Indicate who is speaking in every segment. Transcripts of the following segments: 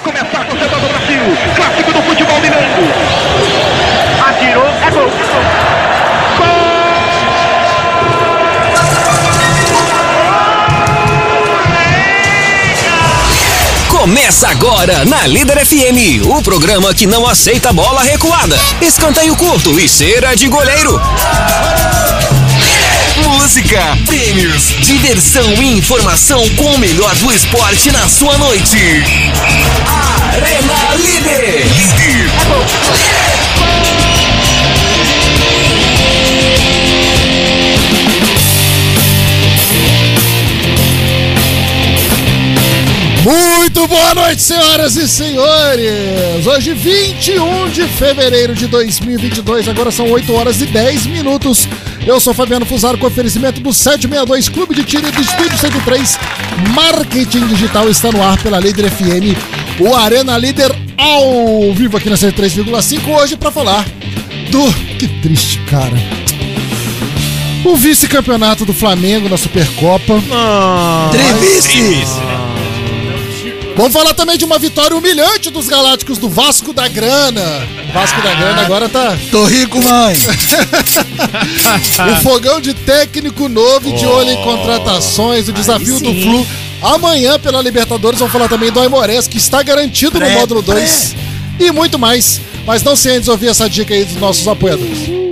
Speaker 1: torcedor do Brasil. Clássico do futebol mineiro. Atirou, é gol.
Speaker 2: Começa agora na Líder FM, o programa que não aceita bola recuada, escanteio curto e cera de goleiro. Música, prêmios, diversão e informação com o melhor do esporte na sua noite. Arena Líder. Líder.
Speaker 3: Muito boa noite, senhoras e senhores! Hoje, 21 de fevereiro de 2022, agora são 8 horas e 10 minutos. Eu sou Fabiano Fusaro, com oferecimento do 762 Clube de Tiro e do Estúdio 103. Marketing Digital está no ar pela Líder FM, o Arena Líder ao vivo aqui na 103,5. Hoje, para falar do. Que triste, cara. O vice-campeonato do Flamengo na Supercopa. Vamos falar também de uma vitória humilhante dos Galácticos do Vasco da Grana. O Vasco da Grana agora tá.
Speaker 4: Tô rico, mãe.
Speaker 3: O fogão de técnico novo e de olho em contratações, o desafio do Flu. Amanhã, pela Libertadores, vamos falar também do Aimorés, que está garantido no módulo 2. E muito mais. Mas não se antes ouvir essa dica aí dos nossos apoiadores.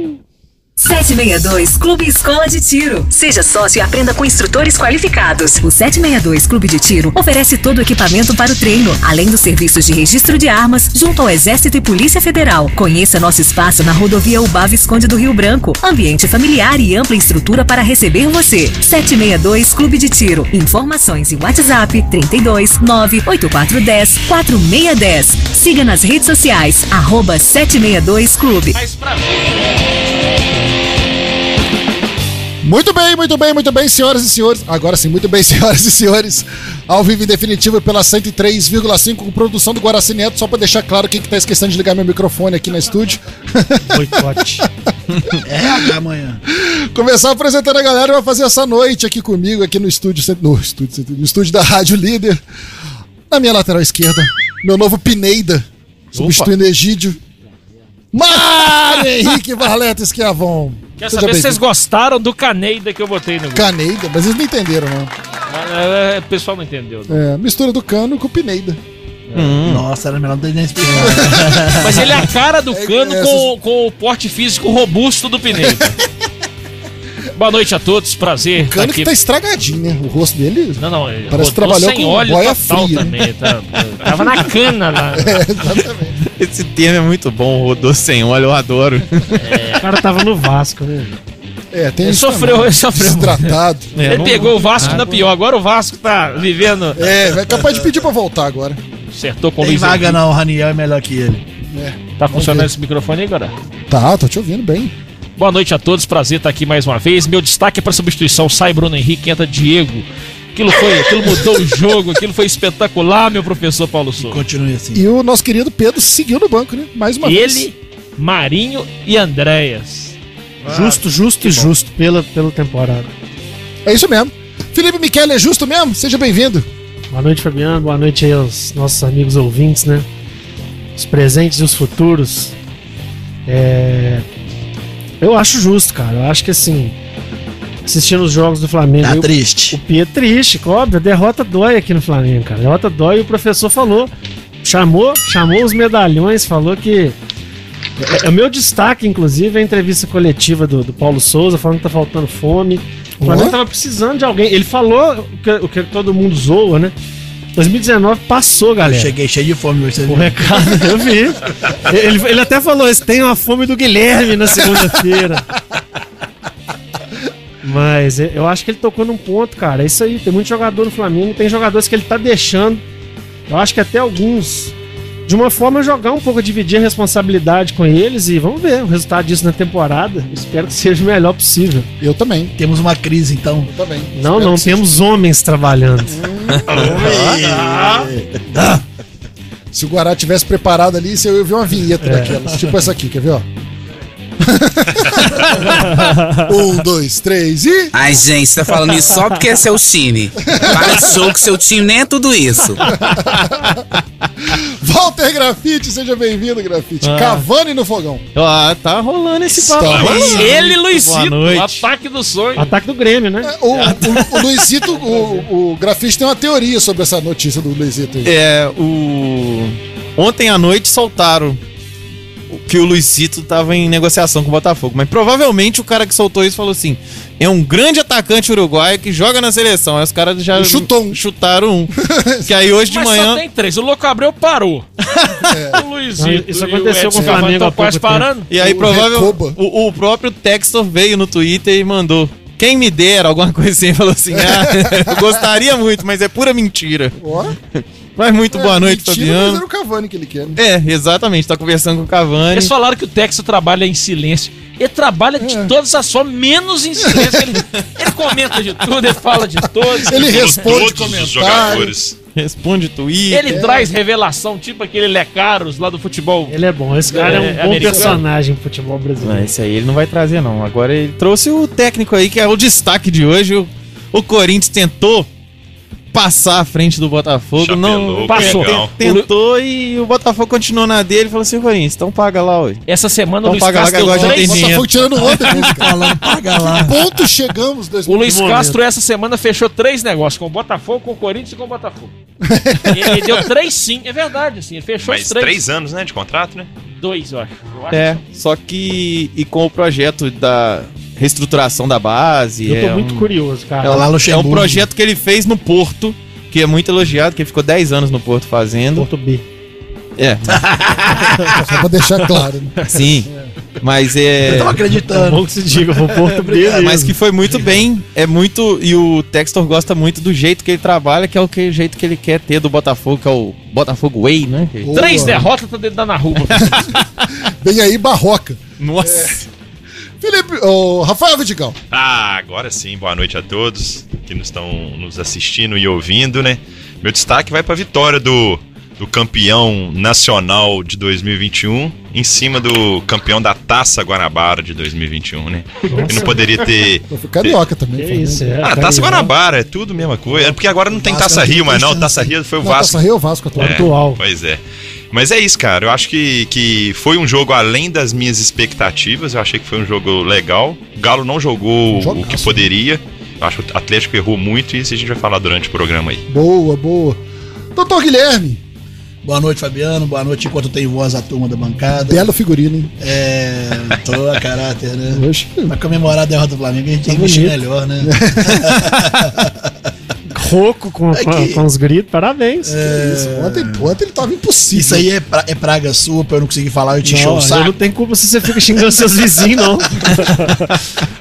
Speaker 5: 762 Clube Escola de Tiro. Seja sócio e aprenda com instrutores qualificados. O 762 Clube de Tiro oferece todo o equipamento para o treino, além dos serviços de registro de armas junto ao Exército e Polícia Federal. Conheça nosso espaço na rodovia Ubá Visconde do Rio Branco. Ambiente familiar e ampla estrutura para receber você. 762 Clube de Tiro. Informações em WhatsApp 32 98410 4610. Siga nas redes sociais, arroba 762 Clube.
Speaker 3: Muito bem, muito bem, muito bem, senhoras e senhores. Agora sim, muito bem, senhoras e senhores. Ao vivo em definitivo pela 103,5 com produção do Guaraci Neto, só pra deixar claro quem que tá esquecendo de ligar meu microfone aqui no estúdio.
Speaker 4: Boicote. É amanhã.
Speaker 3: Começar apresentando a galera vai fazer essa noite aqui comigo, aqui no estúdio, no estúdio, no estúdio da Rádio Líder. Na minha lateral esquerda, meu novo Pineida, substituindo Egídio. Mário Henrique Barleto Esquiavon.
Speaker 6: Quer saber se vocês gostaram do Caneida que eu botei no grupo?
Speaker 3: Caneida, mas eles não entenderam, não.
Speaker 6: Mas, é, é, O pessoal não entendeu. né?
Speaker 3: É, mistura do cano com o Pineida.
Speaker 4: Nossa, era melhor não ter nem explicado.
Speaker 6: Mas ele é a cara do cano
Speaker 3: é,
Speaker 6: com, com o porte físico robusto do Pineiro. Boa noite a todos, prazer.
Speaker 3: Cano
Speaker 6: tá aqui.
Speaker 3: que tá estragadinho, né? O rosto dele.
Speaker 6: Não, não, ele
Speaker 3: Parece que trabalhou com boia fria, né?
Speaker 6: também. tá- tava na cana lá.
Speaker 7: Esse termo é muito bom, rodou sem óleo, eu adoro.
Speaker 8: O cara tava no Vasco, né?
Speaker 3: É, tem É.
Speaker 6: Ele
Speaker 3: isso
Speaker 6: sofreu, um
Speaker 3: também.
Speaker 6: ele sofreu.
Speaker 3: Desidratado.
Speaker 6: Ele pegou o Vasco na pior, agora o Vasco tá vivendo.
Speaker 3: É, é capaz de pedir pra voltar agora.
Speaker 6: Acertou com o
Speaker 4: Tem
Speaker 6: Luiz
Speaker 4: vaga
Speaker 6: Henrique.
Speaker 4: não, o Raniel é melhor que ele.
Speaker 8: né?
Speaker 6: Tá funcionando
Speaker 3: ver.
Speaker 6: esse microfone aí, agora?
Speaker 3: Tá, tô te ouvindo bem.
Speaker 6: Boa noite a todos, prazer estar aqui mais uma vez. Meu destaque é para substituição, sai Bruno Henrique, entra Diego. Aquilo foi, aquilo mudou o jogo, aquilo foi espetacular, meu professor Paulo Souza.
Speaker 4: Continue assim.
Speaker 3: E o nosso querido Pedro seguiu no banco, né? Mais uma vez.
Speaker 6: Ele, Marinho e Andréas.
Speaker 8: Justo, justo e justo pela, pela temporada.
Speaker 3: É isso mesmo. Felipe Michele, é justo mesmo? Seja bem-vindo.
Speaker 8: Boa noite, Fabiano. Boa noite aí aos nossos amigos ouvintes, né? Os presentes e os futuros. É... Eu acho justo, cara. Eu acho que assim, assistindo os jogos do Flamengo.
Speaker 4: Tá
Speaker 8: eu-
Speaker 4: triste.
Speaker 8: E é triste, óbvio, a derrota dói aqui no Flamengo, cara. A derrota dói e o professor falou, chamou, chamou os medalhões, falou que. É, é o meu destaque, inclusive, é a entrevista coletiva do, do Paulo Souza, falando que tá faltando fome. O Flamengo
Speaker 3: Ó.
Speaker 8: tava precisando de alguém. Ele falou o que, o que todo mundo zoa, né? 2019 passou,
Speaker 4: Eu
Speaker 8: galera.
Speaker 4: cheguei cheio de fome hoje. você
Speaker 8: O
Speaker 4: viu?
Speaker 8: recado eu vi. Ele, ele até falou isso: tem uma fome do Guilherme na segunda-feira. Mas é, eu- eu acho que ele tocou num ponto, cara. É isso aí. Tem muito jogador no Flamengo, tem jogadores que ele tá deixando. Eu acho que até alguns. De uma forma, jogar um pouco, dividir a responsabilidade com eles e vamos ver o resultado disso na temporada. Espero que seja o melhor possível.
Speaker 3: Eu também.
Speaker 4: Temos uma crise, então.
Speaker 3: Eu também.
Speaker 8: Não, não, temos homens trabalhando.
Speaker 3: Se o Guará tivesse preparado ali, se eu ia ver uma
Speaker 6: É.
Speaker 3: vinheta daquelas. Tipo essa aqui, quer ver, ó? um, dois, três e.
Speaker 9: Ai, gente, você tá falando isso só porque é seu time. Para de show que seu time nem é tudo isso.
Speaker 3: Walter Grafite, seja bem-vindo, Grafite. Cavani no fogão.
Speaker 7: Ah, tá rolando esse papo.
Speaker 3: Tá
Speaker 7: aí.
Speaker 3: rolando.
Speaker 6: Ele,
Speaker 7: Boa
Speaker 6: Luizito,
Speaker 7: noite.
Speaker 6: ataque do sonho.
Speaker 8: Ataque do Grêmio, né?
Speaker 3: É, O, o, o Luizito, o, o Grafite tem uma teoria sobre essa notícia do Luizito aí.
Speaker 7: É, o. Ontem à noite soltaram o- que o Luizito tava em negociação com o Botafogo. Mas provavelmente o cara que soltou isso falou assim: é um grande atacante uruguaio que joga na seleção. Aí os caras já
Speaker 3: Ele chutou um.
Speaker 7: chutaram um. que aí hoje de
Speaker 6: Mas
Speaker 7: manhã. É.
Speaker 6: só tem três. O Louco Abreu parou. O Luizito.
Speaker 8: Isso
Speaker 6: e o
Speaker 8: aconteceu com
Speaker 6: Edson
Speaker 8: o Flamengo
Speaker 6: Cavani
Speaker 8: há
Speaker 6: estão
Speaker 8: pouco
Speaker 6: quase
Speaker 8: tempo.
Speaker 6: parando.
Speaker 7: E aí,
Speaker 3: O
Speaker 7: provavelmente,
Speaker 3: Recoba.
Speaker 7: o, o próprio Textor veio no Twitter e mandou. Quem me dera alguma coisinha falou assim: ah, eu gostaria muito, mas é pura mentira.
Speaker 3: Ó,
Speaker 7: Mas muito boa
Speaker 3: é,
Speaker 7: noite,
Speaker 3: mentira, Mas era
Speaker 7: Fabiano.
Speaker 3: o Cavani que ele quer. né?
Speaker 7: É, exatamente, tá conversando com o Cavani.
Speaker 6: Eles falaram que o Texo trabalha em silêncio. Ele trabalha de
Speaker 7: É.
Speaker 6: todas as formas, menos em silêncio. Ele, ele comenta de tudo, ele fala de todos.
Speaker 3: Ele responde
Speaker 10: todos os
Speaker 3: comentários.
Speaker 10: jogadores.
Speaker 7: Responde Twitter.
Speaker 6: Ele traz revelação, tipo aquele Lecaros lá do futebol.
Speaker 8: Ele é bom, esse cara é, um
Speaker 6: É,
Speaker 8: bom
Speaker 6: americano.
Speaker 8: personagem pro futebol brasileiro.
Speaker 7: Não, esse aí ele não vai trazer, não. Agora ele trouxe o técnico aí, que é o destaque de hoje. O, o Corinthians tentou passar à frente do Botafogo.
Speaker 10: Chapelou,
Speaker 7: não
Speaker 6: passou.
Speaker 10: Coringão.
Speaker 7: Ten- Tentou e o Botafogo continuou na dele e falou assim: Corinthians, então paga lá, ué.
Speaker 6: Essa semana o
Speaker 7: Então
Speaker 6: Luiz
Speaker 7: paga lá
Speaker 6: Castro
Speaker 7: que agora
Speaker 6: deu
Speaker 7: já
Speaker 6: três.
Speaker 7: tem
Speaker 3: Botafogo tirando onda mesmo,
Speaker 8: Tá
Speaker 3: cara.
Speaker 4: Falando, paga lá.
Speaker 3: Ponto chegamos, dois
Speaker 6: O Luiz Castro, essa semana, fechou três negócios: com o Botafogo, com o Corinthians e com o Botafogo. ele, ele deu três sim, é verdade, assim. Ele fechou
Speaker 10: Mas
Speaker 6: os três.
Speaker 10: três anos, né, de contrato, né?
Speaker 6: Dois, eu acho. Eu acho
Speaker 7: É,
Speaker 6: que
Speaker 7: só que. E com o projeto da reestruturação da base.
Speaker 8: Eu
Speaker 7: é
Speaker 8: tô muito
Speaker 7: um-
Speaker 8: curioso,
Speaker 7: É
Speaker 8: cara.
Speaker 7: um,
Speaker 4: Lá
Speaker 7: é
Speaker 4: Luxemburgo.
Speaker 7: um projeto que ele fez no Porto, que é muito elogiado, que ele ficou 10 anos no Porto fazendo.
Speaker 8: Porto B.
Speaker 7: É,
Speaker 3: Só pra deixar claro. né?
Speaker 7: sim. Mas
Speaker 4: Eu
Speaker 7: é.
Speaker 4: tava
Speaker 8: É
Speaker 4: acreditando.
Speaker 8: bom que se diga, foi o Porto B.
Speaker 7: É,
Speaker 8: mesmo.
Speaker 7: mas que foi muito bem. É muito. E o Textor gosta muito do jeito que ele trabalha, que é o que- jeito que ele quer ter do Botafogo, que é o Botafogo Way, né?
Speaker 3: É. Boa.
Speaker 6: Três derrotas, tá dentro da na rua.
Speaker 3: Vem aí, Barroca. É.
Speaker 7: Nossa!
Speaker 3: Felipe, ô, Rafael Vidigal.
Speaker 10: Ah, agora sim, boa noite a todos que nos estão nos assistindo e ouvindo, né? Meu destaque vai para a vitória do, do campeão nacional de 2021 em cima do campeão da Taça Guanabara de 2021, né? Que não poderia ter.
Speaker 3: Eu fui carioca também.
Speaker 8: Que
Speaker 3: falei,
Speaker 8: isso,
Speaker 3: né?
Speaker 8: é.
Speaker 10: Ah,
Speaker 8: cara,
Speaker 10: Taça
Speaker 8: é
Speaker 10: Guanabara, é tudo a mesma coisa. É Porque agora não tem
Speaker 3: Vasco
Speaker 10: Taça
Speaker 3: não tem
Speaker 10: Rio, mas não,
Speaker 3: chance.
Speaker 10: Taça Rio foi o
Speaker 3: Não, Taça
Speaker 10: Vasco.
Speaker 3: Rio é o Vasco atual.
Speaker 8: Atual.
Speaker 10: Pois é. Mas é isso, cara. Eu acho que, que foi um jogo além das minhas expectativas. Eu achei que foi um jogo legal. O Galo não jogou
Speaker 3: Jogaço,
Speaker 10: o que poderia. Eu acho que o Atlético errou muito e isso a gente vai falar durante o programa aí.
Speaker 3: Boa, boa. Doutor Guilherme,
Speaker 4: Boa noite, Fabiano. Boa noite, enquanto tem voz a turma da bancada.
Speaker 3: belo figurino, hein?
Speaker 4: É. Tô a caráter, né?
Speaker 3: Hoje,
Speaker 4: Pra comemorar a derrota do Flamengo, a gente tem que
Speaker 3: Tá
Speaker 4: vestir
Speaker 3: bonito.
Speaker 4: melhor, né?
Speaker 8: Rouco com,
Speaker 4: É
Speaker 8: com,
Speaker 4: que-
Speaker 8: com os gritos, parabéns.
Speaker 3: isso. Ontem, ontem ele tava impossível.
Speaker 4: Isso aí é, pra- é praga sua pra eu não conseguir falar, eu te encher
Speaker 8: Não,
Speaker 4: o
Speaker 8: eu não
Speaker 4: saco.
Speaker 8: tenho culpa se você fica xingando seus vizinhos, não.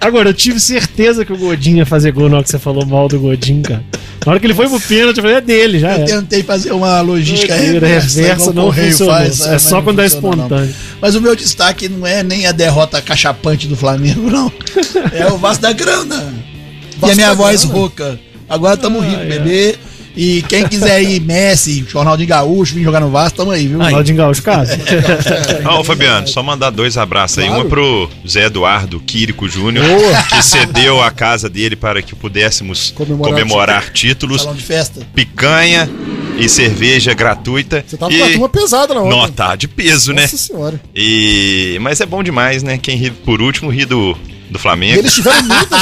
Speaker 8: Agora, eu tive certeza que o Godinho ia fazer gol na hora que você falou mal do Godinho, cara. Na hora que ele foi pro pênalti, eu falei, é dele, já
Speaker 4: Eu
Speaker 8: é.
Speaker 4: tentei fazer uma logística
Speaker 8: Doideira,
Speaker 4: reversa,
Speaker 8: É, reversa,
Speaker 4: igual o
Speaker 8: não
Speaker 4: Correio
Speaker 8: funcionou.
Speaker 4: faz,
Speaker 8: É
Speaker 4: mas
Speaker 8: só
Speaker 4: não
Speaker 8: quando é
Speaker 4: funciona, não.
Speaker 8: espontâneo.
Speaker 4: Mas o meu destaque não é nem a derrota cachapante do Flamengo, não. É o Vasco da Grana. e a
Speaker 3: Vasco da
Speaker 4: minha voz
Speaker 3: Grana?
Speaker 4: rouca. Agora tamo
Speaker 8: Ah, é.
Speaker 4: rindo, bebê. E quem quiser ir, Messi, Ronaldinho Gaúcho, vir jogar no Vasco, tamo aí, viu?
Speaker 8: Claudinho Gaúcho, cara. é
Speaker 10: Ó, ô, Fabiano, só mandar dois abraços aí.
Speaker 3: É, Claro.
Speaker 10: Uma pro Zé Eduardo Quirico Júnior, que cedeu a casa dele para que pudéssemos
Speaker 3: Comemorar
Speaker 10: comemorar, títulos,
Speaker 4: Salão de festa.
Speaker 10: picanha e cerveja gratuita.
Speaker 3: Você tava com uma
Speaker 10: e...
Speaker 3: turma pesada na hora.
Speaker 10: Não, tá de peso, né?
Speaker 3: Nossa senhora.
Speaker 10: E... Mas é bom demais, né? Quem ri por último ri do, do
Speaker 3: E
Speaker 10: Flamengo.
Speaker 3: eles tiveram muita.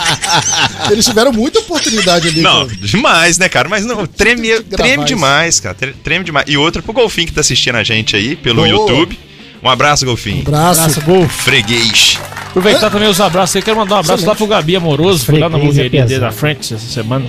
Speaker 3: eles tiveram muita oportunidade ali.
Speaker 10: Não,
Speaker 3: cara.
Speaker 10: demais, né, cara? Mas não, treme,
Speaker 3: Tem que gravar
Speaker 10: treme
Speaker 3: isso.
Speaker 10: demais, cara. tre- Treme demais. E outra pro Golfinho que tá assistindo a gente aí pelo
Speaker 3: Boa.
Speaker 10: YouTube. Um abraço, Golfinho.
Speaker 3: Braço.
Speaker 8: Nossa, gol.
Speaker 10: Freguês.
Speaker 6: Aproveitar também os abraços. Eu quero mandar um abraço lá pro Gabi Amoroso. Foi lá na
Speaker 8: Freguês é
Speaker 6: hamburgueria dele
Speaker 8: pesado.
Speaker 6: da Frente essa semana.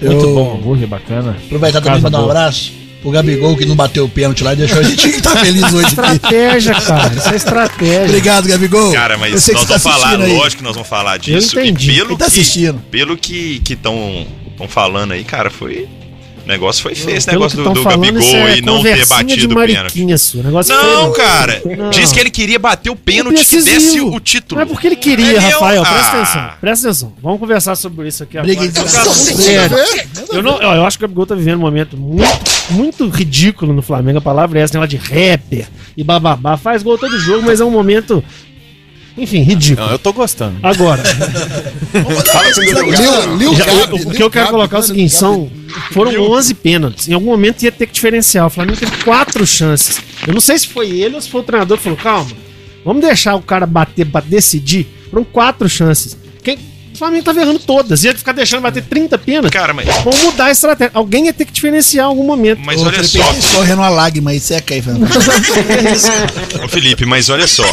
Speaker 4: Eu-
Speaker 6: Muito bom, hambúrguer bacana.
Speaker 4: Aproveitar também
Speaker 6: Casa
Speaker 4: pra dar um
Speaker 6: boa.
Speaker 4: abraço pro Gabigol, que não bateu o pênalti lá e deixou a gente que tá feliz hoje aqui.
Speaker 8: Estratégia, cara. Isso é estratégia.
Speaker 4: Obrigado, Gabigol.
Speaker 10: Cara, mas
Speaker 4: Eu
Speaker 10: nós
Speaker 4: sei que
Speaker 10: vamos
Speaker 4: você tá
Speaker 10: falar,
Speaker 4: assistindo aí.
Speaker 10: lógico que nós vamos falar disso.
Speaker 8: entendi.
Speaker 10: E pelo
Speaker 4: Ele tá
Speaker 10: que,
Speaker 4: assistindo.
Speaker 10: pelo que que estão tão falando aí, cara, foi. O negócio foi feio esse
Speaker 8: Pelo
Speaker 10: negócio do,
Speaker 8: que tão
Speaker 10: do
Speaker 8: falando,
Speaker 10: Gabigol
Speaker 8: isso é
Speaker 10: e não ter
Speaker 8: conversinha de
Speaker 10: batido o pênalti.
Speaker 8: mariquinha sua. Negócio é
Speaker 10: Não,
Speaker 8: feio.
Speaker 10: cara.
Speaker 8: Não. é
Speaker 10: Diz que ele queria bater o pênalti que
Speaker 8: decisivo.
Speaker 10: desse o título.
Speaker 8: Não é porque ele queria,
Speaker 10: Entendeu?
Speaker 8: Rafael. Presta
Speaker 10: Ah.
Speaker 8: atenção. Presta atenção. Vamos conversar sobre isso aqui
Speaker 4: Briga
Speaker 8: agora.
Speaker 4: entre
Speaker 3: Não,
Speaker 4: os
Speaker 3: não
Speaker 4: caras.
Speaker 3: tem a
Speaker 8: Sério.
Speaker 3: ver.
Speaker 8: Eu, não, eu acho que o Gabigol tá vivendo um momento muito, muito ridículo no Flamengo. A palavra é essa, negócio de rapper e bababá. Faz gol todo jogo, mas é um momento Enfim, ridículo.
Speaker 7: Não, eu tô gostando.
Speaker 8: Agora,
Speaker 10: Fala com o
Speaker 3: Lil, Lil
Speaker 8: já-
Speaker 3: Gabi,
Speaker 8: o,
Speaker 10: né?
Speaker 8: o que
Speaker 3: Lil
Speaker 8: eu quero
Speaker 3: Gabi,
Speaker 8: colocar é
Speaker 3: mano,
Speaker 8: o seguinte:
Speaker 3: Gabi.
Speaker 8: são, foram 11 pênaltis. Em algum momento ia ter que diferenciar. O Flamengo teve quatro chances. Eu não sei se foi ele ou se foi o treinador que falou: calma, vamos deixar o cara bater pra decidir. Foram quatro chances. Quem, o Flamengo tava errando todas. Ia ficar deixando bater 30 pênaltis.
Speaker 10: Cara, mas,
Speaker 8: Vamos mudar a estratégia. Alguém ia ter que diferenciar em algum momento.
Speaker 10: mas
Speaker 4: Ô,
Speaker 10: olha
Speaker 4: Felipe,
Speaker 10: só,
Speaker 4: tá Escorrendo uma lágrima aí, seca aí, Fernando.
Speaker 10: Ô, Felipe, mas olha só.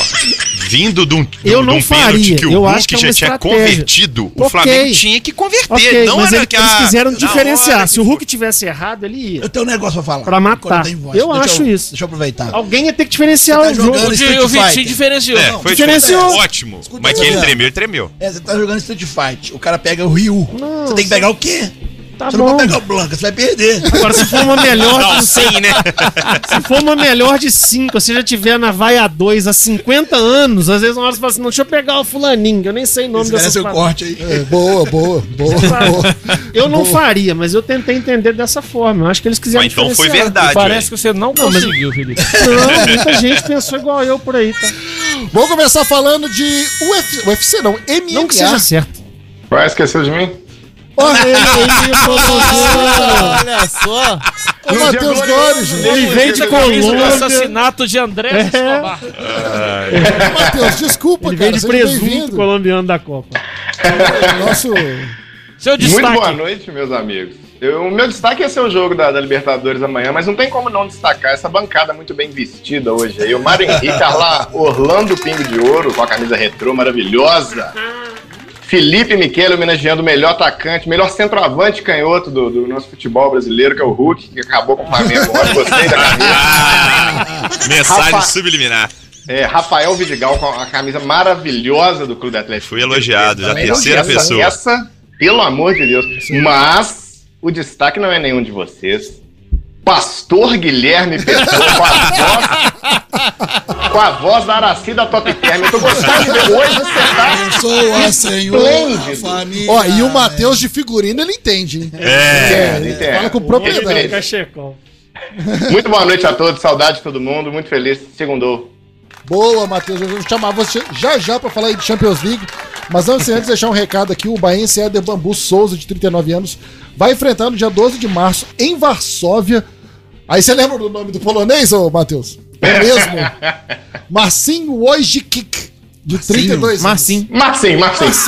Speaker 10: Vindo de um, de
Speaker 8: Eu
Speaker 10: um- de
Speaker 8: não
Speaker 10: um pênalti
Speaker 8: faria.
Speaker 10: que o
Speaker 8: Eu
Speaker 10: Hulk
Speaker 8: acho que é
Speaker 10: já
Speaker 8: uma
Speaker 10: tinha
Speaker 8: estratégia.
Speaker 10: convertido, o
Speaker 8: Ok.
Speaker 10: Flamengo tinha que converter.
Speaker 8: Ok,
Speaker 10: não
Speaker 8: mas
Speaker 10: era
Speaker 8: ele-
Speaker 10: que
Speaker 8: eles
Speaker 10: a-
Speaker 8: quiseram
Speaker 10: na
Speaker 8: diferenciar.
Speaker 10: hora
Speaker 8: Se o Hulk tivesse errado, ele ia.
Speaker 4: Eu tenho um negócio pra falar.
Speaker 8: Pra matar.
Speaker 4: Quando tem voz.
Speaker 8: Eu
Speaker 4: Deixa
Speaker 8: acho isso.
Speaker 4: Deixa eu aproveitar.
Speaker 8: Alguém ia ter que diferenciar
Speaker 4: Você tá
Speaker 8: o jogo.
Speaker 4: jogando
Speaker 6: Di-
Speaker 4: Street
Speaker 6: O Vitinho
Speaker 4: Fighter.
Speaker 6: diferenciou.
Speaker 10: É, foi
Speaker 8: diferenciou.
Speaker 10: tipo, ótimo.
Speaker 4: Escuta
Speaker 10: mas que
Speaker 4: aí,
Speaker 10: ele
Speaker 4: ó.
Speaker 10: tremeu, ele tremeu.
Speaker 4: É, você tá jogando Street Fight. O cara pega o Ryu.
Speaker 8: Não,
Speaker 4: você tem que pegar o quê?
Speaker 8: Tá
Speaker 4: você
Speaker 8: bom.
Speaker 4: não vai pegar o Blanca, você vai perder.
Speaker 8: Agora, se for uma melhor,
Speaker 10: Não, sim, né?
Speaker 8: se for uma melhor de 5, se já tiver na vaia 2 há 50 anos, às vezes uma hora você fala assim, não, deixa eu pegar o fulaninho, que eu nem sei o nome
Speaker 4: Esse
Speaker 8: dessa
Speaker 4: merece o
Speaker 8: parada.
Speaker 4: corte aí.
Speaker 3: É, boa, boa, boa, boa.
Speaker 8: Eu não
Speaker 3: Boa.
Speaker 8: faria, mas eu tentei entender dessa forma. Eu acho que eles quiseram
Speaker 10: Mas então foi
Speaker 8: diferenciar.
Speaker 10: verdade.
Speaker 6: Parece
Speaker 10: Parece...
Speaker 6: que você não conseguiu, Felipe.
Speaker 8: Não, muita gente pensou igual eu por aí, tá?
Speaker 3: Vamos começar falando de UFC, UFC não, MMA.
Speaker 8: Não que seja certo.
Speaker 11: Vai, esqueceu de mim?
Speaker 3: Ó, ele-
Speaker 7: Olha só.
Speaker 3: o Matheus Gomes, gente.
Speaker 8: Ele veio de
Speaker 6: Isso do
Speaker 8: Colômbia. É,
Speaker 6: assassinato de André Escobar.
Speaker 3: Ô, Matheus, desculpa,
Speaker 8: Ele
Speaker 3: cara. tá
Speaker 8: veio de
Speaker 3: seja
Speaker 8: presunto
Speaker 3: bem-vindo.
Speaker 8: colombiano da Copa.
Speaker 3: Nosso...
Speaker 6: Seu
Speaker 11: Muito boa
Speaker 6: destaque.
Speaker 11: noite, meus amigos. Eu- o meu destaque é ser o jogo da, da Libertadores amanhã, mas não tem como não destacar essa bancada muito bem vestida hoje aí. O Mário Henrique tá lá, Orlando Pingo de Ouro, com a camisa retrô maravilhosa. Felipe Miquel homenageando o melhor atacante, melhor centroavante canhoto do, do nosso futebol brasileiro, que é o Hulk, que acabou com o Flamengo. Olha, gostei da camisa.
Speaker 10: Ah, mensagem
Speaker 11: Rafa-
Speaker 10: subliminar.
Speaker 11: É, Rafael Vidigal com a camisa maravilhosa do Clube Atlético.
Speaker 10: Fui elogiado, já a
Speaker 11: Também
Speaker 10: terceira
Speaker 11: essa-
Speaker 10: pessoa.
Speaker 11: Essa, pelo amor de Deus. Mas o destaque não é nenhum de vocês. Pastor Guilherme Pessoa com a voz, com a voz da Araci da Top Term. Eu tô
Speaker 3: tá
Speaker 11: gostando de ver hoje você tá.
Speaker 4: Eu sou a senhora
Speaker 11: Esplêndido.
Speaker 4: família.
Speaker 3: Ó, e o Matheus de figurino ele entende, hein?
Speaker 10: É.
Speaker 11: É, é.
Speaker 3: Fala com propriedade.
Speaker 8: Cachecol.
Speaker 11: Muito boa noite a todos, saudade de todo mundo, muito feliz. Segundou.
Speaker 3: Boa, Matheus. Eu vou chamar você já já pra falar aí de Champions League. Mas antes, antes deixar um recado aqui, o baense Éder Bambu Souza, de 39 anos, vai enfrentar no dia 12 de março, em Varsóvia. Aí você lembra do nome do polonês, ô Matheus? É mesmo? Marcinho Wojcik, de 32
Speaker 7: Marcinho.
Speaker 11: Marcinho, Marcinho.
Speaker 3: anos.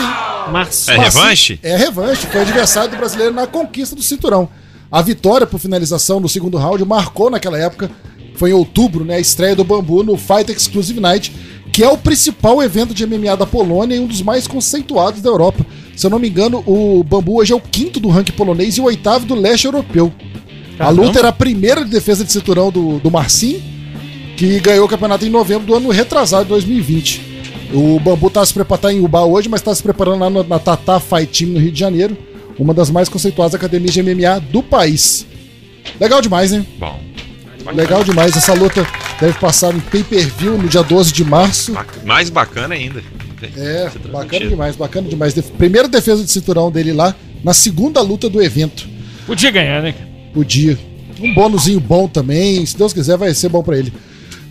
Speaker 3: Marcinho.
Speaker 8: Mas
Speaker 10: É revanche?
Speaker 3: É revanche, foi adversário do brasileiro na conquista do cinturão. A vitória por finalização no segundo round marcou naquela época, foi em outubro, né, a estreia do Bambu no Fight Exclusive Night, que é o principal evento de MMA da Polônia e um dos mais conceituados da Europa. Se eu não me engano, o Bambu hoje é o quinto do ranking polonês e o oitavo do leste europeu. A luta era a primeira de defesa de cinturão do, do Marcinho, que ganhou o campeonato em novembro do ano retrasado, 2020. O Bambu tá se preparando tá em Ubá hoje, mas tá se preparando lá no- na Tatá Fight Team no Rio de Janeiro, uma das mais conceituadas academias de MMA do país. Legal demais, hein?
Speaker 10: Bom,
Speaker 3: Legal demais. Essa luta deve passar no pay-per-view no dia 12 de março.
Speaker 10: bac- mais bacana ainda. Ser
Speaker 3: É, bacana
Speaker 10: transmitido.
Speaker 3: demais, bacana demais. Def- Primeira defesa de cinturão dele lá, na segunda luta do evento.
Speaker 6: Podia ganhar, né?
Speaker 3: o dia. Um bônusinho bom também, se Deus quiser vai ser bom pra ele.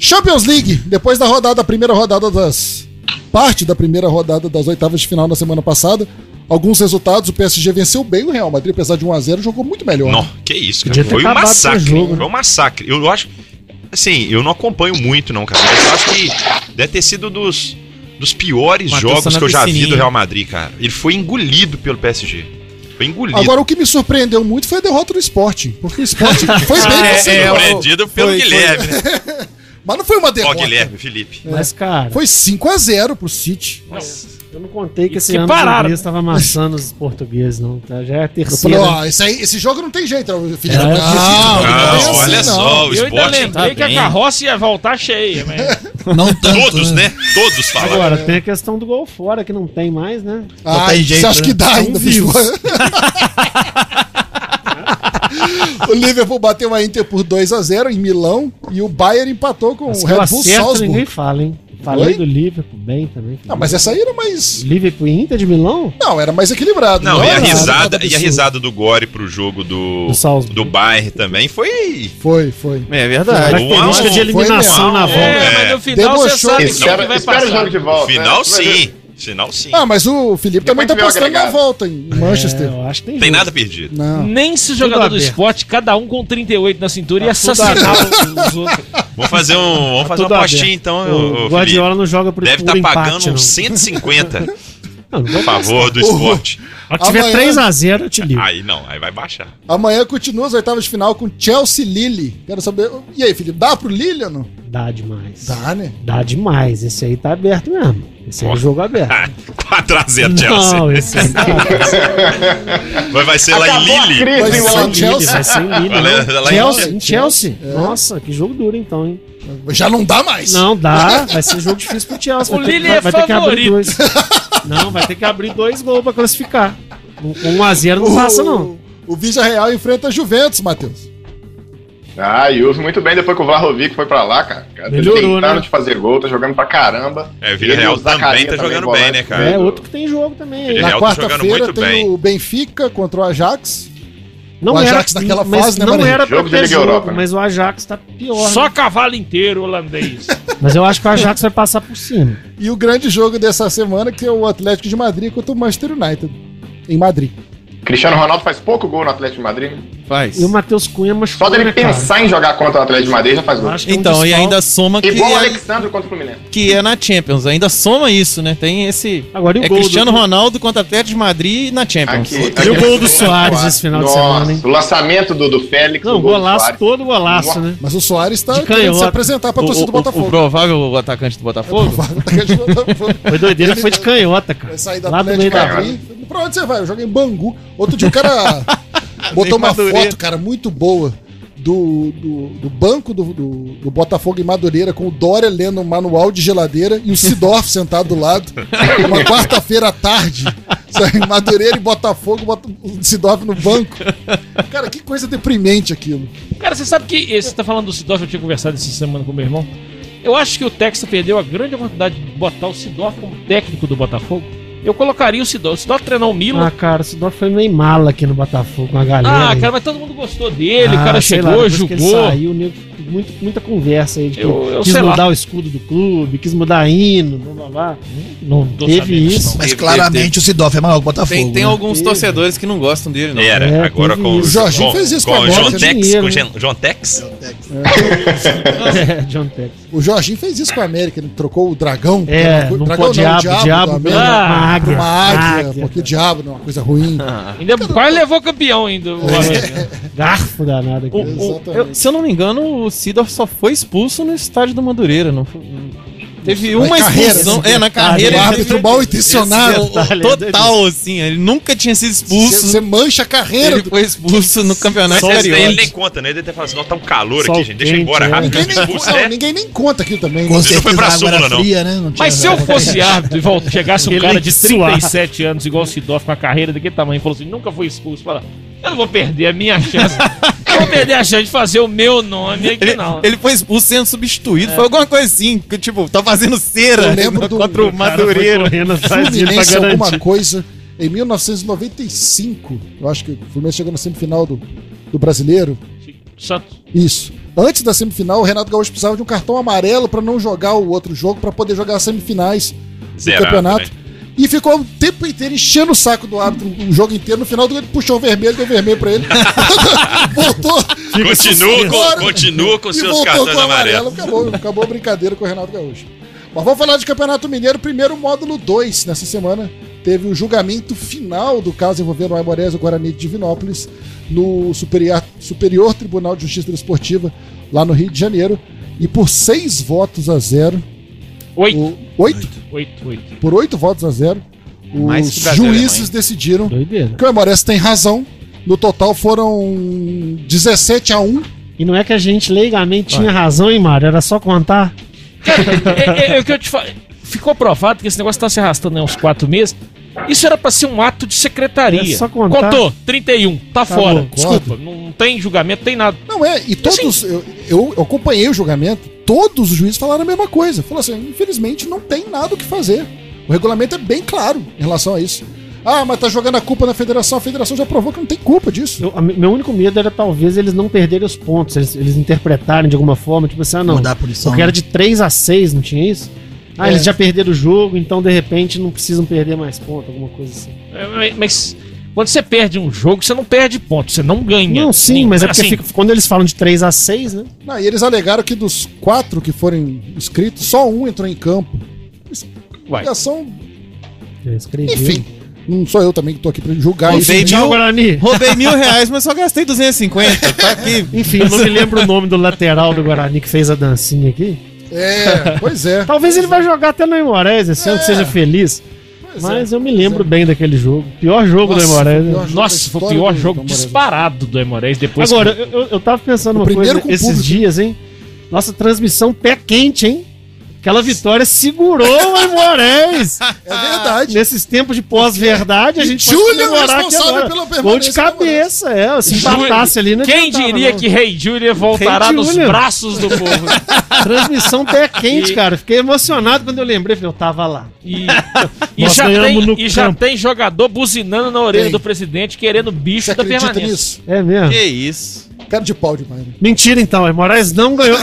Speaker 3: Champions League, depois da rodada, a primeira rodada das parte da primeira rodada das oitavas de final na semana passada, alguns resultados, o PSG venceu bem o Real Madrid, apesar de 1 a 0, jogou muito melhor.
Speaker 10: Não, que isso, cara.
Speaker 8: Podia ter
Speaker 10: Foi um
Speaker 8: acabado com o
Speaker 10: massacre.
Speaker 8: jogo, né?
Speaker 10: Foi um massacre. Eu acho. Assim, eu não acompanho muito, não, cara. Mas eu acho que deve ter sido dos, dos piores
Speaker 7: Matheus tá
Speaker 10: jogos
Speaker 7: na
Speaker 10: que eu já vi do
Speaker 7: piscininha.
Speaker 10: Real Madrid, cara. Ele foi engolido pelo PSG. Foi engolido.
Speaker 3: Agora o que me surpreendeu muito foi a derrota do Sporting, porque o Sporting foi bem
Speaker 7: Ah, é,
Speaker 3: vencedor,
Speaker 7: é, é.
Speaker 10: Surpreendido pelo
Speaker 7: foi-
Speaker 10: Guilherme, né?
Speaker 3: mas não foi uma
Speaker 10: Ó,
Speaker 3: derrota.
Speaker 10: Guilherme, Felipe.
Speaker 8: Mas, cara,
Speaker 3: Foi 5 a 0 pro City.
Speaker 8: eu não contei que
Speaker 6: E
Speaker 8: esse
Speaker 6: que
Speaker 8: ano
Speaker 6: pararam.
Speaker 8: os ingleses estavam amassando os portugueses, não. Tá? Já é a
Speaker 3: Eu falei,
Speaker 8: terceira.
Speaker 3: ó, esse, aí- esse jogo não tem jeito. O Felipe,
Speaker 8: Era
Speaker 3: não,
Speaker 8: difícil.
Speaker 3: não,
Speaker 10: Não,
Speaker 3: é assim,
Speaker 10: olha
Speaker 3: não.
Speaker 10: só, o
Speaker 6: Eu ainda
Speaker 10: esporte.
Speaker 6: lembrei
Speaker 7: tá
Speaker 6: que a
Speaker 7: bem.
Speaker 6: carroça ia voltar cheia, mas.
Speaker 8: Tá
Speaker 4: Não tanto.
Speaker 10: Todos, né? Todos falaram.
Speaker 8: Agora,
Speaker 3: é.
Speaker 8: tem a questão do gol fora, que não tem mais, né?
Speaker 3: Ah,
Speaker 4: tem
Speaker 3: você
Speaker 4: jeito,
Speaker 3: acha
Speaker 4: né?
Speaker 3: que dá
Speaker 4: São
Speaker 3: ainda, bicho? o Liverpool bateu a Inter por 2 a 0 em Milão e o Bayern empatou com o
Speaker 8: Se
Speaker 3: Red
Speaker 8: ela
Speaker 3: Bull
Speaker 8: acerta,
Speaker 3: Salzburg.
Speaker 8: ninguém fala, hein? Falei
Speaker 3: Oi?
Speaker 8: do Liverpool bem também.
Speaker 3: Não, mas essa aí era mais.
Speaker 8: Liverpool e Inter de Milão?
Speaker 3: Não, era mais equilibrado.
Speaker 10: Não, e a
Speaker 3: era nada
Speaker 10: risada, e a
Speaker 3: absurdo.
Speaker 10: risada do Gore pro jogo do
Speaker 8: Do Salzburg.
Speaker 10: do Bayern também foi um
Speaker 3: Foi, foi.
Speaker 7: É verdade.
Speaker 8: Característica de eliminação na volta.
Speaker 6: É, mas no final você
Speaker 3: Debochou.
Speaker 6: sabe
Speaker 11: Espera,
Speaker 6: que vai
Speaker 11: espera o
Speaker 6: passar.
Speaker 11: jogo de volta.
Speaker 10: Final
Speaker 11: né?
Speaker 10: sim. Final sim.
Speaker 3: Ah, mas o Felipe também
Speaker 11: Depois
Speaker 3: tá
Speaker 11: que vê o
Speaker 3: apostando na
Speaker 11: agregado.
Speaker 3: volta em Manchester.
Speaker 8: É, eu acho que tem,
Speaker 10: Tem
Speaker 8: jogo.
Speaker 10: nada perdido.
Speaker 3: Não.
Speaker 6: Nem se jogador do
Speaker 8: aberto.
Speaker 6: esporte, cada um com 38 na cintura e
Speaker 8: Tá
Speaker 6: assassinava os outros.
Speaker 10: Vamos fazer um, vamos fazer
Speaker 8: tudo
Speaker 10: uma apostinha
Speaker 8: aberto.
Speaker 10: então, ô,
Speaker 8: O
Speaker 10: ô, Felipe.
Speaker 8: Guardiola não joga por,
Speaker 10: Deve
Speaker 8: por
Speaker 10: estar tá
Speaker 8: empate,
Speaker 10: pagando
Speaker 8: não.
Speaker 10: uns 150
Speaker 8: Não, não
Speaker 10: a
Speaker 8: vou-
Speaker 10: favor do esporte.
Speaker 8: Ó, que tiver
Speaker 3: Amanhã-
Speaker 8: 3x0, eu te ligo.
Speaker 10: Aí não, aí vai baixar.
Speaker 3: Amanhã continua as oitavas de final com Chelsea e Lille. Quero saber. E aí, Felipe, dá pro Lille ou não?
Speaker 8: Dá demais.
Speaker 3: Dá, né?
Speaker 8: Dá demais. Esse aí tá aberto mesmo. Esse aí é
Speaker 10: Ó.
Speaker 8: jogo aberto.
Speaker 10: Ah, 4x0 Chelsea.
Speaker 8: Não, esse aí tá
Speaker 10: Mas vai ser lá em
Speaker 11: Acabou a
Speaker 10: Lille.
Speaker 11: crise,
Speaker 3: Mas
Speaker 11: hein,
Speaker 3: só
Speaker 11: Londres?
Speaker 8: Lille,
Speaker 3: Chelsea.
Speaker 8: vai ser em Lille,
Speaker 10: Vai lá-
Speaker 8: não.
Speaker 10: lá em
Speaker 8: Chelsea, em Chelsea.
Speaker 3: É.
Speaker 8: Nossa, que jogo duro então, hein?
Speaker 3: Já não dá mais.
Speaker 8: Não dá, vai ser jogo difícil pro Chelsea.
Speaker 6: O
Speaker 8: vai ter que-
Speaker 6: Lille é
Speaker 8: vai, vai ter que abrir
Speaker 6: favorito.
Speaker 8: dois. Não, vai ter que abrir dois gols pra classificar. Um, um a zero não passa, não.
Speaker 3: O Vija Real enfrenta a Juventus, Matheus.
Speaker 11: Ah, e uso muito bem depois que o Vlahovic foi pra lá, cara. cara
Speaker 8: Melhorou,
Speaker 11: eles tentaram
Speaker 8: né?
Speaker 11: de fazer gol, tá jogando pra caramba.
Speaker 10: É, o
Speaker 11: Ele e
Speaker 10: Villarreal
Speaker 11: o Zacaria
Speaker 10: também tá jogando
Speaker 11: volante.
Speaker 10: bem, né, cara?
Speaker 8: É, outro que tem jogo também.
Speaker 10: Ele
Speaker 8: Aí.
Speaker 10: Real
Speaker 3: Na
Speaker 10: tá jogando
Speaker 3: quarta-feira
Speaker 10: muito
Speaker 3: tem
Speaker 10: bem.
Speaker 3: o Benfica contra o Ajax.
Speaker 8: Não
Speaker 3: O
Speaker 8: era,
Speaker 3: Ajax naquela
Speaker 8: mas
Speaker 3: fase, né,
Speaker 8: Não
Speaker 3: Marinho?
Speaker 8: era pra
Speaker 11: Jogo de
Speaker 8: ter
Speaker 11: Liga
Speaker 8: jogo,
Speaker 11: Europa, né?
Speaker 8: mas o Ajax tá pior.
Speaker 6: Só
Speaker 8: né?
Speaker 6: cavalo inteiro holandês.
Speaker 8: Mas eu acho que o Ajax vai passar por cima.
Speaker 3: E o grande jogo dessa semana que é o Atlético de Madrid contra o Manchester United. Em Madrid.
Speaker 11: Cristiano Ronaldo faz pouco gol no Atlético de Madrid.
Speaker 7: Faz.
Speaker 8: E o Matheus Cunha machucou.
Speaker 11: Só dele
Speaker 8: né, cara?
Speaker 11: pensar em jogar contra o Atlético de Madrid já faz
Speaker 8: Eu
Speaker 11: gol.
Speaker 8: acho que é um
Speaker 7: Então, e
Speaker 8: desfalque.
Speaker 7: ainda soma que
Speaker 11: Igual o
Speaker 7: é,
Speaker 11: Alexandre contra o Fluminense.
Speaker 7: que é na Champions. Ainda soma isso, né? Tem esse.
Speaker 8: Agora e o
Speaker 7: É
Speaker 8: gol
Speaker 7: Cristiano
Speaker 8: do...
Speaker 7: Ronaldo contra Atlético de Madrid na Champions.
Speaker 11: Aqui,
Speaker 7: Puta,
Speaker 11: aqui.
Speaker 8: É E o gol do Soares esse final de
Speaker 11: Nossa,
Speaker 8: semana, hein?
Speaker 11: O lançamento do, do Félix.
Speaker 8: Não,
Speaker 11: o gol do
Speaker 8: golaço,
Speaker 11: Suárez.
Speaker 8: todo golaço, né?
Speaker 3: Mas o Soares tá
Speaker 8: De
Speaker 3: querendo
Speaker 8: canhota.
Speaker 3: se apresentar pra
Speaker 7: o-
Speaker 3: torcida do
Speaker 7: o, o,
Speaker 3: Botafogo.
Speaker 7: o provável atacante do Botafogo?
Speaker 8: Foi É doideira, foi de canhota, cara.
Speaker 3: Vai sair da
Speaker 8: Lá do meio
Speaker 3: Atlético
Speaker 8: da
Speaker 3: Madrid. Pra onde você vai? Eu jogo em Bangu. Outro dia o cara botou uma
Speaker 7: Madureira.
Speaker 3: foto, cara, muito boa. Do, do, do banco do, do, do Botafogo em Madureira, com o Dória lendo um manual de geladeira e o Sidorf sentado do lado. Uma quarta-feira à tarde. sabe? Madureira e Botafogo, bota o Sidorf no banco. Cara, que coisa deprimente aquilo.
Speaker 6: Cara, você sabe que esse- você tá falando do Sidorf, eu tinha conversado essa semana com meu irmão. Eu acho que o Texas perdeu a grande oportunidade de botar o Sidorf como técnico do Botafogo. Eu colocaria o Sidorf. O Sidorf treinou o Milan.
Speaker 8: Ah, cara, o Sidorf foi meio mala aqui no Botafogo com a galera.
Speaker 6: Ah,
Speaker 8: hein?
Speaker 6: cara, mas todo mundo gostou dele.
Speaker 8: Ah,
Speaker 6: o cara
Speaker 8: sei
Speaker 6: chegou,
Speaker 8: lá, depois que ele
Speaker 6: jogou.
Speaker 8: saiu, o nego- tipo, muito, muita conversa aí de que
Speaker 6: Eu- eu
Speaker 8: quis
Speaker 6: sei lá.
Speaker 8: mudar o escudo do clube, quis mudar hino, blá blá blá. Não
Speaker 6: tô
Speaker 8: teve
Speaker 6: sabendo disso,
Speaker 8: isso.
Speaker 4: Mas
Speaker 7: Teve,
Speaker 4: claramente
Speaker 7: teve,
Speaker 4: o Sidorf é maior que o Botafogo.
Speaker 7: Tem, tem
Speaker 4: né?
Speaker 7: alguns torcedores que não gostam dele, não.
Speaker 10: Era,
Speaker 8: É,
Speaker 10: agora
Speaker 8: teve
Speaker 10: com
Speaker 8: isso.
Speaker 10: o
Speaker 3: O Jorginho fez isso com a
Speaker 10: o
Speaker 3: bola,
Speaker 10: John
Speaker 8: fez
Speaker 10: Tex,
Speaker 8: dinheiro,
Speaker 10: com o
Speaker 8: né?
Speaker 10: Gen- John Tex.
Speaker 8: É, John Tex.
Speaker 3: O Jorginho fez isso com a América, ele trocou o dragão. que
Speaker 8: É,
Speaker 3: era
Speaker 8: não
Speaker 3: uma
Speaker 8: pôr
Speaker 3: coisa-
Speaker 8: diabo,
Speaker 3: dragão não, o
Speaker 8: diabo,
Speaker 3: do
Speaker 8: pela
Speaker 3: América,
Speaker 6: Ah,
Speaker 8: uma
Speaker 3: pra
Speaker 8: águia.
Speaker 3: uma águia,
Speaker 8: águia. Ah,
Speaker 3: porque o diabo não é uma coisa ruim.
Speaker 6: Ainda quase levou campeão ainda. o América.
Speaker 8: É. Garfo danado aqui.
Speaker 7: O- o-
Speaker 3: Exatamente.
Speaker 7: eu- se eu não me engano, o Sidorf só foi expulso no estádio do Madureira. Não foi- teve uma
Speaker 3: carreira,
Speaker 7: expulsão.
Speaker 8: né?
Speaker 3: assim,
Speaker 7: é,
Speaker 8: Ah,
Speaker 7: na carreira.
Speaker 3: O
Speaker 7: ele
Speaker 3: árbitro
Speaker 7: teve
Speaker 3: mal
Speaker 7: esse
Speaker 3: intencionado.
Speaker 7: detalhe, Total, assim. Ele nunca tinha sido expulso.
Speaker 3: Você mancha a carreira
Speaker 7: ele
Speaker 3: do
Speaker 7: foi expulso no
Speaker 10: Mas
Speaker 7: campeonato
Speaker 10: esse daí ele
Speaker 7: carioca.
Speaker 10: nem conta, né? Ele deve ter falado assim, não, tá um calor
Speaker 8: Sol
Speaker 10: aqui, gente. Deixa eu ir
Speaker 8: quente,
Speaker 10: embora
Speaker 8: é.
Speaker 10: rápido. que eu
Speaker 3: Ninguém
Speaker 10: fui
Speaker 3: nem,
Speaker 10: Expulso,
Speaker 3: não,
Speaker 10: né?
Speaker 3: ninguém nem conta aqui também.
Speaker 4: Com
Speaker 3: né?
Speaker 10: Isso não foi
Speaker 4: certeza
Speaker 10: pra
Speaker 4: a água era
Speaker 10: súmula, não.
Speaker 4: fria, né? Não tinha-
Speaker 6: Mas se eu fosse árbitro e volta, chegasse um
Speaker 8: Ele
Speaker 6: cara de
Speaker 8: suar.
Speaker 6: 37 anos, igual o Sidorf, com a carreira daquele tamanho, e falou assim: nunca fui expulso. Fala, eu não vou perder a minha chance. eu vou perder a chance de fazer o meu nome aqui,
Speaker 7: Ele,
Speaker 6: não.
Speaker 7: ele foi expulso sendo substituído.
Speaker 8: É.
Speaker 7: Foi alguma coisa assim. Que, tipo, tá fazendo
Speaker 3: Eu
Speaker 7: cera
Speaker 3: lembro do-
Speaker 7: contra o
Speaker 3: do
Speaker 7: Madureira.
Speaker 3: Fluminense alguma coisa. Em 1995, eu acho que o Fluminense chegou na semifinal do, do brasileiro.
Speaker 6: Santos.
Speaker 3: Isso. Antes da semifinal, o Renato Gaúcho precisava de um cartão amarelo pra não jogar o outro jogo, pra poder jogar as semifinais do
Speaker 10: Zerado,
Speaker 3: campeonato.
Speaker 10: né?
Speaker 3: E ficou o tempo inteiro enchendo o saco do árbitro o jogo inteiro. No final, do ele puxou o vermelho, deu vermelho pra ele. voltou.
Speaker 10: Continua,
Speaker 3: Agora-
Speaker 10: com, continua com
Speaker 3: E
Speaker 10: seus
Speaker 3: voltou
Speaker 10: cartões
Speaker 3: com o
Speaker 10: amarelos.
Speaker 3: Acabou, acabou a brincadeira com o Renato Gaúcho. Mas vamos falar de Campeonato Mineiro. Primeiro, módulo 2. Nessa semana teve o julgamento final do caso envolvendo o Aimorés e o Guarani de Divinópolis no Superior, Superior Tribunal de Justiça Desportiva, lá no Rio de Janeiro. E por seis votos a zero,
Speaker 6: Oito.
Speaker 3: o, oito,
Speaker 6: Oito, oito.
Speaker 3: por oito votos a zero,
Speaker 7: Mais
Speaker 3: os
Speaker 7: que Brasil e
Speaker 3: juízes
Speaker 7: Alemanha.
Speaker 3: decidiram
Speaker 8: Doideira.
Speaker 3: que o Aimorés tem razão. No total foram 17 a 1
Speaker 8: E não é que a gente leigamente tinha razão, hein, Mário? Era só contar.
Speaker 6: É, é- é o que eu te falo. Ficou provado que esse negócio tá se arrastando há uns quatro meses. Isso era pra ser um ato de secretaria.
Speaker 8: É só contar.
Speaker 6: Contou, 31, tá
Speaker 8: Acabou,
Speaker 6: fora.
Speaker 8: conta.
Speaker 6: Desculpa, não tem julgamento, tem nada.
Speaker 3: Não é, e todos. Eu, eu- eu acompanhei o julgamento. todos os juízes falaram a mesma coisa. Falou assim: infelizmente não tem nada o que fazer. O regulamento é bem claro em relação a isso. Ah, mas tá jogando a culpa na federação, a federação já provou que não tem culpa disso.
Speaker 8: Eu- a mi- meu único medo era talvez eles não perderem os pontos, eles, eles interpretarem de alguma forma, tipo assim, ah não,
Speaker 4: Mudar a punição,
Speaker 8: porque
Speaker 4: né?
Speaker 8: era de 3 a 6, não tinha isso? Ah,
Speaker 6: É.
Speaker 8: eles já perderam o jogo, então de repente não precisam perder mais ponto, alguma coisa assim.
Speaker 6: É, Mas quando você perde um jogo, você não perde ponto, você não ganha.
Speaker 8: Não, sim,
Speaker 6: Nem-
Speaker 8: mas é porque
Speaker 6: assim,
Speaker 8: fica- quando eles falam de 3 a 6, né?
Speaker 3: Não, Ah, e eles alegaram que dos quatro que foram inscritos, só um entrou em campo. Isso-
Speaker 6: Uai.
Speaker 3: Já são.
Speaker 8: Eu escrevi.
Speaker 3: Enfim, não sou eu também que tô aqui pra julgar isso.
Speaker 7: Roubei
Speaker 3: né?
Speaker 7: mil,
Speaker 8: Guarani.
Speaker 7: roubei mil reais, mas só gastei 250. Tá aqui.
Speaker 8: Enfim, eu não me lembro o nome do lateral do Guarani que fez a dancinha aqui.
Speaker 3: É, pois é.
Speaker 8: Talvez ele vai jogar até no Imorés, assim, eu que
Speaker 7: É.
Speaker 8: seja feliz.
Speaker 3: Pois é.
Speaker 8: Mas eu me lembro bem daquele jogo. Pior jogo
Speaker 3: Nossa,
Speaker 8: do Imorés.
Speaker 3: foi o pior jogo da
Speaker 6: Nossa, foi o
Speaker 3: história
Speaker 6: pior
Speaker 3: do-
Speaker 6: jogo
Speaker 3: do Amores.
Speaker 6: disparado do Emorés depois.
Speaker 8: né? Agora, eu, eu- eu tava pensando
Speaker 3: O
Speaker 8: uma
Speaker 3: primeiro
Speaker 8: coisa né?
Speaker 3: com o
Speaker 8: esses
Speaker 3: público.
Speaker 8: dias, hein? Nossa transmissão pé quente, hein? Aquela vitória segurou o Imorés.
Speaker 3: É verdade.
Speaker 8: Nesses tempos de pós-verdade, a gente
Speaker 3: Júlio é o
Speaker 8: comemorar aqui
Speaker 3: responsável
Speaker 8: agora.
Speaker 3: pela permanência
Speaker 8: Gol de
Speaker 3: do Palmeiras.
Speaker 8: cabeça, é. Se
Speaker 6: que
Speaker 8: empatasse ali, não
Speaker 6: Quem
Speaker 8: adiantava,
Speaker 6: diria
Speaker 8: não.
Speaker 6: que Rei Júlia voltará
Speaker 8: Rei
Speaker 6: nos
Speaker 8: Júlia.
Speaker 6: braços do povo?
Speaker 8: Transmissão pé quente,
Speaker 6: E-
Speaker 8: cara. Fiquei emocionado quando eu lembrei. Falei, eu tava lá.
Speaker 6: E, e
Speaker 8: Nós
Speaker 6: já,
Speaker 8: ganhamos no
Speaker 6: tem, e já
Speaker 8: campo.
Speaker 6: tem jogador buzinando na orelha
Speaker 3: Tem.
Speaker 6: do presidente, querendo bicho
Speaker 3: Você
Speaker 6: da
Speaker 3: acredita
Speaker 6: permanência.
Speaker 3: nisso?
Speaker 8: É mesmo.
Speaker 7: Que isso?
Speaker 3: Cara de pau demais. Né?
Speaker 8: Mentira, então. O Moraes não ganhou.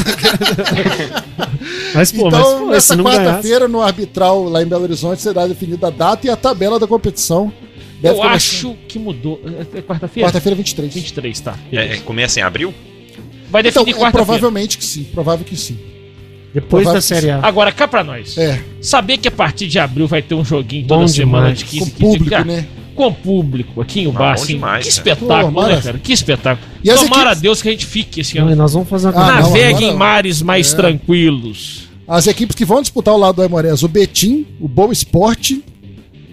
Speaker 8: mas, pô, mas,
Speaker 3: então,
Speaker 8: pô, se
Speaker 3: nessa
Speaker 8: não ganhasse...
Speaker 3: quarta-feira, no arbitral lá em Belo Horizonte, será definida a data e a tabela da competição. Deve
Speaker 6: Eu
Speaker 3: começar-
Speaker 6: acho que mudou. É- é quarta-feira?
Speaker 3: Quarta-feira, 23.
Speaker 6: 23, tá.
Speaker 10: É, é, começa em abril?
Speaker 6: Vai
Speaker 3: Então,
Speaker 6: definir
Speaker 3: é
Speaker 6: quarta-feira.
Speaker 3: provavelmente que sim. Provável que sim.
Speaker 8: Depois da
Speaker 3: Provável-
Speaker 8: Série A.
Speaker 6: Agora, cá pra nós.
Speaker 3: É.
Speaker 6: Saber que a partir de abril vai ter um joguinho
Speaker 8: Bom
Speaker 6: toda semana
Speaker 8: demais.
Speaker 6: de
Speaker 3: Com
Speaker 6: 15, 15
Speaker 3: público,
Speaker 6: cara,
Speaker 3: né?
Speaker 6: Com público, aqui em Ubar,
Speaker 10: bom
Speaker 6: assim.
Speaker 10: demais,
Speaker 6: que
Speaker 10: cara.
Speaker 6: espetáculo,
Speaker 3: Pô,
Speaker 6: né,
Speaker 3: maravilha.
Speaker 6: cara? Que espetáculo.
Speaker 3: E as
Speaker 6: Tomara
Speaker 3: equipes-
Speaker 6: a Deus que a gente fique esse
Speaker 8: Não, e
Speaker 6: ano.
Speaker 8: nós vamos fazer uma
Speaker 3: Ah,
Speaker 8: coisa.
Speaker 3: não,
Speaker 6: Navegue
Speaker 3: agora-
Speaker 6: em mares mais
Speaker 3: É.
Speaker 6: tranquilos.
Speaker 3: As equipes que vão disputar o lado do Aimorés, o Betim, o Boa Esporte,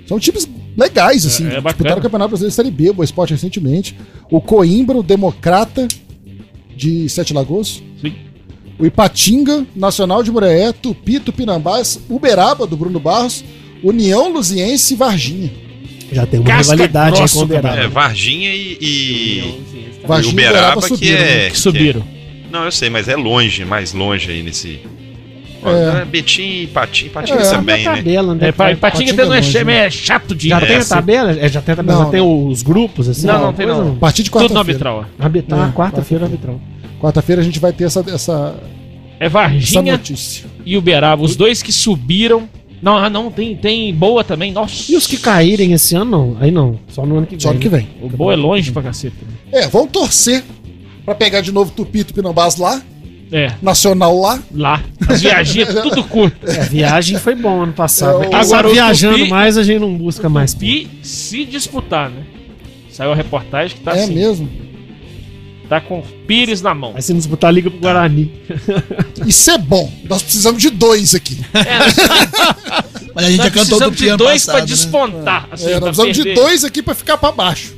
Speaker 3: são times legais, assim.
Speaker 6: É, é bacana.
Speaker 3: disputaram o Campeonato Brasileiro de Série B, o Boa Esporte recentemente. O Coimbra, o Democrata de Sete Lagoas.
Speaker 6: Sim.
Speaker 3: O Ipatinga, Nacional de Mureé, Tupi, Tupinambás, Uberaba, do Bruno Barros, União Luziense e Varginha.
Speaker 8: Já tem uma
Speaker 6: Casca
Speaker 8: rivalidade aí
Speaker 6: grossa, né?
Speaker 8: com o Uberaba.
Speaker 10: É, Varginha e, e- e
Speaker 3: Varginha
Speaker 10: Uberaba, que
Speaker 3: subiram, né?
Speaker 10: é.
Speaker 6: que subiram.
Speaker 10: é- não, eu sei, mas é longe, mais longe aí nesse. Ó,
Speaker 3: É.
Speaker 10: é, Betim e Patim, Patim
Speaker 3: É.
Speaker 10: também, né?
Speaker 8: tabela, né?
Speaker 6: É, pa- Patinga até não é,
Speaker 8: longe,
Speaker 6: che-
Speaker 8: né?
Speaker 6: é chato de
Speaker 8: Já
Speaker 6: ir.
Speaker 8: tem a
Speaker 10: essa.
Speaker 8: tabela? É, já tem a tabela.
Speaker 3: Não,
Speaker 8: já tem os grupos, assim?
Speaker 6: Não, não
Speaker 8: alguma
Speaker 6: tem,
Speaker 8: coisa?
Speaker 6: não.
Speaker 3: A partir de
Speaker 6: Tudo no
Speaker 3: quarta-feira.
Speaker 6: arbitral. ó.
Speaker 8: Arbitral,
Speaker 3: É,
Speaker 8: quarta-feira, arbitral.
Speaker 3: Quarta-feira a gente vai ter essa, essa,
Speaker 6: É
Speaker 3: essa
Speaker 6: Varginha
Speaker 3: notícia.
Speaker 6: e Uberaba, os dois que subiram. Não, ah, não, tem, tem Boa também. Nossa.
Speaker 8: E os que caírem esse ano, não. Aí não. Só no ano que vem.
Speaker 3: Só ano que
Speaker 8: né?
Speaker 3: vem.
Speaker 6: O Boa é longe pra caceta.
Speaker 3: É, vão torcer pra pegar de novo Tupi, Tupinambás lá,
Speaker 6: É,
Speaker 3: Nacional lá.
Speaker 6: lá. As viagens é tudo curto.
Speaker 8: É, a viagem foi bom ano passado.
Speaker 3: É,
Speaker 8: né?
Speaker 3: o-
Speaker 8: Quem sabe
Speaker 6: Agora, o
Speaker 8: viajando
Speaker 6: Tupi-
Speaker 8: mais, a gente não busca mais.
Speaker 6: E se disputar, né? Saiu a reportagem que tá
Speaker 3: é
Speaker 6: assim.
Speaker 3: mesmo.
Speaker 6: Tá com o Pires na mão.
Speaker 8: Aí se nos botar, liga pro Guarani.
Speaker 3: Isso é bom. Nós precisamos de dois aqui.
Speaker 4: Mas a gente já
Speaker 6: É,
Speaker 4: cantou
Speaker 6: Nós
Speaker 4: do
Speaker 6: precisamos de
Speaker 4: piano
Speaker 6: dois
Speaker 4: passado,
Speaker 6: pra
Speaker 4: né?
Speaker 6: despontar. assim,
Speaker 3: É,
Speaker 6: pra
Speaker 3: nós precisamos de
Speaker 6: perder.
Speaker 3: dois aqui pra ficar pra baixo.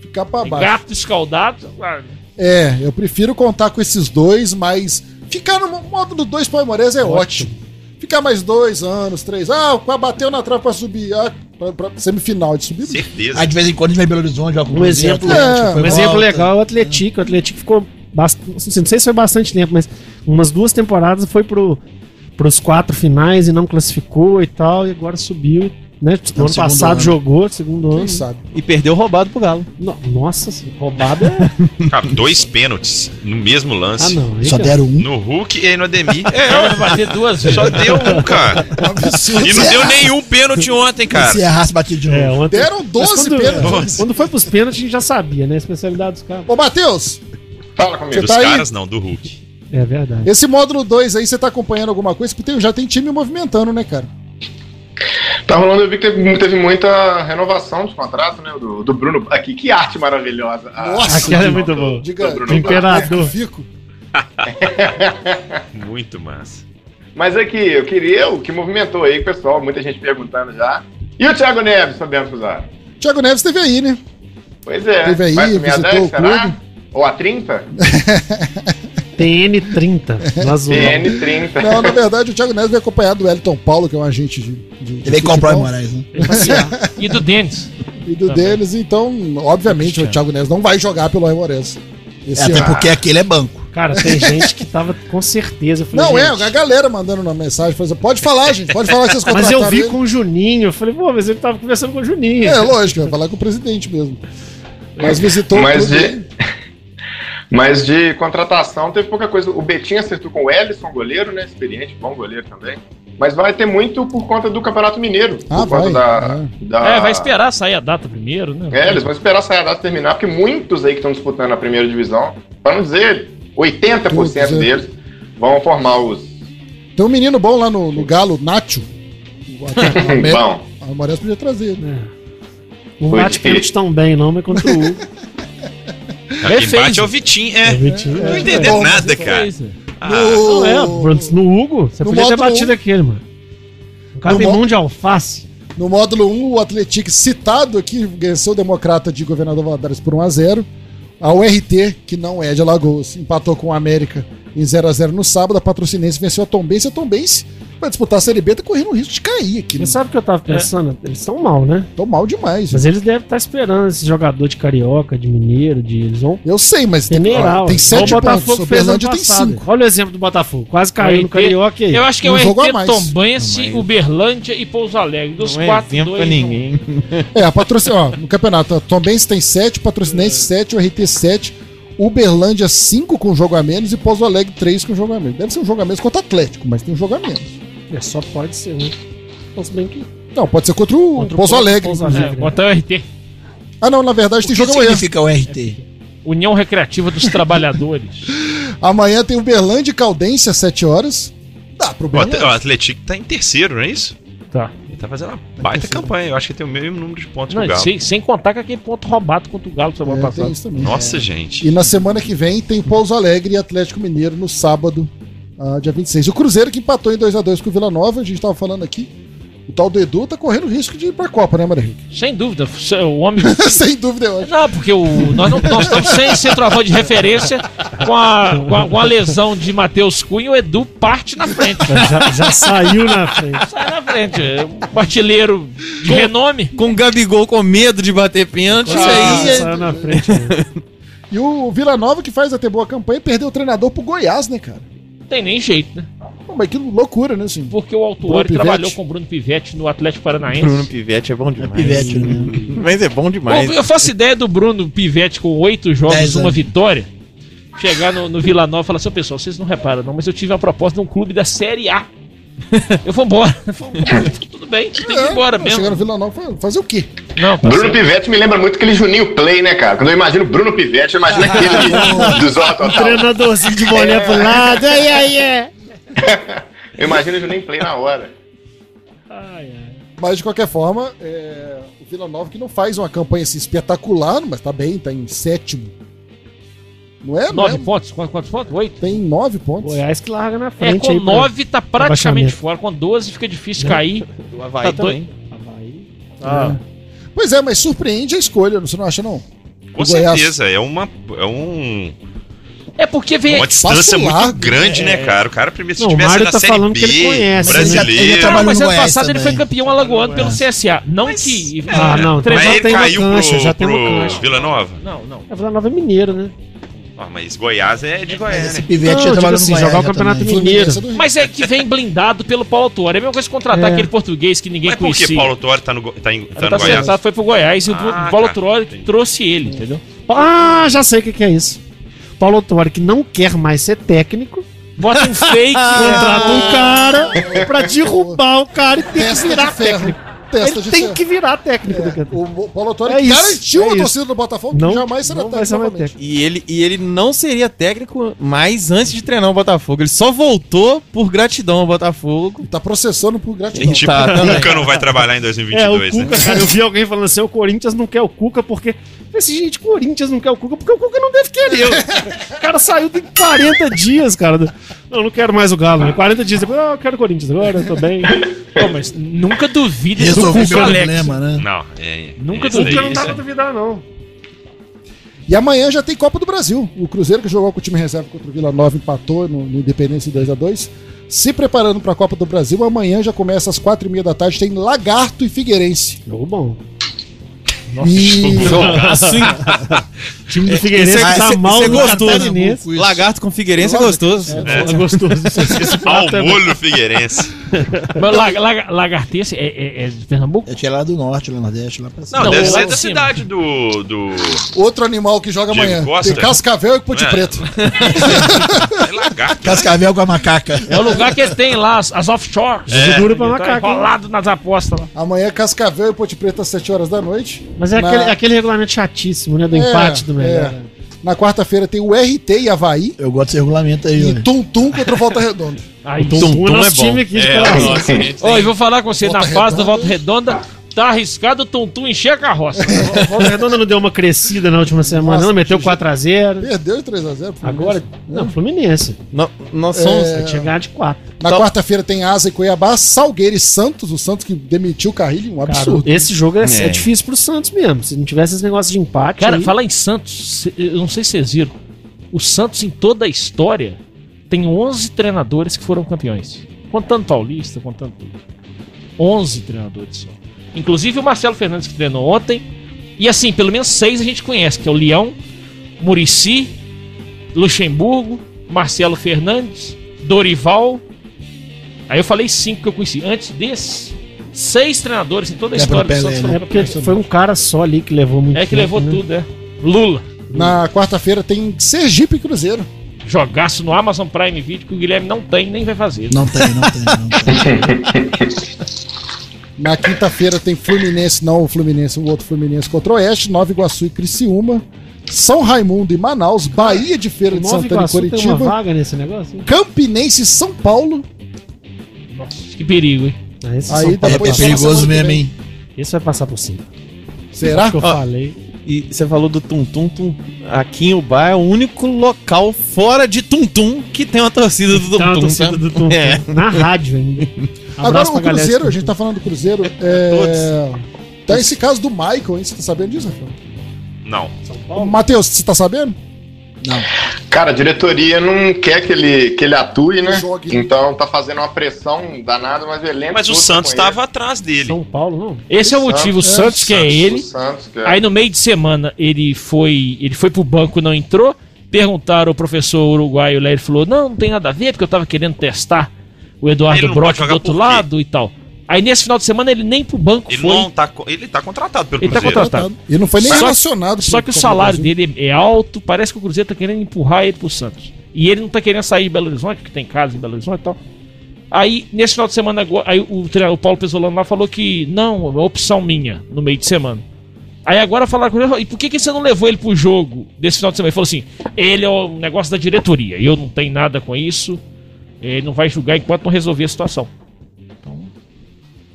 Speaker 3: Ficar pra baixo.
Speaker 6: Gato escaldado. ah,
Speaker 3: É, eu prefiro contar com esses dois, mas ficar no modo do dois pro Aimorés é ótimo. Ficar mais dois anos, três. Ah, o bateu na trave pra subir. Ah, pra, pra semifinal de subir.
Speaker 10: Certeza.
Speaker 4: Aí de vez em quando a gente vai em Belo Horizonte, joga com né?
Speaker 8: Um exemplo-
Speaker 3: é,
Speaker 8: Um exemplo legal é o Atlético. O Atlético ficou. Bastante, não sei se foi bastante tempo, mas umas duas temporadas foi pro, pros quatro finais e não classificou e tal. E agora subiu. Né? No ano
Speaker 4: segundo
Speaker 8: passado
Speaker 4: ano.
Speaker 8: jogou, segundo ano.
Speaker 3: Quem sabe?
Speaker 7: E perdeu roubado pro Galo.
Speaker 8: No- Nossa, senhora, roubada é.
Speaker 10: Cara, dois pênaltis no mesmo
Speaker 8: Ah,
Speaker 10: lance.
Speaker 8: não. aí
Speaker 4: Só
Speaker 8: que-
Speaker 4: deram um.
Speaker 10: no Hulk e no Ademir.
Speaker 6: Vai bater duas
Speaker 10: É,
Speaker 6: vezes.
Speaker 10: só deu um, cara. E não deu nenhum pênalti ontem,
Speaker 4: Se
Speaker 10: cara.
Speaker 4: errasse, batido de novo.
Speaker 8: É, ontem.
Speaker 3: Deram 12
Speaker 8: Mas
Speaker 3: pênaltis.
Speaker 8: quando, quando foi pros pênaltis, a gente já sabia, né? A especialidade dos caras.
Speaker 3: Ô, Matheus,
Speaker 11: Fala comigo.
Speaker 10: Dos
Speaker 3: tá aí?
Speaker 10: caras, não, do Hulk.
Speaker 8: É verdade.
Speaker 3: esse módulo 2 aí, você tá acompanhando alguma coisa? Porque tem- já tem time movimentando, né, cara?
Speaker 11: Tá rolando, eu vi que teve, teve muita renovação de contrato, né? Do, do Bruno. Aqui, que arte maravilhosa. A-
Speaker 8: Aquela é muito boa.
Speaker 3: Diga,
Speaker 11: Ah, Bruno
Speaker 8: Imperador.
Speaker 3: Marco Fico.
Speaker 10: Muito massa.
Speaker 11: Mas aqui, eu queria o que movimentou aí, pessoal. Muita gente perguntando já. E o Thiago Neves, Fabiano Fusaro?
Speaker 3: Thiago Neves teve aí, né?
Speaker 11: Pois é.
Speaker 3: Teve aí,
Speaker 11: vai assumir a
Speaker 3: visitou
Speaker 11: 10,
Speaker 3: o
Speaker 11: será?
Speaker 3: clube.
Speaker 11: Ou a 30?
Speaker 8: TN30. Azul.
Speaker 6: É.
Speaker 11: TN30.
Speaker 3: Não, na verdade, o Thiago Neves vai acompanhado do Elton Paulo, que é um agente de. de de
Speaker 4: Ele veio comprar o
Speaker 3: futebol,
Speaker 4: Moraes, né?
Speaker 6: Assim, E do Denis.
Speaker 3: E do
Speaker 6: Também.
Speaker 3: deles, então, obviamente, o Thiago Neves não vai jogar pelo Aimorés.
Speaker 4: É,
Speaker 3: Esse
Speaker 4: até
Speaker 3: ano.
Speaker 4: porque aquele é banco.
Speaker 8: Cara, tem gente que tava com certeza. Eu falei,
Speaker 3: Não, é,
Speaker 8: gente,
Speaker 3: a galera mandando uma mensagem. falando, Pode falar, gente, pode falar que vocês
Speaker 8: Mas eu
Speaker 3: contrataram
Speaker 8: vi
Speaker 3: ele."
Speaker 8: com o Juninho. Eu falei, pô, mas ele tava conversando com o Juninho.
Speaker 3: É, lógico, vai falar com o presidente mesmo. Mas visitou
Speaker 11: Mas
Speaker 3: o clube,
Speaker 11: de, mas de contratação teve pouca coisa. O Betinho acertou com o Ellison, goleiro, né? Experiente, bom goleiro também. Mas vai ter muito por conta do Campeonato Mineiro.
Speaker 6: Ah,
Speaker 11: por conta
Speaker 6: vai,
Speaker 11: da, da-
Speaker 6: É, vai esperar sair a data primeiro, né?
Speaker 11: Ah. É, eles vão esperar sair a data terminar, porque muitos aí que estão disputando a primeira divisão, para não dizer 80%
Speaker 3: Putz, é.
Speaker 11: deles, vão formar os.
Speaker 3: Tem um menino bom lá no, no Galo, Nacho. O atacante do América.
Speaker 11: bom.
Speaker 3: A Moraes podia trazer, né?
Speaker 8: Não
Speaker 11: Foi
Speaker 8: bate
Speaker 11: de-
Speaker 8: pênalti tão bem, não, mas contra o Hugo.
Speaker 10: Não, Quem bate é o
Speaker 6: Tá
Speaker 10: Vitinho, é.
Speaker 8: Vitinho,
Speaker 10: não
Speaker 8: é.
Speaker 10: entender
Speaker 8: Bom,
Speaker 10: nada,
Speaker 8: mas
Speaker 10: cara.
Speaker 8: isso.
Speaker 10: Ah,
Speaker 8: Não é, Bruno, no Hugo, você
Speaker 3: No
Speaker 8: podia ter
Speaker 3: módulo
Speaker 8: batido
Speaker 3: um.
Speaker 8: aquele, mano. O cara
Speaker 3: No
Speaker 8: tem
Speaker 3: mó-
Speaker 8: mão de alface.
Speaker 3: No módulo 1, o Atlético citado aqui venceu o Democrata de Governador Valadares por 1x0. A URT, que não é de Alagoas, empatou com o América em 0x0 no sábado. A Patrocinense venceu a Tombense. A Tombense vai disputar a Série B, tá correndo o risco de cair aqui.
Speaker 8: Você sabe o que eu tava pensando?
Speaker 6: É.
Speaker 8: Eles estão mal, né?
Speaker 3: Estão mal demais.
Speaker 8: Mas eles devem estar esperando esse jogador de carioca, de mineiro, de. Eles vão.
Speaker 3: Eu sei, mas
Speaker 8: tem,
Speaker 3: ó, tem sete pontos, o Uberlândia tem cinco.
Speaker 8: Olha o exemplo do Botafogo. Quase caiu no
Speaker 6: RT.
Speaker 8: carioca e aí.
Speaker 6: Eu acho que é
Speaker 3: Um
Speaker 6: o
Speaker 3: jogo a
Speaker 6: RT
Speaker 3: mais.
Speaker 6: Tombense, Uberlândia e Pouso Alegre. Dos
Speaker 7: Não é
Speaker 6: quatro,
Speaker 7: exemplo
Speaker 6: dois,
Speaker 7: pra
Speaker 6: um.
Speaker 7: ninguém.
Speaker 3: É, a patrocin... ó, no campeonato, a Tombense tem 7, Patrocinense
Speaker 8: É.
Speaker 3: 7, RT 7, Uberlândia 5 com jogo a menos e Pouso Alegre 3 com jogo a menos. Deve ser um jogo a menos contra o Atlético, mas tem um jogo a menos.
Speaker 8: É, só pode ser, né? Então, se bem que.
Speaker 3: Não, pode ser contra o
Speaker 8: Contra o
Speaker 3: Pouso
Speaker 8: Pou-
Speaker 3: Alegre.
Speaker 8: Pouso
Speaker 3: inclusive.
Speaker 6: É, botar o RT.
Speaker 3: Ah, não, na verdade
Speaker 4: O que
Speaker 3: tem jogo amanhã.
Speaker 4: significa o RT?
Speaker 6: União Recreativa dos Trabalhadores.
Speaker 3: Amanhã tem Uberlândia e Caldência às 7 horas. Dá pro
Speaker 10: O At-
Speaker 3: Uberlândia. É,
Speaker 10: o Atlético tá em terceiro, não é isso?
Speaker 6: Tá.
Speaker 10: Ele tá fazendo uma baita campanha. Eu acho que tem o mesmo número de pontos que o
Speaker 6: Não,
Speaker 10: Galo.
Speaker 6: sem, sem contar com aquele ponto roubado contra o Galo semana
Speaker 3: É, tem
Speaker 6: passada.
Speaker 3: isso também.
Speaker 10: Nossa, gente.
Speaker 3: E na semana que vem tem Pouso Alegre e Atlético Mineiro no sábado, ah, dia 26. O Cruzeiro que empatou em 2x2 com o Vila Nova, a gente tava falando aqui. O tal do Edu tá correndo risco de ir pra Copa, né, Mário Henrique?
Speaker 6: Sem dúvida. O homem.
Speaker 3: Sem dúvida, eu acho.
Speaker 6: Não, porque o, nós, não, nós estamos sem centroavante de referência com a, com a, com a lesão de Matheus Cunha. O Edu parte na frente. né?
Speaker 8: Já, Tá, já saiu na frente.
Speaker 6: Sai na frente. É um artilheiro de renome.
Speaker 7: Com o Gabigol com medo de bater pênalti, isso
Speaker 8: Ah,
Speaker 7: aí é-
Speaker 8: saiu na frente. né?
Speaker 3: E o Vila Nova, que faz até boa campanha, perdeu o treinador pro Goiás, né, cara?
Speaker 6: Não tem nem jeito, né?
Speaker 3: Pô, mas que loucura, né, assim?
Speaker 6: Porque o
Speaker 3: Bruno
Speaker 6: Altuori
Speaker 3: Pivete.
Speaker 6: trabalhou com o Bruno Pivete no Atlético Paranaense.
Speaker 7: Bruno Pivete é bom demais.
Speaker 4: Pivete, né?
Speaker 7: Mas é bom demais.
Speaker 6: Pô, eu faço ideia do Bruno Pivete com oito jogos,
Speaker 4: Dez
Speaker 6: uma
Speaker 4: anos.
Speaker 6: vitória. Chegar no, no Vila Nova e falar assim, "Ô, pessoal, vocês não reparam não, mas eu tive uma proposta de um clube da Série A. Eu vou embora. Eu falei, Tudo bem, tem que ir embora
Speaker 3: É,
Speaker 6: mesmo.
Speaker 3: Chegar no Vila Nova, fa- fazer o quê?
Speaker 6: Não, tá
Speaker 11: Bruno
Speaker 6: certo.
Speaker 11: Pivete me lembra muito aquele Juninho Play, né, cara? Quando eu imagino Bruno Pivete, eu imagino aquele de- do Zorra Total.
Speaker 8: Treinadorzinho de bolinha pro lado. Aí, aí, é.
Speaker 11: Eu imagino o Juninho Play na hora.
Speaker 3: Mas de qualquer forma, é, o Vila Nova que não faz uma campanha assim, espetacular, mas tá bem, tá em sétimo. Não é? Não
Speaker 6: Nove
Speaker 3: é?
Speaker 6: pontos? Quantos, quantos pontos? Oito?
Speaker 3: Tem nove pontos.
Speaker 8: Goiás que larga na
Speaker 6: É,
Speaker 8: frente.
Speaker 6: com
Speaker 8: aí, pra-
Speaker 6: nove tá praticamente
Speaker 8: Abaixamento.
Speaker 6: fora. Com 12 fica difícil cair.
Speaker 7: O
Speaker 6: Tá
Speaker 7: Havaí
Speaker 6: doido.
Speaker 7: também.
Speaker 3: Pois é, mas surpreende a escolha, você não acha, não?
Speaker 10: Com
Speaker 3: o Goiás-
Speaker 10: certeza. É uma. É um.
Speaker 6: É porque vem
Speaker 10: Uma distância é muito
Speaker 3: largo.
Speaker 10: grande, né, cara? O cara, primeiro, se
Speaker 8: Não, o
Speaker 10: tivesse
Speaker 8: Mário
Speaker 10: na
Speaker 8: tá
Speaker 10: Série
Speaker 8: falando
Speaker 10: B,
Speaker 8: que ele conhece, né?
Speaker 10: brasileiro...
Speaker 4: Ele já- ele já
Speaker 6: Não,
Speaker 4: trabalhou
Speaker 6: mas
Speaker 4: no
Speaker 6: ano
Speaker 4: um Goiás
Speaker 6: passado ele foi
Speaker 4: também.
Speaker 6: campeão alagoano pelo CSA. Não que.
Speaker 8: Ah, não.
Speaker 10: Mas
Speaker 8: Trevão
Speaker 10: ele
Speaker 8: tem
Speaker 10: é, caiu
Speaker 8: uma cancha,
Speaker 10: pro,
Speaker 8: já tem uma
Speaker 10: pro
Speaker 8: cancha.
Speaker 10: Vila Nova.
Speaker 6: Não, não.
Speaker 8: A Vila Nova é mineiro, né?
Speaker 10: Ah, mas Goiás é de Goiás,
Speaker 4: Esse
Speaker 10: né?
Speaker 3: tá
Speaker 4: pivete
Speaker 8: Não,
Speaker 4: já trabalhou
Speaker 8: digo assim,
Speaker 4: no Goiás
Speaker 8: jogar o
Speaker 4: já
Speaker 8: campeonato
Speaker 4: também.
Speaker 8: Mineiro.
Speaker 3: né? Fluminense é do Rio.
Speaker 6: Mas é que vem blindado pelo Paulo Autuori. É a mesma coisa que contratar
Speaker 8: É.
Speaker 6: aquele português que ninguém
Speaker 10: Mas por
Speaker 6: conhecia.
Speaker 10: que Paulo Torre tá, no, Go- tá, em, tá
Speaker 6: Ele
Speaker 10: no
Speaker 6: tá
Speaker 10: Goiás?
Speaker 6: acertado, foi pro Goiás e o
Speaker 10: Ah,
Speaker 6: Paulo
Speaker 10: cara,
Speaker 6: Autuori
Speaker 10: entendi.
Speaker 6: trouxe ele, entendeu?
Speaker 8: Ah, já sei o que, que é isso. Paulo Autuori que não quer mais ser técnico,
Speaker 6: Bota um fake.
Speaker 3: Ah!
Speaker 8: contrata um cara pra derrubar o cara e tem que
Speaker 3: Testa de
Speaker 8: virar
Speaker 3: ferro.
Speaker 8: técnico.
Speaker 3: Testa de
Speaker 8: Ele tem
Speaker 3: ferro.
Speaker 8: que virar técnico daqui a pouco.
Speaker 3: O Bo- Paulo Autori
Speaker 8: É isso,
Speaker 3: garantiu
Speaker 8: é
Speaker 3: a
Speaker 8: isso.
Speaker 3: torcida do Botafogo
Speaker 8: Não,
Speaker 3: que jamais será
Speaker 8: não vai ser mais
Speaker 3: novamente.
Speaker 8: técnico.
Speaker 7: E ele, e ele não seria técnico mais antes de treinar o Botafogo. Ele só voltou por gratidão ao Botafogo.
Speaker 3: Tá processando por gratidão.
Speaker 10: Tipo,
Speaker 7: Tá,
Speaker 10: o
Speaker 7: também.
Speaker 10: Cuca não vai trabalhar em
Speaker 8: É, o
Speaker 10: 2022, né?
Speaker 8: Cuca, cara, eu vi alguém falando assim, o Corinthians não quer o Cuca porque... Eu falei assim, gente, o Corinthians não quer o Cuca porque o Cuca não deve querer. O cara saiu de 40 dias, cara. do- Não, não quero mais o Galo, né? 40 dias depois, ah, eu quero o Corinthians agora, eu tô bem.
Speaker 6: Pô, mas nunca duvide do
Speaker 4: Resolvi
Speaker 6: Cuca,
Speaker 4: meu
Speaker 6: Alex.
Speaker 4: problema, né?
Speaker 10: Não, é.
Speaker 6: Nunca
Speaker 10: esse daí,
Speaker 8: Cuca não dá
Speaker 10: esse-
Speaker 8: pra duvidar, não.
Speaker 3: E amanhã já tem Copa do Brasil. O Cruzeiro que jogou com o time reserva contra o Vila Nova empatou no, no Independência 2 a 2 Se preparando para a Copa do Brasil, amanhã já começa às quatro e meia da tarde. Tem Lagarto e Figueirense.
Speaker 8: Jogo bom.
Speaker 6: Nossa,
Speaker 7: Jogaço, hein?
Speaker 8: time do
Speaker 7: Esse
Speaker 8: Figueirense
Speaker 7: é-
Speaker 8: tá
Speaker 7: esse é-
Speaker 8: mal
Speaker 7: esse é
Speaker 8: no
Speaker 7: gostoso,
Speaker 8: Catarinense.
Speaker 7: Lagarto com Figueirense é gostoso.
Speaker 8: É, gostoso. Esse, esse
Speaker 10: Ao
Speaker 8: prato é-
Speaker 10: molho figueirense.
Speaker 6: Mas la- la- lagartense é, é- é de Pernambuco?
Speaker 4: Eu tinha lá do norte, lá do nordeste, lá pra cima.
Speaker 10: Não,
Speaker 6: Não,
Speaker 10: deve
Speaker 6: lá
Speaker 10: ser
Speaker 6: em
Speaker 10: da
Speaker 6: cima.
Speaker 10: cidade do. do...
Speaker 3: Outro animal que joga
Speaker 10: Diego
Speaker 3: amanhã.
Speaker 10: Costa?
Speaker 3: Tem cascavel e ponte
Speaker 10: É.
Speaker 3: preta.
Speaker 10: É lagarto.
Speaker 4: Cascavel com a macaca.
Speaker 6: É o lugar que eles têm lá, as, as offshores.
Speaker 10: É.
Speaker 8: Segura pra
Speaker 6: Tá
Speaker 8: macaco. né? hein?
Speaker 6: enrolado nas apostas lá.
Speaker 3: Amanhã cascavel e ponte preta às 7 horas da noite.
Speaker 8: Mas é
Speaker 3: Na-
Speaker 8: aquele, é aquele regulamento chatíssimo, né? Do empate do né? melhor.
Speaker 3: é. Na quarta-feira tem o RT e Havaí.
Speaker 4: Eu gosto desse regulamento aí,
Speaker 3: E
Speaker 4: velho.
Speaker 3: Tum Tum contra o Volta Redonda.
Speaker 6: Aí,
Speaker 7: Tum Tum
Speaker 8: O nosso
Speaker 7: é bom.
Speaker 8: time aqui de
Speaker 10: É,
Speaker 8: coração.
Speaker 10: nossa, a gente tem-
Speaker 6: Ó, e vou falar com você,
Speaker 3: Volta
Speaker 6: na fase
Speaker 3: Redonda.
Speaker 6: do Volta Redonda, tá arriscado o Tontum encher a carroça.
Speaker 8: Volta Redonda não deu uma crescida na última semana,
Speaker 3: Nossa,
Speaker 8: não. Meteu 4x0.
Speaker 3: Perdeu de 3x0.
Speaker 8: Agora. Não, Fluminense. É,
Speaker 7: Nó- Nós somos.
Speaker 8: Tinha que ganhar de 4.
Speaker 3: Na
Speaker 7: Top.
Speaker 3: quarta-feira tem Asa e Cuiabá, Salgueiro e Santos. O Santos que demitiu o Carrilho, um
Speaker 8: Cara,
Speaker 3: absurdo.
Speaker 8: esse jogo é, é
Speaker 7: É.
Speaker 8: difícil pro Santos mesmo. Se não tivesse esse negócio de empate.
Speaker 6: Cara,
Speaker 8: aí-
Speaker 6: falar em Santos, cê- eu não sei se vocês viram, o Santos em toda a história tem 11 treinadores que foram campeões. Contando Paulista, contando tudo. 11 treinadores só. Inclusive o Marcelo Fernandes que treinou ontem. E assim, pelo menos seis a gente conhece, que é o Leão, Murici, Luxemburgo, Marcelo Fernandes, Dorival. Aí eu falei cinco que eu conheci. Antes desse, seis treinadores em toda
Speaker 4: É,
Speaker 6: a história do
Speaker 4: Pelé,
Speaker 6: Santos
Speaker 4: né?
Speaker 6: foram
Speaker 8: É porque
Speaker 6: campeões.
Speaker 8: foi um cara só ali que levou muito.
Speaker 6: É que
Speaker 8: tempo,
Speaker 6: levou
Speaker 8: né?
Speaker 6: tudo, é. Lula.
Speaker 3: Na quarta-feira tem Sergipe e Cruzeiro.
Speaker 6: jogaço no Amazon Prime Video que o Guilherme não tem nem vai fazer.
Speaker 4: Não tem, não tem, não tem.
Speaker 3: Na quinta-feira tem Fluminense, não o Fluminense, o outro Fluminense contra o Oeste, Nova Iguaçu e Criciúma, São Raimundo e Manaus, Bahia de Feira
Speaker 8: O
Speaker 3: de
Speaker 8: Nova
Speaker 3: Santana e
Speaker 8: Iguaçu tem uma
Speaker 3: Curitiba,
Speaker 8: vaga nesse negócio?
Speaker 3: Campinense e São Paulo.
Speaker 6: Nossa, que perigo, hein?
Speaker 8: Ah, Esse,
Speaker 3: Aí
Speaker 8: São Paulo-
Speaker 4: É,
Speaker 3: depois-
Speaker 4: é perigoso mesmo, hein?
Speaker 8: esse vai passar por cima.
Speaker 3: Será?
Speaker 8: Que eu
Speaker 7: Ó.
Speaker 8: falei.
Speaker 7: E você falou do Tum Tum Tum. Aqui em Ubá é o único local fora de Tum Tum que tem uma torcida do Tum
Speaker 8: Tá na
Speaker 7: Tum.
Speaker 8: torcida
Speaker 7: sabe?
Speaker 8: do Tum Tum.
Speaker 7: É.
Speaker 8: Na rádio ainda.
Speaker 3: Agora
Speaker 8: Abraço
Speaker 3: o
Speaker 8: pra galera
Speaker 3: Cruzeiro,
Speaker 8: do
Speaker 3: a gente
Speaker 8: Tum
Speaker 3: tá falando do Cruzeiro. É... Tá esse caso do Michael, hein? Você tá sabendo disso, Rafael?
Speaker 10: Não.
Speaker 3: Matheus, você tá sabendo?
Speaker 11: Cara, a diretoria não quer que ele, que ele atue, né?
Speaker 3: Jogue.
Speaker 11: Então tá fazendo uma pressão danada, mas o elenco.
Speaker 10: É, Mas o
Speaker 11: luta
Speaker 10: Santos
Speaker 11: com ele.
Speaker 10: estava atrás
Speaker 8: Tum.
Speaker 10: dele.
Speaker 8: São Paulo, não?
Speaker 6: Esse é o motivo, o Santos que é
Speaker 11: O
Speaker 6: ele.
Speaker 11: Santos, que é-
Speaker 6: Aí no meio de semana ele foi, ele foi pro banco, não entrou. Perguntaram o professor uruguaio lá, ele falou: "Não, não tem nada a ver, porque eu tava querendo testar o
Speaker 10: Ele
Speaker 6: Eduardo
Speaker 10: não
Speaker 6: Brock
Speaker 10: pode jogar
Speaker 6: do outro
Speaker 10: por quê?
Speaker 6: lado e tal". Aí nesse final de semana ele nem pro banco
Speaker 10: Ele
Speaker 6: foi.
Speaker 10: não tá. co- Ele tá contratado pelo
Speaker 6: Ele tá
Speaker 10: Cruzeiro.
Speaker 6: contratado.
Speaker 3: E não foi nem
Speaker 6: Só-
Speaker 3: relacionado.
Speaker 6: Só
Speaker 3: pro-
Speaker 6: que o
Speaker 3: com
Speaker 6: salário
Speaker 3: Brasil.
Speaker 6: dele é alto, parece que o Cruzeiro tá querendo empurrar ele pro Santos. E ele não tá querendo sair de Belo Horizonte, porque tem casa em Belo Horizonte e tal. Aí, nesse final de semana, agora- aí o, tre- o Paulo Pesolano lá falou que não, é opção minha, no meio de semana. Aí agora falaram com ele, e por que, que você não levou ele pro jogo desse final de semana? Ele falou assim: ele é um negócio da diretoria, eu não tenho nada com isso, ele não vai julgar enquanto não resolver a situação.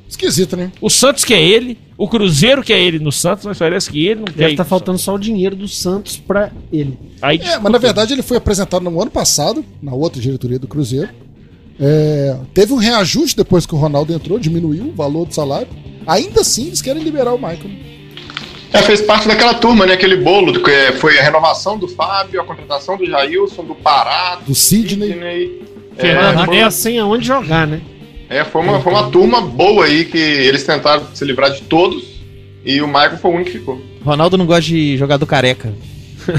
Speaker 3: Esquisito, né?
Speaker 6: O Santos que é ele, o Cruzeiro que é ele no Santos, mas parece que ele não quer.
Speaker 8: Deve
Speaker 6: ir
Speaker 8: tá
Speaker 6: pro
Speaker 8: faltando só o dinheiro do Santos pra ele.
Speaker 6: Santos. Aí,
Speaker 3: É, mas na verdade ele foi apresentado no ano passado, na outra diretoria do Cruzeiro. É, teve um reajuste depois que o Ronaldo entrou, diminuiu o valor do salário. Ainda assim, eles querem liberar o Michael.
Speaker 11: É, fez parte daquela turma, né? Aquele bolo, do que é- foi a renovação do Fábio, a contratação do Jailson, do Pará, do
Speaker 3: Do Sidney.
Speaker 11: Sidney.
Speaker 8: Fernando
Speaker 11: foi-
Speaker 8: é assim aonde jogar, né?
Speaker 11: É, foi uma, foi uma turma boa aí que eles tentaram se livrar de todos e o Michael foi o único que ficou.
Speaker 7: Ronaldo não gosta de jogador careca.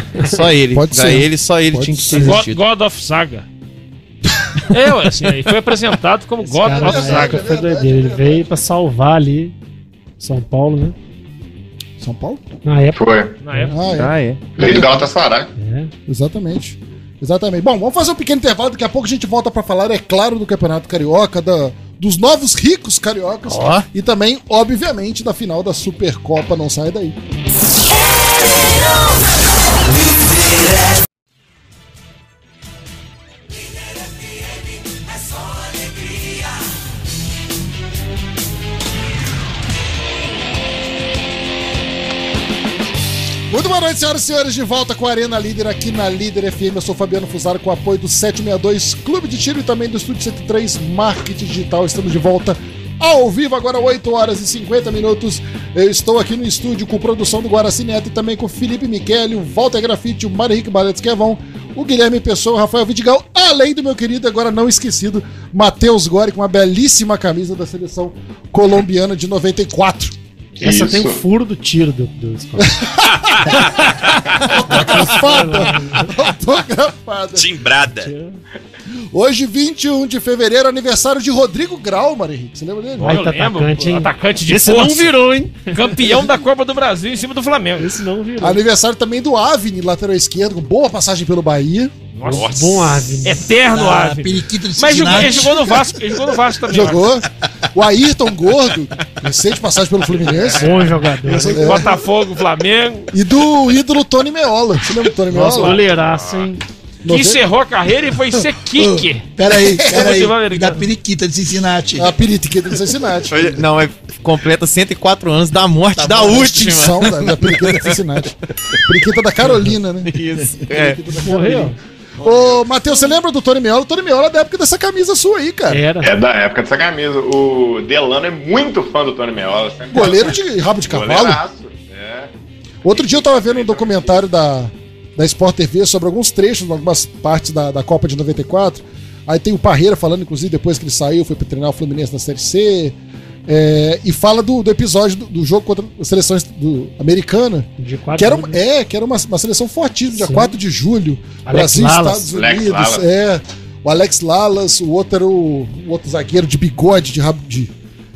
Speaker 7: Só ele.
Speaker 3: Pode
Speaker 7: pra
Speaker 3: ser.
Speaker 7: ele, só ele
Speaker 3: Pode
Speaker 7: tinha que
Speaker 3: ser.
Speaker 7: ser
Speaker 6: God,
Speaker 7: existido.
Speaker 6: God of Saga. é, ué, assim, ele foi apresentado como God
Speaker 8: Cara,
Speaker 6: of
Speaker 3: é
Speaker 8: na época
Speaker 6: Saga.
Speaker 8: foi doideira. Ele veio pra salvar ali São Paulo, né?
Speaker 3: São Paulo?
Speaker 8: Na época.
Speaker 11: Foi.
Speaker 6: Na época.
Speaker 3: Ah, é.
Speaker 7: Ah, é.
Speaker 11: Veio do Galatasaray.
Speaker 8: É.
Speaker 3: Exatamente. Exatamente. Bom, vamos fazer um pequeno intervalo, daqui a pouco a gente volta pra falar, é claro, do Campeonato Carioca, da, dos novos ricos cariocas
Speaker 7: Ó.
Speaker 3: e também, obviamente, da final da Supercopa. Não sai daí. Muito boa noite, senhoras e senhores, de volta com a Arena Líder aqui na Líder FM. Eu sou Fabiano Fusaro com o apoio do 762 Clube de Tiro e também do Estúdio 103 Marketing Digital. Estamos de volta ao vivo, agora 8 horas e 50 minutos. Eu estou aqui no estúdio com produção do Guaraci Neto e também com o Felipe Michele, o Walter Grafite, o Mário Henrique Barreto Esquevão, o Guilherme Pessoa, o Rafael Vidigal, além do meu querido, agora não esquecido, Matheus Gore com uma belíssima camisa da seleção colombiana de 94.
Speaker 8: Essa tem o
Speaker 11: Isso.
Speaker 8: furo do tiro do, do Scorsese.
Speaker 3: Autografada.
Speaker 10: Timbrada.
Speaker 3: Hoje, 21 de fevereiro, aniversário de Rodrigo Grau, Mário Henrique. Você lembra dele?
Speaker 6: Olha, eu lembro, pô, Atacante de
Speaker 8: Esse
Speaker 6: força.
Speaker 8: não virou, hein?
Speaker 6: Campeão da Copa do Brasil em cima do Flamengo.
Speaker 8: Esse não virou.
Speaker 3: Aniversário também do Avni, lateral esquerdo, com boa passagem pelo Bahia.
Speaker 10: Nossa.
Speaker 8: Bom ave. né?
Speaker 6: Eterno
Speaker 4: Ah,
Speaker 6: Ave.
Speaker 4: periquita de
Speaker 6: Tá Mas jogou,
Speaker 4: Cincinnati.
Speaker 6: ele jogou no Vasco, ele jogou no Vasco também.
Speaker 3: Jogou. O Ayrton Gordo, recente passagem pelo Fluminense. É.
Speaker 8: Bom jogador.
Speaker 6: né? Botafogo, Flamengo,
Speaker 3: E do ídolo Tony Meola. Você lembra do Tony
Speaker 8: Nossa,
Speaker 3: Meola?
Speaker 8: goleiraço, hein?
Speaker 6: que encerrou a carreira e foi ser kicker.
Speaker 4: Peraí,
Speaker 6: Futebol
Speaker 4: peraí. Da
Speaker 6: americano.
Speaker 4: periquita de Cincinnati.
Speaker 3: A periquita do Cincinnati.
Speaker 7: Não, é, completa 104 anos da morte
Speaker 10: Tá
Speaker 7: da,
Speaker 3: A
Speaker 7: última.
Speaker 3: extinção da, da periquita do Cincinnati. Periquita da Carolina, né?
Speaker 7: Isso. É.
Speaker 8: Morreu.
Speaker 3: Ô, Matheus, você lembra do Tony Meola? O Tony Meola é da época dessa camisa sua aí, cara.
Speaker 8: Era.
Speaker 11: É da época dessa camisa. O Delano é muito fã do Tony Meola. sempre
Speaker 3: Goleiro de rabo de cavalo.
Speaker 11: Goleiraço, É.
Speaker 3: Outro dia eu tava vendo um documentário da, da Sport TV sobre alguns trechos, algumas partes da, da Copa de 94. Aí tem o Parreira falando, inclusive, depois que ele saiu, foi pra treinar o Fluminense na Série C. É, e fala do, do episódio do, do jogo contra a seleção do- americana.
Speaker 8: De quatro
Speaker 3: Que era, um-
Speaker 8: anos.
Speaker 3: é, que era uma, uma seleção fortíssima, dia
Speaker 8: Ah, Sim.
Speaker 3: 4 de julho.
Speaker 8: Alex
Speaker 3: Brasil e
Speaker 8: Lalas.
Speaker 3: Estados
Speaker 11: Alex
Speaker 3: Unidos.
Speaker 11: Lalas.
Speaker 3: É, o Alex Lalas, o outro era o, o outro zagueiro de bigode, de rabo de,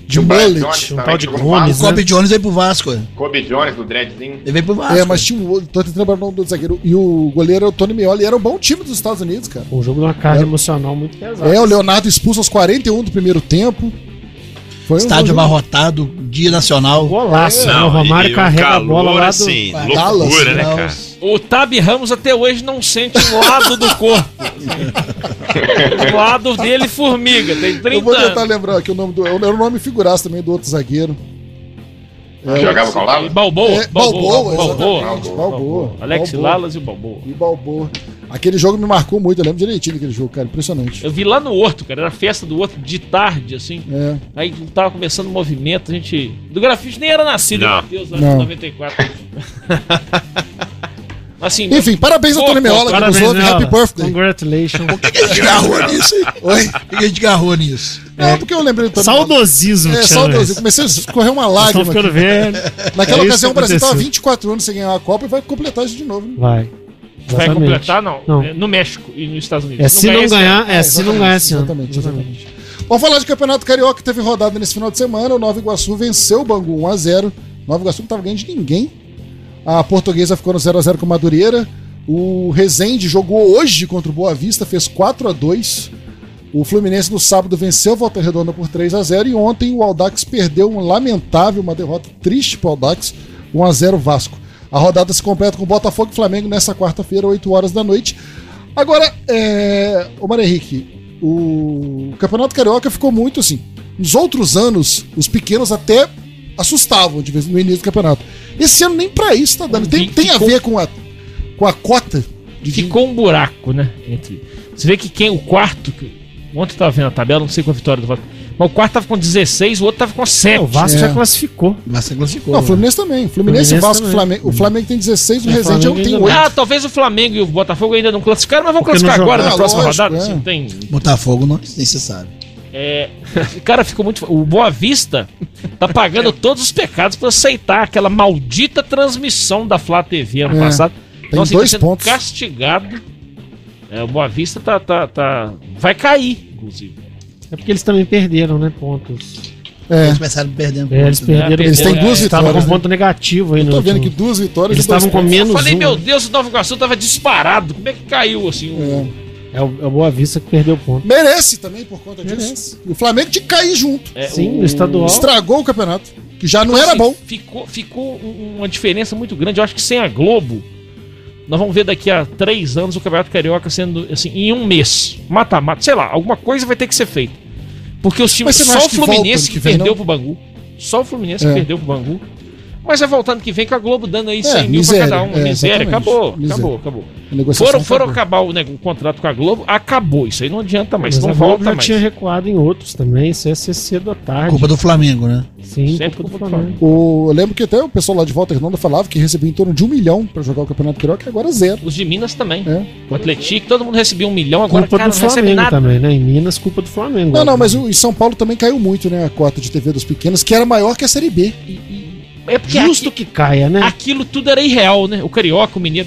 Speaker 3: de
Speaker 11: O Brian Jones
Speaker 3: mullet. um
Speaker 11: também,
Speaker 8: tal de
Speaker 11: jogou no
Speaker 8: Gomes,
Speaker 11: Vasco.
Speaker 4: O Kobe Jones veio pro Vasco. Ele
Speaker 11: Kobe Jones, do Dreadzinho.
Speaker 4: veio pro Vasco.
Speaker 3: É, mas tinha um outro, tô tentando lembrar o nome do zagueiro. E o goleiro era o Tony Mioli, era um bom time dos Estados Unidos, cara.
Speaker 8: Um jogo de uma carga emocional muito pesada.
Speaker 3: É, o Leonardo expulso aos 41 do primeiro tempo. Foi um
Speaker 4: Estádio
Speaker 3: jogo-
Speaker 4: abarrotado, dia nacional.
Speaker 8: Golaço, né? O
Speaker 10: e-
Speaker 8: Romário
Speaker 10: e um
Speaker 8: carrega a
Speaker 10: calor,
Speaker 8: bola lá do...
Speaker 10: assim,
Speaker 3: Dallas,
Speaker 10: loucura, né,
Speaker 4: Dallas.
Speaker 10: cara?
Speaker 6: O Tabi Ramos até hoje não sente um lado do corpo. o lado dele formiga, tem
Speaker 3: Eu
Speaker 6: 30
Speaker 3: vou tentar
Speaker 6: anos.
Speaker 3: lembrar aqui o nome do. Era o nome figuraço também do outro zagueiro.
Speaker 11: Jogava com o
Speaker 6: E
Speaker 11: Lalo?
Speaker 6: Balboa,
Speaker 3: É,
Speaker 6: Balboa, Balboa,
Speaker 3: exatamente, Balboa.
Speaker 6: Alex
Speaker 3: Balboa,
Speaker 6: Lalas e o Balboa.
Speaker 3: Balboa. Aquele jogo me marcou muito, eu lembro direitinho daquele jogo, cara. Impressionante.
Speaker 6: Eu vi lá no Horto, cara, era festa do Horto de tarde, assim.
Speaker 3: É.
Speaker 6: Aí tava começando o movimento, a gente. Do grafite nem era nascido,
Speaker 10: Não.
Speaker 6: Matheus, lá de
Speaker 3: Não.
Speaker 6: 94. assim,
Speaker 3: Enfim, parabéns ao
Speaker 6: Pô,
Speaker 3: Tony
Speaker 6: pô,
Speaker 3: Meola, que nos
Speaker 8: Parabéns,
Speaker 3: ouve. Happy
Speaker 8: Nela.
Speaker 3: birthday. é
Speaker 8: Congratulations.
Speaker 4: O que, que a gente agarrou nisso, hein?
Speaker 3: Oi?
Speaker 4: O que, que a gente agarrou nisso?
Speaker 3: Não, porque eu lembrei do Tony Meola.
Speaker 8: Saudosismo,
Speaker 3: É,
Speaker 8: que chama
Speaker 3: saudoso. Eu
Speaker 8: isso.
Speaker 3: Comecei a escorrer uma
Speaker 8: Nós Estamos
Speaker 3: lágrima.
Speaker 8: ficando velho.
Speaker 3: Naquela
Speaker 8: É isso
Speaker 3: ocasião, o
Speaker 8: que
Speaker 3: Brasil tava
Speaker 8: aconteceu.
Speaker 3: 24 anos sem ganhar a Copa e vai completar isso de novo. né?
Speaker 8: Vai.
Speaker 6: vai
Speaker 8: Exatamente.
Speaker 6: completar, não.
Speaker 8: Não.
Speaker 6: É no México e nos Estados Unidos. né?
Speaker 8: É se não
Speaker 6: esse ano.
Speaker 8: ganhar, é se não
Speaker 3: exatamente,
Speaker 8: ganhar esse ano.
Speaker 3: Exatamente, exatamente. Vamos falar de Campeonato Carioca, que teve rodada nesse final de semana. O Nova Iguaçu venceu o Bangu 1x0. Nova Iguaçu não tava ganhando de ninguém. A portuguesa ficou no 0x0 com o Madureira. O Rezende jogou hoje contra o Boa Vista, fez 4x2. O Fluminense no sábado venceu o Volta Redonda por 3x0. E ontem o Aldax perdeu um lamentável, uma derrota triste pro Aldax, 1x0 Vasco. A rodada se completa com o Botafogo e Flamengo nessa quarta-feira, 8 horas da noite. Agora, é... Omar Henrique, o Campeonato Carioca ficou muito assim. Nos outros anos, os pequenos até assustavam de vez no início do campeonato. Esse ano nem pra isso tá dando. Tem, tem a ver com a, com a cota de
Speaker 6: Ficou um buraco, né? Entre... Você vê que quem o quarto. que- Ontem eu tava vendo a tabela, não sei com a vitória do Vasco. Mas o quarto tava com 16, o outro tava com 7.
Speaker 8: É, o Vasco
Speaker 3: É.
Speaker 8: já classificou.
Speaker 4: Mas você classificou.
Speaker 3: Não, o
Speaker 4: né?
Speaker 3: Fluminense também. Fluminense,
Speaker 8: Fluminense
Speaker 3: Vasco,
Speaker 8: também.
Speaker 3: Flamengo. O Flamengo tem 16, o
Speaker 8: É,
Speaker 3: Rezende
Speaker 8: Flamengo
Speaker 3: tem
Speaker 8: ainda
Speaker 3: 8.
Speaker 6: Ah, talvez o Flamengo e o Botafogo ainda não classificaram, mas vão
Speaker 8: Porque
Speaker 6: classificar
Speaker 8: não
Speaker 6: agora
Speaker 3: jogaram.
Speaker 6: na próxima
Speaker 3: Ah, lógico,
Speaker 6: rodada.
Speaker 3: é.
Speaker 6: Assim, tem...
Speaker 4: Botafogo não, nem você sabe.
Speaker 6: É, cara, ficou muito. O Boa Vista tá pagando todos os pecados por aceitar aquela maldita transmissão da Flá TV ano
Speaker 3: É,
Speaker 6: passado. Então, assim, tá
Speaker 3: tem dois
Speaker 6: sendo
Speaker 3: pontos.
Speaker 6: castigado. É, o Boa Vista tá, tá, tá. Vai cair, inclusive.
Speaker 8: É porque eles também perderam, né? Pontos.
Speaker 3: É.
Speaker 4: Eles começaram perdendo.
Speaker 8: É, eles
Speaker 4: pontos, né?
Speaker 8: perderam.
Speaker 3: Eles têm duas
Speaker 8: Eles estavam
Speaker 3: vitórias.
Speaker 8: com
Speaker 3: né?
Speaker 8: ponto negativo aí
Speaker 3: Eu
Speaker 8: no.
Speaker 3: tô vendo que
Speaker 8: último.
Speaker 3: duas vitórias
Speaker 8: Eles
Speaker 3: e dois
Speaker 8: estavam com
Speaker 3: pontos.
Speaker 8: menos
Speaker 6: Falei,
Speaker 8: um.
Speaker 6: meu Deus, o Nova Iguaçu tava disparado. Como é que caiu assim? o-
Speaker 8: É o, é o Boa Vista que perdeu ponto.
Speaker 3: Merece também por conta disso. E o Flamengo tinha que cair junto.
Speaker 6: é,
Speaker 8: Sim,
Speaker 6: o-
Speaker 8: no estadual.
Speaker 3: Estragou o campeonato, que já não era
Speaker 6: Assim,
Speaker 3: bom.
Speaker 6: Ficou, ficou um- uma diferença muito grande. Eu acho que sem a Globo, nós vamos ver daqui a três anos o Campeonato Carioca sendo, assim, em um mês. Mata-mata, sei lá, alguma coisa vai ter que ser feita. Porque os
Speaker 3: Mas
Speaker 6: times.
Speaker 3: você não
Speaker 6: Só
Speaker 3: acha
Speaker 6: o
Speaker 3: que volta
Speaker 6: Fluminense
Speaker 3: ano
Speaker 6: que,
Speaker 3: que vem,
Speaker 6: perdeu
Speaker 3: não?
Speaker 6: pro Bangu. Só o Fluminense
Speaker 3: É.
Speaker 6: que perdeu pro Bangu. Mas é voltando que vem com a Globo dando aí 100 mil
Speaker 3: miséria,
Speaker 6: pra cada um.
Speaker 3: é,
Speaker 6: miséria,
Speaker 3: exatamente.
Speaker 6: acabou,
Speaker 3: Miséria.
Speaker 6: acabou, acabou.
Speaker 3: A negociação
Speaker 6: Foram, foram
Speaker 3: acabou.
Speaker 6: acabar o, né, o contrato com a Globo, acabou. Isso aí não adianta mais,
Speaker 8: Mas
Speaker 6: não
Speaker 8: a Globo
Speaker 6: volta
Speaker 8: já
Speaker 6: mais.
Speaker 8: tinha recuado em outros também. Isso é ser cedo à tarde.
Speaker 4: Culpa do Flamengo, né?
Speaker 8: Sim,
Speaker 6: Sempre
Speaker 8: culpa do
Speaker 6: culpa do
Speaker 8: Flamengo.
Speaker 3: O- eu lembro que até o pessoal lá de Volta Redonda falava que recebia em torno de um milhão pra jogar o Campeonato Carioca, e agora zero.
Speaker 6: Os de Minas também.
Speaker 3: É.
Speaker 6: O Atlético, todo mundo recebia um milhão, agora
Speaker 8: Culpa
Speaker 6: cara
Speaker 8: do
Speaker 6: não recebe
Speaker 8: Flamengo
Speaker 6: nada.
Speaker 8: também, né? Em Minas, culpa do Flamengo.
Speaker 3: Não, não, mas o, em São Paulo também caiu muito, né? A cota de TV dos pequenos, que era maior que a Série B.
Speaker 6: E- e- É porque
Speaker 8: Justo que caia, né?
Speaker 6: aquilo tudo era irreal, né? O carioca, o mineiro.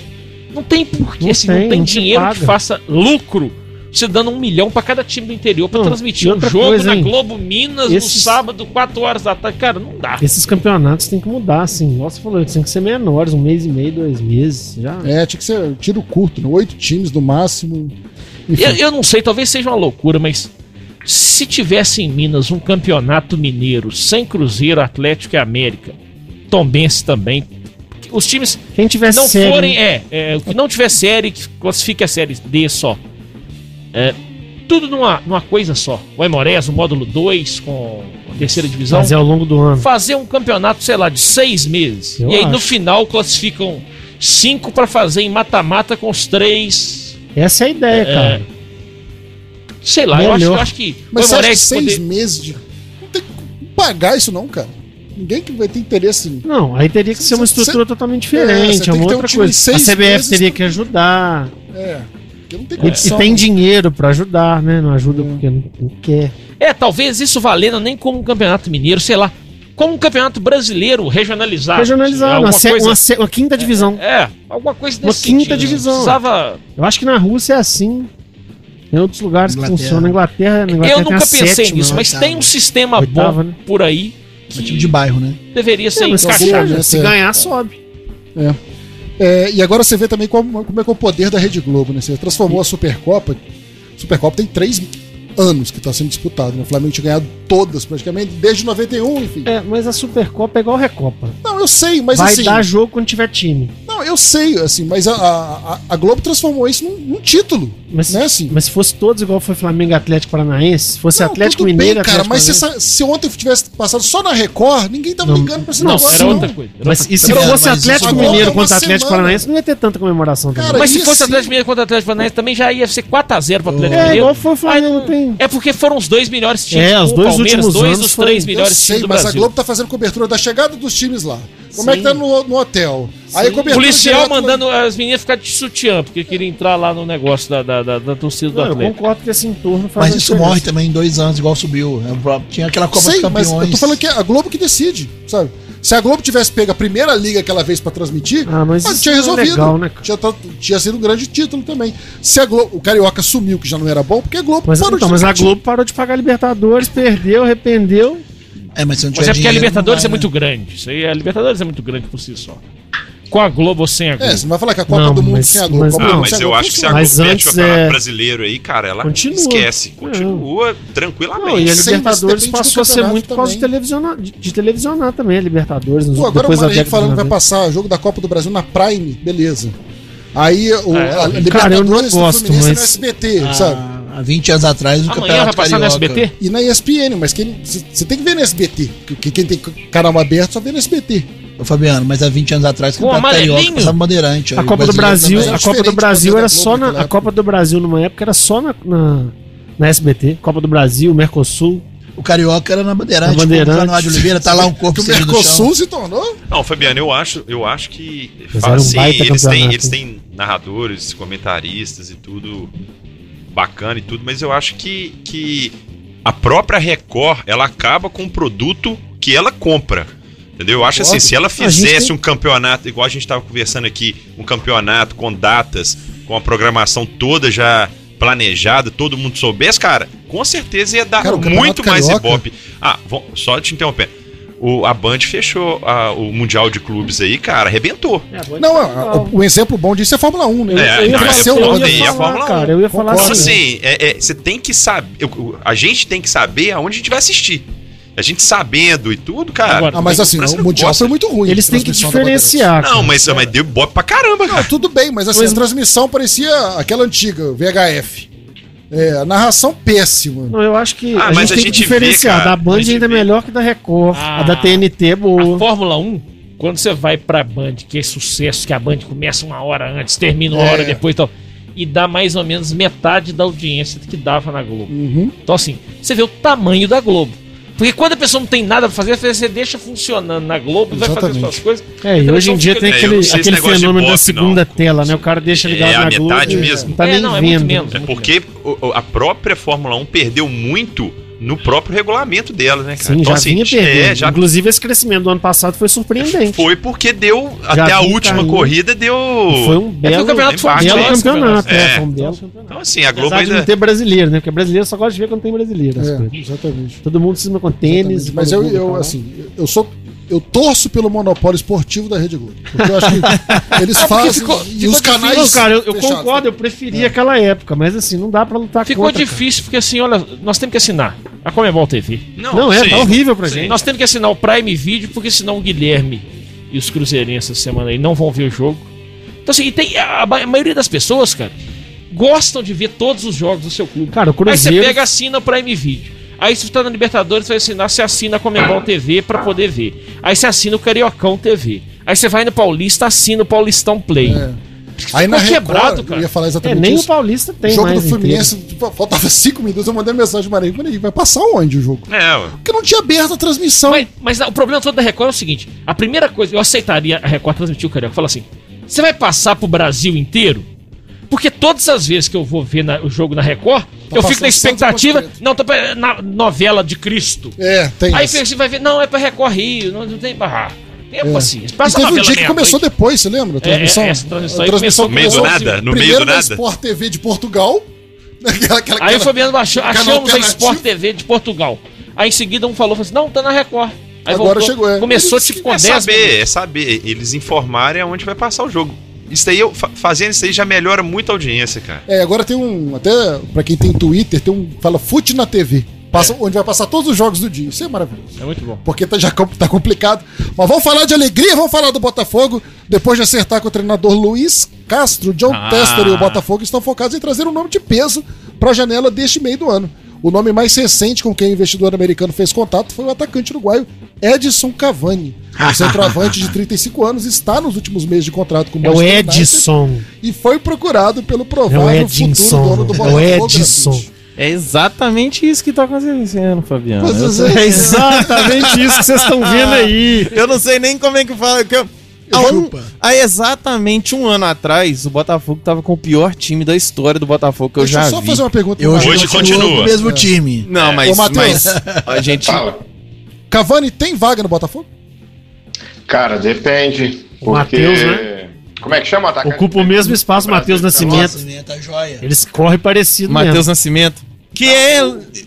Speaker 6: Não tem porquê,
Speaker 8: Não
Speaker 6: assim,
Speaker 8: tem,
Speaker 6: não tem
Speaker 8: não se
Speaker 6: dinheiro
Speaker 8: paga.
Speaker 6: que faça lucro. Você dando um milhão pra cada time do interior pra
Speaker 8: Não,
Speaker 6: transmitir
Speaker 8: e
Speaker 6: um
Speaker 8: outra
Speaker 6: jogo
Speaker 8: coisa,
Speaker 6: na
Speaker 8: hein?
Speaker 6: Globo Minas
Speaker 8: Esses-
Speaker 6: no sábado, 4 horas da tarde. Cara, não dá.
Speaker 8: Esses campeonatos tem que mudar, assim. Igual você falou, tem que ser menores, um mês e meio, dois meses. Já.
Speaker 3: É, tinha que ser tiro curto, né? oito times no máximo. Enfim,
Speaker 6: Eu, eu não sei, talvez seja uma loucura, mas se tivesse em Minas um campeonato mineiro sem Cruzeiro, Atlético e América, Tombense também, que os times
Speaker 8: Quem tiver
Speaker 6: não
Speaker 8: sério,
Speaker 6: forem, é, é, o que não tiver série, que classifique a série D só. É, tudo numa, numa coisa só. O Emorés, o módulo 2 com a terceira divisão.
Speaker 8: fazer é ao longo do ano.
Speaker 6: Fazer um campeonato, sei lá, de seis meses.
Speaker 8: Eu
Speaker 6: e aí no
Speaker 8: acho.
Speaker 6: final classificam cinco pra fazer em mata-mata com os três.
Speaker 8: Essa é a ideia, cara.
Speaker 6: Sei lá, eu acho,
Speaker 8: Melhor.
Speaker 6: eu acho que
Speaker 3: mas
Speaker 6: o
Speaker 3: você acha que
Speaker 6: Emorés
Speaker 3: seis
Speaker 6: poder-
Speaker 3: meses de. Não tem como pagar isso, não, cara. Ninguém que vai ter interesse em.
Speaker 8: Não, aí teria que
Speaker 3: Cê-
Speaker 8: ser uma
Speaker 3: cê- cê-
Speaker 8: estrutura totalmente
Speaker 3: É, cê tem
Speaker 8: diferente, é
Speaker 3: que
Speaker 8: uma
Speaker 3: ter um
Speaker 8: outra
Speaker 3: time em
Speaker 8: coisa. A
Speaker 3: seis
Speaker 8: CBF
Speaker 3: meses
Speaker 8: teria
Speaker 3: pra-
Speaker 8: que ajudar.
Speaker 3: É. Porque não tem
Speaker 8: E,
Speaker 3: condição.
Speaker 8: e tem dinheiro pra ajudar, né? Não ajuda
Speaker 3: Hum.
Speaker 8: porque não, não quer.
Speaker 6: É, talvez isso valendo nem como um campeonato mineiro, sei lá. Como um campeonato brasileiro
Speaker 3: Tá,
Speaker 6: regionalizado.
Speaker 3: é
Speaker 6: assim,
Speaker 8: Regionalizar, uma,
Speaker 6: Alguma
Speaker 8: sé-
Speaker 6: coisa-
Speaker 8: uma sé- uma quinta divisão.
Speaker 6: É, alguma coisa
Speaker 8: Uma
Speaker 6: desse
Speaker 8: quinta
Speaker 6: sentido, né?
Speaker 8: divisão.
Speaker 6: Precisava...
Speaker 8: Eu acho que na Rússia é assim. Tem outros lugares
Speaker 4: Inglaterra.
Speaker 8: que funcionam. Na Inglaterra, na Inglaterra
Speaker 6: Eu
Speaker 8: tem a
Speaker 6: nunca pensei
Speaker 8: sétima,
Speaker 6: nisso,
Speaker 8: né?
Speaker 6: mas
Speaker 4: oitava.
Speaker 6: tem um sistema
Speaker 8: Oitava,
Speaker 6: bom
Speaker 8: né?
Speaker 6: por aí que
Speaker 4: É time de bairro, né?
Speaker 6: deveria ser
Speaker 8: É, mas se,
Speaker 6: encaixado.
Speaker 3: né?
Speaker 8: se ganhar, sobe.
Speaker 3: É, e agora você vê também como, como é que é o poder da Rede Globo, né? Você transformou a Supercopa. Supercopa tem três anos que tá sendo disputado, né? O Flamengo tinha ganhado todas praticamente, desde 91, enfim.
Speaker 8: É, mas a Supercopa é igual a Recopa.
Speaker 3: Não, eu sei, mas
Speaker 8: Vai
Speaker 3: assim.
Speaker 8: dar jogo quando tiver time.
Speaker 3: Não, eu sei, assim, mas a, a, a Globo transformou isso num, num título.
Speaker 8: Mas,
Speaker 3: Né, assim?
Speaker 8: mas se fosse todos igual foi Flamengo e Atlético Paranaense, se fosse
Speaker 3: Não,
Speaker 8: Atlético
Speaker 3: tudo bem,
Speaker 8: Mineiro,
Speaker 3: cara,
Speaker 8: Atlético
Speaker 3: mas se,
Speaker 8: Paranaense-
Speaker 3: essa- se ontem tivesse passado só na Record, ninguém tava
Speaker 8: Não,
Speaker 3: ligando pra esse
Speaker 8: não,
Speaker 3: negócio.
Speaker 6: Era
Speaker 3: não.
Speaker 6: outra coisa. era
Speaker 8: Mas
Speaker 6: outra
Speaker 8: e se
Speaker 4: Cara,
Speaker 8: fosse
Speaker 4: mas
Speaker 8: Atlético
Speaker 4: isso-
Speaker 8: Mineiro
Speaker 3: Agora é uma
Speaker 8: contra Atlético
Speaker 3: semana.
Speaker 8: Paranaense, não ia ter tanta comemoração também.
Speaker 3: Cara,
Speaker 6: Mas se
Speaker 3: isso
Speaker 6: fosse
Speaker 3: sim.
Speaker 6: Atlético Mineiro contra Atlético Paranaense também já ia ser 4x0 pro Atlético
Speaker 8: é,
Speaker 6: Mineiro.
Speaker 8: igual foi o Flamengo,
Speaker 6: Aí,
Speaker 8: tem.
Speaker 6: É porque foram os dois melhores times.
Speaker 8: É, os
Speaker 6: um,
Speaker 8: dois
Speaker 6: Palmeiras,
Speaker 8: últimos
Speaker 6: dois
Speaker 8: anos
Speaker 6: dos
Speaker 8: foi-
Speaker 6: três melhores
Speaker 3: Eu
Speaker 6: times
Speaker 3: sei,
Speaker 6: do
Speaker 3: mas a
Speaker 6: Brasil.
Speaker 3: Globo tá fazendo cobertura da chegada dos times lá. Como é que
Speaker 8: Sim.
Speaker 3: tá no, no hotel? Aí cobertura
Speaker 6: Policial
Speaker 8: né?
Speaker 3: direto lá-
Speaker 6: mandando as meninas ficar de sutiã, porque queria entrar lá no negócio da, da, da, da torcida do
Speaker 8: Não, eu
Speaker 3: é.
Speaker 6: Atlético.
Speaker 8: concordo que esse entorno faz
Speaker 4: Mas
Speaker 8: uma
Speaker 4: isso
Speaker 8: diferença.
Speaker 4: morre também em dois anos, igual subiu. É o próprio- Tinha aquela Copa dos
Speaker 3: Sei, mas
Speaker 4: Campeões.
Speaker 3: eu tô falando que é a Globo que decide, sabe? Se a Globo tivesse pego a primeira liga aquela vez pra transmitir,
Speaker 8: Ah, mas
Speaker 3: ah,
Speaker 8: isso
Speaker 3: tinha
Speaker 8: não é
Speaker 3: resolvido.
Speaker 8: legal, né, cara?
Speaker 3: tinha, tra- tinha sido um grande título também. Se a Globo, o Carioca sumiu, que já não era bom, porque a Globo
Speaker 8: Mas,
Speaker 3: parou
Speaker 8: então,
Speaker 3: de
Speaker 8: mas a
Speaker 3: transmitir.
Speaker 8: Globo parou de pagar Libertadores, perdeu, arrependeu.
Speaker 4: É, mas se não tiver
Speaker 6: Mas é porque a
Speaker 4: dinheiro,
Speaker 6: Libertadores
Speaker 4: não
Speaker 6: é
Speaker 4: vai,
Speaker 6: muito
Speaker 4: né?
Speaker 6: grande. Isso aí, a Libertadores é muito grande por si só. Com a Globo ou sem a
Speaker 3: É,
Speaker 6: Globo.
Speaker 3: você não vai falar que a Copa
Speaker 8: Não,
Speaker 3: do Mundo
Speaker 8: mas-
Speaker 3: sem a Globo.
Speaker 8: mas
Speaker 3: Copa
Speaker 10: Ah,
Speaker 3: do Mundo
Speaker 10: mas
Speaker 3: sem a
Speaker 10: eu
Speaker 3: Globo
Speaker 10: acho que se a
Speaker 3: funciona.
Speaker 8: Mas
Speaker 10: Globo mete o
Speaker 8: antes,
Speaker 10: campeonato
Speaker 8: é-
Speaker 10: brasileiro aí, cara, ela
Speaker 8: Continua.
Speaker 10: esquece,
Speaker 8: Não. é
Speaker 10: continua tranquilamente.
Speaker 8: Não, e a
Speaker 3: Sim, Ah, mas
Speaker 8: Libertadores
Speaker 3: depende
Speaker 8: passou
Speaker 3: do
Speaker 8: a ser
Speaker 3: campeonato
Speaker 8: muito por causa de
Speaker 3: também.
Speaker 8: televisionar, de, de televisionar também, a Libertadores. Nos,
Speaker 3: Pô, agora
Speaker 8: depois
Speaker 3: o
Speaker 8: da
Speaker 3: Mário
Speaker 8: década
Speaker 3: falando que vai
Speaker 8: de
Speaker 3: passar jogo da Copa do Brasil na Prime, beleza. Aí o,
Speaker 10: Ah,
Speaker 6: É,
Speaker 3: a
Speaker 6: cara,
Speaker 8: eu não
Speaker 3: Libertadores do
Speaker 8: gosto,
Speaker 3: Fluminense é no
Speaker 8: mas-
Speaker 3: SBT, sabe?
Speaker 4: Há há 20 anos atrás, o
Speaker 6: Amanhã vai passar no SBT?
Speaker 3: E na ESPN, mas quem- você tem que ver no SBT. Porque quem tem canal aberto só vê no SBT.
Speaker 4: Ô, Fabiano, mas há 20 anos atrás, o
Speaker 6: Com
Speaker 4: Campeonato Carioca
Speaker 6: amarelinho?
Speaker 4: passava Bandeirante.
Speaker 8: A
Speaker 4: aí o
Speaker 8: Copa do Brasil,
Speaker 4: brasileiro
Speaker 3: também.
Speaker 8: a Copa do
Speaker 3: é Diferente
Speaker 8: Brasil
Speaker 3: da
Speaker 8: era
Speaker 3: Globo né?
Speaker 8: só na
Speaker 3: naquela
Speaker 8: a Copa do Brasil numa época era só na, na, na SBT, Copa do Brasil, Mercosul.
Speaker 4: também. O Carioca era na Bandeirante.
Speaker 8: Na Bandeirante.
Speaker 4: O Januário de Oliveira tá lá um corpo
Speaker 3: Que o
Speaker 4: sem no chão.
Speaker 3: Mercosul se tornou.
Speaker 10: Não, Fabiano, eu acho, eu acho que
Speaker 8: Mas
Speaker 10: fala
Speaker 8: era um
Speaker 10: assim,
Speaker 8: baita
Speaker 10: eles têm,
Speaker 8: campeonato,
Speaker 10: eles têm narradores, comentaristas e tudo bacana e tudo, mas eu acho que, que a própria Record, ela acaba com o produto que ela compra. Entendeu? Eu acho assim, se ela
Speaker 8: gente
Speaker 10: fizesse
Speaker 8: tem-
Speaker 10: um campeonato, igual a gente estava conversando aqui, um campeonato com datas, com a programação toda já planejada, todo mundo soubesse, cara, com certeza ia dar
Speaker 3: Cara, o Campeonato
Speaker 10: muito mais
Speaker 3: Carioca-
Speaker 10: ibope. Ah, vou- só te interromper. O, a Band fechou a- o Mundial de Clubes aí, cara, arrebentou.
Speaker 8: É,
Speaker 3: Não, a- a- o exemplo bom disso é a Fórmula 1, né?
Speaker 10: É, não,
Speaker 3: falar
Speaker 10: é
Speaker 3: seu
Speaker 10: eu
Speaker 3: nome.
Speaker 10: odeio a Fórmula 1.
Speaker 8: cara, eu ia falar
Speaker 10: Então,
Speaker 3: Concordo.
Speaker 8: assim.
Speaker 10: assim, é- é, você tem que saber. A gente tem que saber aonde a gente vai assistir. A gente sabendo e tudo, cara.
Speaker 6: Agora,
Speaker 3: Ah, mas
Speaker 10: tem-
Speaker 3: assim,
Speaker 10: parece
Speaker 3: o
Speaker 10: não
Speaker 3: Mundial
Speaker 10: gosta.
Speaker 3: foi muito ruim.
Speaker 8: Eles têm que
Speaker 3: transmissão é da Bandeirantes.
Speaker 8: diferenciar.
Speaker 10: Não, mas, mas deu bote pra caramba,
Speaker 3: Não,
Speaker 10: cara.
Speaker 3: tudo bem, mas assim, a transmissão parecia aquela antiga, VHF. É, a narração péssima.
Speaker 8: Não, eu acho que
Speaker 10: Ah,
Speaker 8: a
Speaker 10: mas
Speaker 8: gente
Speaker 10: a
Speaker 8: tem
Speaker 10: gente
Speaker 8: que diferenciar.
Speaker 10: vê, cara,
Speaker 8: da Band
Speaker 10: a gente
Speaker 8: ainda é
Speaker 10: vê.
Speaker 8: melhor que da Record.
Speaker 6: Ah.
Speaker 8: a da TNT é
Speaker 6: A
Speaker 8: boa.
Speaker 6: Fórmula 1, quando você vai pra Band, que é sucesso, que a Band começa uma hora antes, termina uma
Speaker 3: É.
Speaker 6: hora depois e tal, e dá mais ou menos metade da audiência que dava na Globo.
Speaker 3: Uhum.
Speaker 6: Então, assim, você vê o tamanho da Globo. Porque quando a pessoa não tem nada pra fazer, você deixa funcionando na Globo, vai fazer
Speaker 3: Exatamente.
Speaker 6: suas coisas.
Speaker 8: É, e
Speaker 6: Então,
Speaker 8: hoje em dia
Speaker 6: fica-
Speaker 8: tem
Speaker 10: É, eu
Speaker 8: aquele,
Speaker 10: não sei esse
Speaker 8: aquele
Speaker 10: negócio de
Speaker 8: fenômeno
Speaker 10: Ibope,
Speaker 8: da segunda
Speaker 10: não.
Speaker 8: tela, né? O cara deixa ligado
Speaker 10: É a
Speaker 8: na Globo.
Speaker 10: metade
Speaker 8: e
Speaker 10: mesmo?
Speaker 8: Tá
Speaker 6: É,
Speaker 8: nem
Speaker 6: não, é muito
Speaker 8: vendo.
Speaker 6: menos.
Speaker 10: É porque o- o- a própria Fórmula 1 perdeu muito no próprio regulamento dela, né, cara?
Speaker 8: Sim, já vinha perdendo.
Speaker 10: é, já
Speaker 8: Inclusive, esse crescimento do ano passado foi surpreendente.
Speaker 10: foi porque deu,
Speaker 8: Já
Speaker 10: até a
Speaker 8: vinha
Speaker 10: última
Speaker 8: caindo.
Speaker 10: corrida deu...
Speaker 8: Foi um belo,
Speaker 9: o campeonato foi
Speaker 8: um belo
Speaker 9: um
Speaker 8: campeonato.
Speaker 10: campeonato.
Speaker 8: É,
Speaker 10: É.
Speaker 8: foi um belo
Speaker 10: Então assim, a Globo
Speaker 8: Apesar de
Speaker 10: ainda...
Speaker 8: não ter brasileiro, né? Porque brasileiro só gosta de ver quando tem brasileiro. as coisas.
Speaker 3: É, exatamente.
Speaker 8: Todo mundo se com tênis.
Speaker 3: Exatamente. Mas eu,
Speaker 8: quando
Speaker 3: eu,
Speaker 8: Google
Speaker 3: assim, eu sou. Eu torço pelo monopólio esportivo da Rede Globo. Porque eu acho que eles fazem.
Speaker 9: ficou-
Speaker 3: e os canais.
Speaker 8: Não, cara, eu, eu
Speaker 3: fechados. né?
Speaker 8: concordo, eu preferia aquela época, mas assim, não dá pra lutar
Speaker 6: Ficou
Speaker 8: contra. cara.
Speaker 6: difícil, porque assim, olha, nós temos que assinar a Comebol TV.
Speaker 8: Não, é,
Speaker 10: sim.
Speaker 8: tá horrível pra gente.
Speaker 6: Nós temos que assinar o Prime Video, porque senão o Guilherme e os Cruzeirenses essa semana aí não vão ver o jogo. Então assim, e tem, a, ma- a maioria das pessoas, cara, gostam de ver todos os jogos do seu clube.
Speaker 8: Cara, o
Speaker 6: Aí
Speaker 8: Cruzeiro. é,
Speaker 6: você pega e assina o Prime Video. Aí se você tá na Libertadores, vai assinar, você assina a Comebol TV pra poder ver. Aí você assina o Cariocão TV. Aí você vai no Paulista, assina o Paulistão Play.
Speaker 3: É. Aí na
Speaker 6: Ficou
Speaker 3: Record,
Speaker 6: quebrado, cara.
Speaker 3: Eu ia falar
Speaker 8: É,
Speaker 3: exatamente
Speaker 8: nem o
Speaker 3: isso.
Speaker 8: Paulista tem.
Speaker 3: o jogo do
Speaker 8: mais
Speaker 3: Fluminense, tipo, faltava cinco minutos, eu mandei mensagem para ele. Peraí, vai passar onde o jogo?
Speaker 10: É, ué.
Speaker 3: Porque não tinha aberto a transmissão.
Speaker 6: Mas, mas o problema todo da Record é o seguinte: a primeira coisa, eu aceitaria a Record transmitir o Carioca. Fala assim: você vai passar pro Brasil inteiro? Porque todas as vezes que eu vou ver na- o jogo na Record,
Speaker 3: Tá
Speaker 6: eu fico
Speaker 3: passando
Speaker 6: na expectativa.
Speaker 3: Santos e Ponte
Speaker 6: Não, tá pra- na novela de Cristo.
Speaker 3: É, tem
Speaker 6: Aí
Speaker 3: essa.
Speaker 6: você vai ver, não, é pra Record Rio, não, não tem. Ah, tem
Speaker 3: É.
Speaker 6: paciência.
Speaker 3: E teve um dia
Speaker 6: novela
Speaker 3: que
Speaker 6: meia-noite.
Speaker 3: começou depois, você lembra? A transmissão?
Speaker 6: É, é, essa transmissão
Speaker 3: A
Speaker 6: aí começou
Speaker 10: no meio do
Speaker 3: começou assim,
Speaker 10: nada, no meio
Speaker 3: primeiro
Speaker 10: do
Speaker 3: da
Speaker 10: nada.
Speaker 3: Sport TV de Portugal. Aquela, aquela,
Speaker 6: Aí o Fabiano achou,
Speaker 3: Canal
Speaker 6: achamos a
Speaker 3: alternativo.
Speaker 6: Sport TV de Portugal. Aí em seguida um falou, falou assim, não, tá na Record. Aí
Speaker 3: Agora chegou, é.
Speaker 6: Começou
Speaker 3: Eles-
Speaker 6: tipo com
Speaker 10: é
Speaker 6: 10
Speaker 10: saber, é saber. Eles informarem aonde vai passar o jogo. Isso daí, eu- fa- fazendo isso aí, já melhora muito a audiência, cara.
Speaker 3: É, agora tem um. Até pra quem tem Twitter, tem um. Fala fute na TV. Passa, Onde vai passar todos os jogos do dia. Isso é maravilhoso.
Speaker 6: É muito bom.
Speaker 3: Porque tá, já com- tá complicado. Mas vamos falar de alegria, vamos falar do Botafogo. Depois de acertar com o treinador Luiz Castro, John Tester e o Botafogo estão focados em trazer um nome de peso para a janela deste meio do ano. O nome mais recente com quem o investidor americano fez contato foi o atacante uruguaio Edson Cavani. O centroavante de 35 anos está nos últimos meses de contrato com
Speaker 8: É o
Speaker 3: Manchester United
Speaker 8: Edson.
Speaker 3: e foi procurado pelo
Speaker 8: É o
Speaker 3: provável futuro
Speaker 8: Edson.
Speaker 3: dono do
Speaker 8: É o
Speaker 3: Botafogo.
Speaker 8: Edson.
Speaker 3: Grafite.
Speaker 7: É exatamente isso que tá acontecendo, Fabiano.
Speaker 3: Mas
Speaker 7: Eu, Ah.
Speaker 3: você-
Speaker 8: É exatamente isso que vocês estão vendo aí.
Speaker 7: eu não sei nem como é que fala. Que eu- há, um-
Speaker 3: Chupa.
Speaker 7: há exatamente um ano atrás, o Botafogo tava com o pior time da história do Botafogo que eu
Speaker 3: Deixa
Speaker 7: já
Speaker 3: eu só
Speaker 7: vi.
Speaker 3: fazer uma pergunta.
Speaker 4: E hoje,
Speaker 10: Hoje
Speaker 4: continua,
Speaker 10: continua.
Speaker 4: com o mesmo time.
Speaker 7: Não, mas,
Speaker 3: Ô, Matheus.
Speaker 7: mas a gente
Speaker 11: Fala.
Speaker 3: Cavani tem vaga no Botafogo?
Speaker 11: Cara, depende. Porque...
Speaker 8: Matheus,
Speaker 11: Como é que chama o atacante?
Speaker 8: né? Ocupa o mesmo espaço, Matheus Nascimento.
Speaker 4: Nascimento, é joia.
Speaker 8: Eles correm parecido
Speaker 7: Matheus Nascimento, que é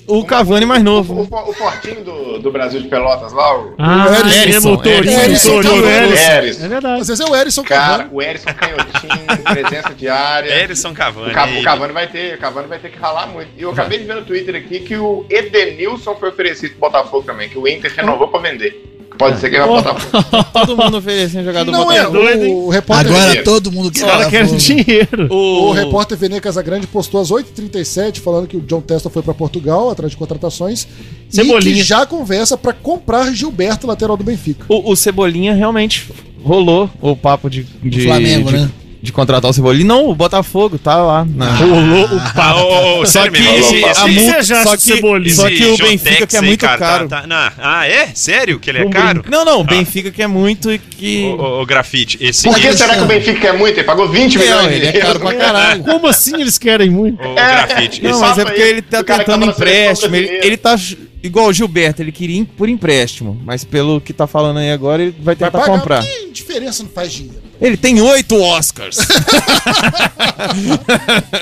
Speaker 7: o Cavani mais
Speaker 11: O,
Speaker 7: novo.
Speaker 11: o, o fortinho do, do Brasil de Pelotas lá, o
Speaker 8: Ah,
Speaker 3: O Erickson,
Speaker 8: é, o Torino,
Speaker 3: Erickson,
Speaker 8: o
Speaker 3: Erickson.
Speaker 8: Torino, o Erickson.
Speaker 11: Eris.
Speaker 8: É verdade.
Speaker 3: Às vezes é o Erisson
Speaker 11: Cara,
Speaker 3: Cavani.
Speaker 11: o Erison canhotinho, presença diária.
Speaker 10: Ederson
Speaker 11: É. O,
Speaker 10: Cavani.
Speaker 11: Ca- o Cavani vai ter, o Cavani vai ter que ralar muito. E eu acabei de ver no Twitter aqui que o Edenilson foi oferecido pro Botafogo também, que o Inter renovou pra vender. Pode ser que ele vai pro Botafogo.
Speaker 7: Todo mundo oferecendo jogador
Speaker 3: Não é,
Speaker 7: Botafogo.
Speaker 8: doido, hein?
Speaker 3: o, repórter,
Speaker 4: Agora todo mundo quer.
Speaker 8: Os caras querem
Speaker 4: Botafogo.
Speaker 8: dinheiro.
Speaker 3: o repórter Vene Casagrande postou às 8h37 falando que o John Testa foi para Portugal atrás de contratações e
Speaker 8: Cebolinha.
Speaker 3: que já conversa para comprar Gilberto, lateral do Benfica.
Speaker 7: O, o Cebolinha realmente rolou o papo de, de,
Speaker 4: Flamengo,
Speaker 7: de,
Speaker 4: né?
Speaker 7: de contratar o Cebolinha. Não, o Botafogo tá lá. na-
Speaker 8: Rolou o
Speaker 10: Ah,
Speaker 8: papo.
Speaker 10: ô, ô, sério mesmo.
Speaker 11: que-
Speaker 10: Alô, Pablo.
Speaker 11: se-
Speaker 8: que
Speaker 7: multa-
Speaker 8: você já acha
Speaker 7: só
Speaker 8: do
Speaker 7: que,
Speaker 8: Cebolinha?
Speaker 7: só que o
Speaker 10: Jotex
Speaker 7: Benfica que é
Speaker 10: aí,
Speaker 7: muito
Speaker 10: cara,
Speaker 7: caro. Um
Speaker 10: tá- tá- na- ah, é? Sério que ele é caro?
Speaker 7: Não, não, o Benfica que é muito e que...
Speaker 10: Ô, ô, ô, grafite, esse.
Speaker 11: Por que
Speaker 10: esse-
Speaker 11: será que o Benfica quer muito? Ele pagou 20 milhões
Speaker 7: Não, ele é caro pra caralho.
Speaker 8: Como assim eles querem muito?
Speaker 10: ô, grafite,
Speaker 7: Não,
Speaker 10: esse-
Speaker 7: mas é
Speaker 11: papo
Speaker 7: porque
Speaker 11: aí,
Speaker 7: ele tá
Speaker 11: o cara que
Speaker 7: tentando
Speaker 11: tava na seleção
Speaker 7: empréstimo. Ele,
Speaker 11: brasileira.
Speaker 7: ele tá j- igual o Gilberto, ele queria ir por empréstimo. Mas pelo que tá falando aí agora, ele vai tentar comprar.
Speaker 3: Que diferença não faz dinheiro?
Speaker 7: Ele tem oito Oscars.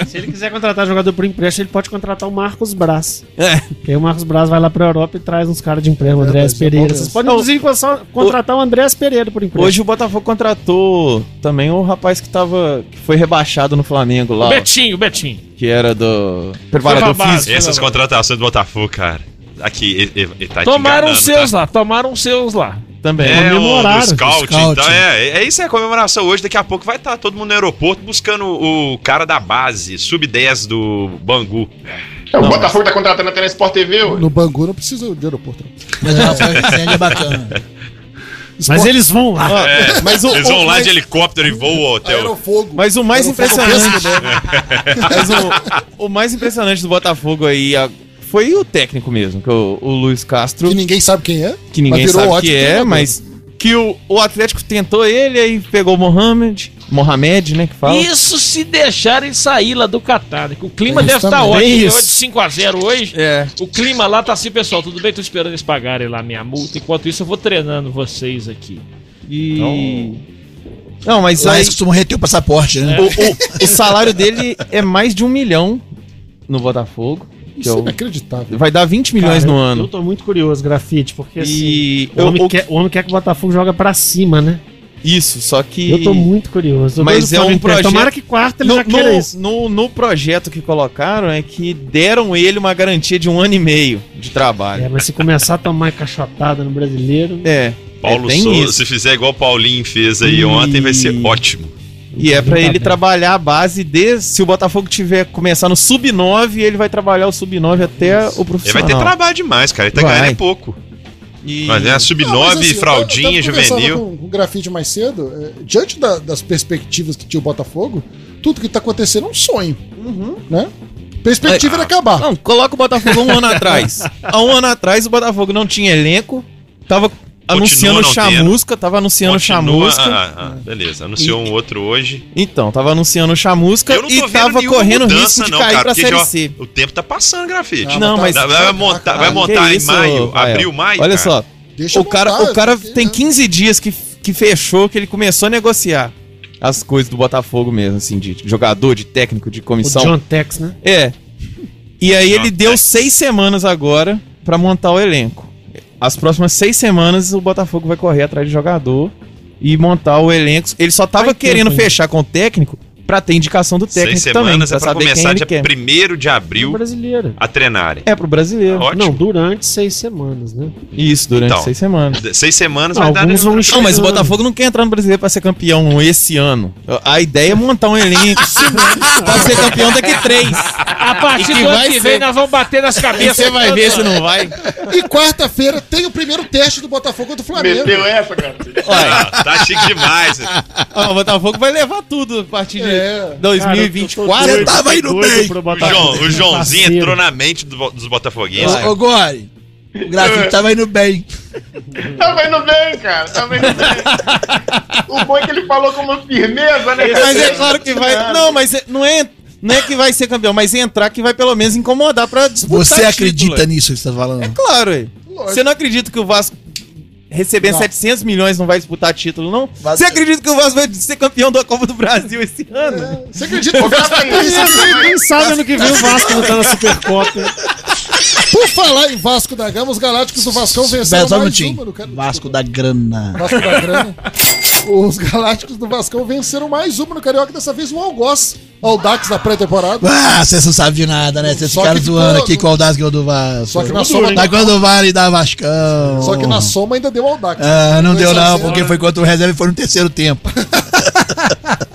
Speaker 8: Se ele quiser contratar jogador por empréstimo, ele pode contratar o Marcos Braz.
Speaker 7: É.
Speaker 8: Porque aí o Marcos Braz vai lá pra Europa e traz uns caras de empréstimo, o Andrés
Speaker 3: mas é
Speaker 8: Pereira.
Speaker 3: bom
Speaker 8: Vocês
Speaker 3: mesmo.
Speaker 8: podem, inclusive, consa- contratar o Andrés Pereira por empréstimo.
Speaker 7: Hoje o Botafogo contratou também o rapaz que tava. que foi rebaixado no Flamengo lá,
Speaker 6: O
Speaker 7: ó,
Speaker 6: Betinho, o Betinho.
Speaker 7: que era do. Preparador
Speaker 6: Foi pra base.
Speaker 7: físico.
Speaker 10: essas contratações do Botafogo, cara. Aqui, ele, ele- ele tá te
Speaker 6: Tomaram
Speaker 10: enganando,
Speaker 6: os seus
Speaker 10: tá?
Speaker 6: lá, tomaram os seus lá.
Speaker 7: Também.
Speaker 10: É, o
Speaker 8: comemoraram,
Speaker 10: do scout,
Speaker 4: scout.
Speaker 10: Então, é, é isso é a comemoração hoje. Daqui a pouco vai estar todo mundo no aeroporto buscando o cara da base, sub-10 do Bangu.
Speaker 11: O Botafogo tá contratando até na Sport TV, ué.
Speaker 3: No Bangu não precisa de aeroporto. não.
Speaker 4: Mas o Rafael Vicente é bacana.
Speaker 8: Mas eles vão lá.
Speaker 10: Ah,
Speaker 7: Ó, É, mas, o,
Speaker 10: Eles vão
Speaker 7: o-
Speaker 10: lá
Speaker 7: mas,
Speaker 10: de helicóptero e voam ao hotel.
Speaker 3: Aerofogo.
Speaker 7: mas o mais
Speaker 3: Aerofogo
Speaker 7: impressionante.
Speaker 3: pensa, um né?
Speaker 7: mas o, o mais impressionante do Botafogo aí a- foi o técnico mesmo, que é o, o Luiz Castro.
Speaker 3: Que ninguém sabe quem é.
Speaker 7: que ninguém
Speaker 3: mas virou
Speaker 7: sabe
Speaker 3: ótimo
Speaker 7: que é,
Speaker 3: treinador.
Speaker 7: mas que o, o Atlético tentou ele, aí pegou o Mohamed, Mohamed, né? Que fala.
Speaker 6: Isso se deixarem sair lá do Catar. né? Que O clima
Speaker 7: Isso
Speaker 6: deve estar
Speaker 7: também.
Speaker 6: ótimo.
Speaker 7: Isso.
Speaker 6: Ganhou de 5x0 hoje.
Speaker 7: É.
Speaker 6: O clima lá tá assim, pessoal. Tudo bem? Tô esperando eles pagarem lá minha multa. Enquanto isso, eu vou treinando vocês aqui.
Speaker 7: E. Não, mas
Speaker 4: Lá
Speaker 7: aí-
Speaker 4: eles costumam reter o passaporte, né?
Speaker 7: O, o- o salário dele é mais de um milhão no Botafogo. que
Speaker 8: Isso
Speaker 7: é
Speaker 8: é
Speaker 7: o-
Speaker 8: inacreditável.
Speaker 7: Vai dar 20 milhões
Speaker 8: Cara,
Speaker 7: no
Speaker 8: eu-
Speaker 7: ano.
Speaker 8: Eu tô muito curioso, grafite, porque
Speaker 7: E
Speaker 8: assim, o, homem
Speaker 7: eu-
Speaker 8: quer, o homem quer que o Botafogo joga pra cima, né?
Speaker 7: Isso, só que.
Speaker 8: Eu tô muito curioso. Eu
Speaker 7: Mas
Speaker 8: tô
Speaker 7: é um
Speaker 8: falando,
Speaker 7: projeto.
Speaker 8: Tomara que quarta ele
Speaker 7: no,
Speaker 8: já queira
Speaker 7: no-
Speaker 8: isso.
Speaker 7: No, no projeto que colocaram é que deram ele uma garantia de um ano e meio de trabalho.
Speaker 8: É, mas se começar a tomar cachotada no brasileiro.
Speaker 7: É.
Speaker 10: Paulo
Speaker 7: é, tem
Speaker 10: Souza,
Speaker 7: isso.
Speaker 10: se fizer igual o Paulinho fez aí ontem, vai ser ótimo.
Speaker 7: E é pra ele trabalhar a base de. Se o Botafogo tiver começar no sub-9, ele vai trabalhar o sub-9 até o
Speaker 10: Ele
Speaker 7: profissional.
Speaker 10: vai ter trabalho demais, cara. Ele tá
Speaker 7: Vai.
Speaker 10: ganhando é pouco.
Speaker 7: E-
Speaker 10: Mas é a
Speaker 3: Não, mas,
Speaker 10: sub-9,
Speaker 3: assim, eu tava- eu tava
Speaker 10: fraldinha,
Speaker 3: conversando
Speaker 10: juvenil.
Speaker 3: Com, com o grafite mais cedo, é, diante da- das perspectivas que tinha o Botafogo, tudo que tá acontecendo é um sonho. Né? Perspectiva era acabar.
Speaker 7: Não, coloca o Botafogo há um ano atrás. Há um ano atrás o Botafogo não tinha elenco, tava anunciando
Speaker 10: não
Speaker 7: chamusca, tava anunciando
Speaker 10: Continua.
Speaker 7: chamusca.
Speaker 10: ah, ah, ah, beleza, anunciou um outro hoje.
Speaker 7: Então, tava anunciando chamusca
Speaker 10: Eu não tô
Speaker 7: e
Speaker 10: vendo
Speaker 7: tava
Speaker 10: nenhuma
Speaker 7: correndo
Speaker 10: mudança,
Speaker 7: risco de
Speaker 10: não,
Speaker 7: cair
Speaker 10: cara,
Speaker 7: pra
Speaker 10: porque
Speaker 7: Série
Speaker 10: já-
Speaker 7: C. Ah,
Speaker 10: O tempo tá passando,
Speaker 3: Ah,
Speaker 10: grafite.
Speaker 7: Não, mas-
Speaker 3: tá,
Speaker 10: Vai, vai montar, vai
Speaker 7: Ah,
Speaker 10: montar
Speaker 7: que
Speaker 10: em
Speaker 7: isso,
Speaker 10: maio,
Speaker 7: Rafael.
Speaker 10: abril, maio.
Speaker 7: Olha
Speaker 10: cara.
Speaker 7: só,
Speaker 3: Deixa
Speaker 7: o cara,
Speaker 3: montar,
Speaker 7: o cara
Speaker 3: porque-
Speaker 7: tem 15 dias que, que fechou, que ele começou a negociar as coisas do Botafogo mesmo, assim, de jogador, de técnico, de
Speaker 8: O
Speaker 7: comissão.
Speaker 8: John Tex, né?
Speaker 7: É. E aí ele
Speaker 10: Não,
Speaker 7: deu seis semanas agora pra montar o elenco. As próximas seis semanas o Botafogo vai correr atrás de jogador e montar o elenco. Ele só tava
Speaker 8: Vai tempo
Speaker 7: querendo
Speaker 8: ainda.
Speaker 7: fechar com o técnico pra ter indicação do técnico
Speaker 10: Seis
Speaker 7: também,
Speaker 10: semanas
Speaker 4: tá
Speaker 7: pra
Speaker 10: é pra
Speaker 7: saber quem
Speaker 10: começar
Speaker 7: ele
Speaker 10: dia
Speaker 7: quer.
Speaker 10: 1 de
Speaker 8: No
Speaker 10: abril
Speaker 8: É um brasileiro.
Speaker 10: a treinarem. Tá
Speaker 7: É pro brasileiro.
Speaker 10: Ótimo.
Speaker 8: Não, durante seis semanas, né?
Speaker 7: Isso, durante
Speaker 10: Então.
Speaker 7: seis semanas.
Speaker 10: De- Seis semanas
Speaker 8: Não,
Speaker 10: vai dar.
Speaker 8: alguns vão
Speaker 7: Não, mas o
Speaker 8: chegando.
Speaker 7: Botafogo não quer entrar no brasileiro pra ser campeão esse ano. A ideia é montar um elenco pra ser campeão daqui três.
Speaker 6: A partir
Speaker 7: E que
Speaker 6: do ano
Speaker 7: vai
Speaker 6: que
Speaker 7: ser.
Speaker 6: vem, nós vamos bater nas cabeças.
Speaker 7: Você vai ver se não vai.
Speaker 3: E quarta-feira tem o primeiro teste do Botafogo contra o Flamengo.
Speaker 11: Meteu essa, cara.
Speaker 7: Olha,
Speaker 10: Ah, tá chique demais.
Speaker 7: ó, o Botafogo vai levar tudo a partir
Speaker 3: É.
Speaker 7: de
Speaker 8: Cara, eu tô-
Speaker 7: 2024.
Speaker 8: eu tô
Speaker 4: tava indo
Speaker 8: doido
Speaker 4: bem.
Speaker 8: pro
Speaker 10: O,
Speaker 8: Botafogo.
Speaker 10: João, o Joãozinho
Speaker 8: Parceiro.
Speaker 10: entrou na mente do bo- dos botafoguenses.
Speaker 4: Ô, ô Gore, o grafite tava indo bem.
Speaker 11: Tava indo Tá bem, cara. Tava indo bem. O bom é que ele falou com uma firmeza, né? cara?
Speaker 7: Mas é claro que vai. Não, mas é- não é, não é que vai ser campeão, mas entrar que vai pelo menos incomodar pra
Speaker 3: tá
Speaker 7: disputar.
Speaker 4: Você
Speaker 7: título,
Speaker 4: acredita
Speaker 7: ué.
Speaker 4: nisso que você tá falando?
Speaker 7: É claro, ué. Você não acredita que o Vasco recebendo
Speaker 3: Não.
Speaker 7: 700 milhões não vai disputar título, não?
Speaker 4: Vasco- é.
Speaker 7: Você acredita que o Vasco vai ser campeão da Copa do Brasil esse ano?
Speaker 3: Você acredita que o Vasco tá
Speaker 8: Quem sabe ano que vem o Vasco lutando a Supercopa.
Speaker 3: Por falar em Vasco da Gama, os Galácticos do Vascão venceram
Speaker 4: Pera, só um
Speaker 3: mais
Speaker 4: minutinho.
Speaker 3: uma. não quero-
Speaker 4: Vasco da Grana.
Speaker 3: Vasco da Grana. Os Galácticos do Vascão venceram mais uma no Carioca, dessa vez o Algoz, ao Dax da pré-temporada.
Speaker 4: Ah, vocês não sabem de nada, né? Vocês
Speaker 3: Só
Speaker 4: ficaram
Speaker 3: que-
Speaker 4: zoando
Speaker 3: pô,
Speaker 4: aqui com o Audaz que eu do Vasco.
Speaker 3: Só que na soma-
Speaker 4: Mas quando vale dá Vascão.
Speaker 3: Só que na soma ainda deu é ao Dax.
Speaker 4: Ah, Oh. não
Speaker 3: Dois
Speaker 4: deu
Speaker 3: a
Speaker 4: não,
Speaker 3: zero.
Speaker 4: porque foi contra o reserva e foi no terceiro tempo.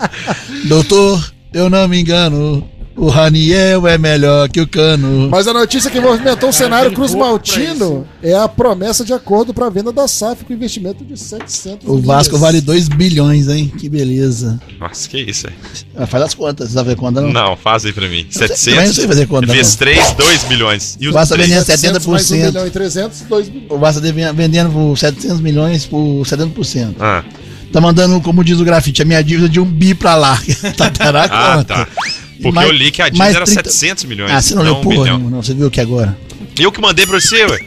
Speaker 4: Doutor, eu não me engano, o Raniel é melhor que o Cano.
Speaker 3: Mas a notícia que movimentou o cenário
Speaker 8: aquele
Speaker 3: Cruz
Speaker 8: corpo
Speaker 3: Maltino é a promessa de acordo para a venda da SAF com investimento de 700
Speaker 4: O Vasco
Speaker 3: milhas.
Speaker 4: vale 2 bilhões, hein? Que beleza.
Speaker 10: Nossa, que isso, velho.
Speaker 4: Ah, faz as contas, você sabe fazer conta não?
Speaker 10: Não, faz aí pra mim.
Speaker 4: também não sei
Speaker 10: 700
Speaker 4: fazer conta,
Speaker 10: vezes
Speaker 4: não.
Speaker 10: 3, 2 milhões. E os
Speaker 4: Basta
Speaker 10: três-
Speaker 4: vender
Speaker 3: 700 mais 1 milhão
Speaker 4: 70%.
Speaker 3: e 300, 2 milhões.
Speaker 4: O Vasco tá devendo- vendendo por 700 milhões por 70%.
Speaker 10: Ah,
Speaker 4: Tá mandando, como diz o grafite, a minha dívida de um bi pra lá. tá, tá na
Speaker 10: ah,
Speaker 4: conta.
Speaker 10: tá. Porque
Speaker 4: Mais-
Speaker 10: eu li que a
Speaker 4: mais
Speaker 10: dívida era
Speaker 4: 30
Speaker 10: 700 milhões.
Speaker 4: Ah, você não
Speaker 10: não
Speaker 4: leu
Speaker 10: um
Speaker 4: porra
Speaker 10: bilhão.
Speaker 4: nenhuma, não. Você viu o que agora?
Speaker 10: Eu que mandei pra você, ué.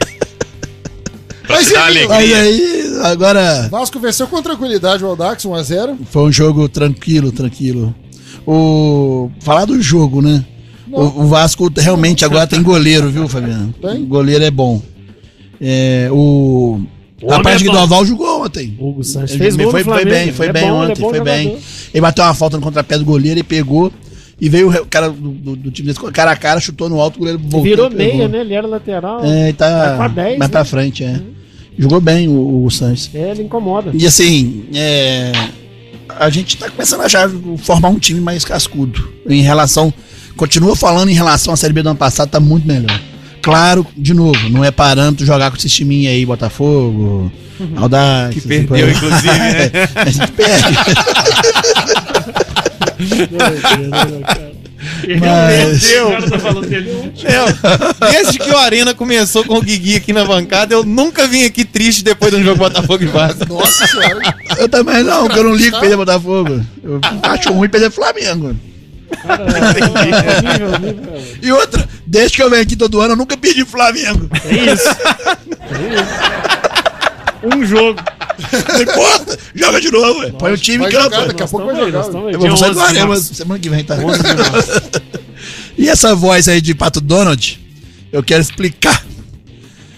Speaker 10: Pra
Speaker 3: Mas
Speaker 10: te dar
Speaker 3: e aí?
Speaker 4: Mas
Speaker 10: alegria.
Speaker 4: é aí, agora
Speaker 3: Vasco venceu com tranquilidade o Aldax 1x0.
Speaker 4: foi um jogo tranquilo, tranquilo. O falar do jogo, né? O, o Vasco realmente agora tem goleiro, viu, Fabiano?
Speaker 3: Tem.
Speaker 4: Goleiro é bom. É, o
Speaker 8: O
Speaker 4: a
Speaker 8: homem é
Speaker 4: parte que
Speaker 8: bom.
Speaker 4: Doval jogou ontem.
Speaker 8: Hugo Sanches
Speaker 4: Ele
Speaker 8: fez gol no
Speaker 4: foi, foi
Speaker 8: Flamengo.
Speaker 4: bem, foi
Speaker 8: Ele é
Speaker 4: bem
Speaker 8: bom, ele é
Speaker 4: ontem,
Speaker 8: bom
Speaker 4: foi bem.
Speaker 8: jogador.
Speaker 4: Ele bateu uma falta no contrapé do goleiro, ele pegou e veio o cara do, do- do time desse cara a cara, chutou no alto, o goleiro voltou.
Speaker 8: Virou
Speaker 4: e pegou.
Speaker 8: meia, né? Ele era lateral. É,
Speaker 4: É, e
Speaker 8: Tá
Speaker 4: tá
Speaker 8: com a 10,
Speaker 4: mais
Speaker 8: né?
Speaker 4: pra frente, é. Jogou bem o, o Sanches.
Speaker 8: É, ele incomoda.
Speaker 4: E assim, é, a gente tá começando a já formar um time mais cascudo. Em relação. Continua falando em relação à Série B do ano passado, tá muito melhor. Claro, de novo, não é parando jogar com esses timinhos aí, Botafogo,
Speaker 8: Uhum.
Speaker 4: Aldax.
Speaker 7: Que
Speaker 4: assim,
Speaker 7: perdeu,
Speaker 4: pra-
Speaker 7: inclusive, né?
Speaker 4: É, a gente perde.
Speaker 8: Meu Deus, né, cara?
Speaker 4: Mas-
Speaker 6: O cara tá falando dele ontem.
Speaker 7: Eu- desde que o Arena começou com o Guigui aqui na bancada, eu nunca vim aqui triste depois de um jogo Botafogo e Vasco.
Speaker 3: Nossa senhora.
Speaker 4: Eu também não, porque eu não ligo perder Botafogo. Eu acho ruim perder Flamengo.
Speaker 6: Horrível, horrível.
Speaker 4: E outra, desde que eu venho aqui todo ano, eu nunca perdi Flamengo. É
Speaker 6: É isso. Um jogo.
Speaker 4: Não importa, joga de novo. ué. Põe o time em
Speaker 3: Vai
Speaker 4: campo.
Speaker 3: jogar, daqui a pouco vai jogar. ué.
Speaker 4: né? Eu vou sair do Arena semana que vem, tá? e essa voz aí de Pato Donald, eu quero explicar.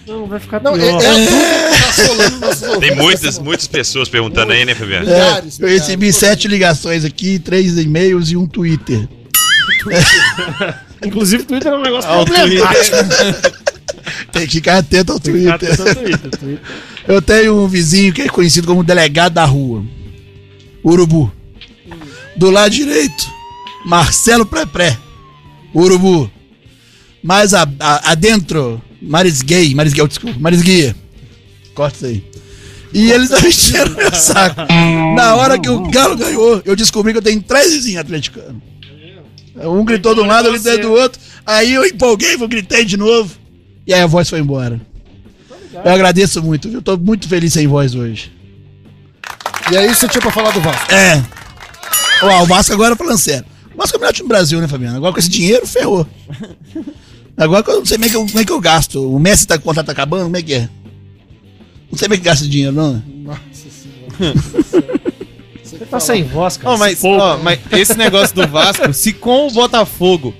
Speaker 8: Não, vai ficar
Speaker 3: Não,
Speaker 8: pior.
Speaker 3: é, é a dúvida que tá assolando nossos
Speaker 10: Tem
Speaker 3: ouvintes
Speaker 10: muitas,
Speaker 3: nessa-
Speaker 10: muitas pessoas perguntando aí, né, Fabiano?
Speaker 4: É,
Speaker 3: Milhares,
Speaker 4: eu
Speaker 3: milhares.
Speaker 4: recebi sete ligações aqui, três e-mails e um Twitter.
Speaker 8: Inclusive, o Twitter é um
Speaker 4: Ah,
Speaker 8: negócio
Speaker 7: Ao
Speaker 8: problemático.
Speaker 4: Tem que ficar atento ao
Speaker 8: Tem que ficar
Speaker 4: Twitter.
Speaker 8: atento ao Twitter, Twitter.
Speaker 4: Eu tenho um vizinho que é conhecido como delegado da rua. Urubu. Do lado direito, Marcelo Prepré. Urubu. Mais a- a- adentro, Marisguei. Marisguei, desculpa. Marisguia. Corta isso aí. E eles não encheram meu saco. Na hora que o Galo ganhou, eu descobri que eu tenho três vizinhos atleticanos. Um gritou de um lado, eu gritei do outro. Aí eu empolguei, eu gritei de novo. E aí a voz foi embora. Eu agradeço muito, viu? Tô muito feliz sem voz hoje.
Speaker 3: E é isso que eu tinha pra falar do Vasco.
Speaker 4: É. Ó, o Vasco agora falando sério. O Vasco é o melhor time do Brasil, né, Fabiano? Agora com esse dinheiro, ferrou. Agora que eu não sei como é que eu, como é que eu gasto. O Messi tá com o contrato acabando, como é que é? Não sei como é que gasta esse dinheiro, não.
Speaker 3: Nossa senhora.
Speaker 8: Você tá sem voz, cara.
Speaker 7: Ó, mas, ó, mas esse negócio do Vasco, se com o Botafogo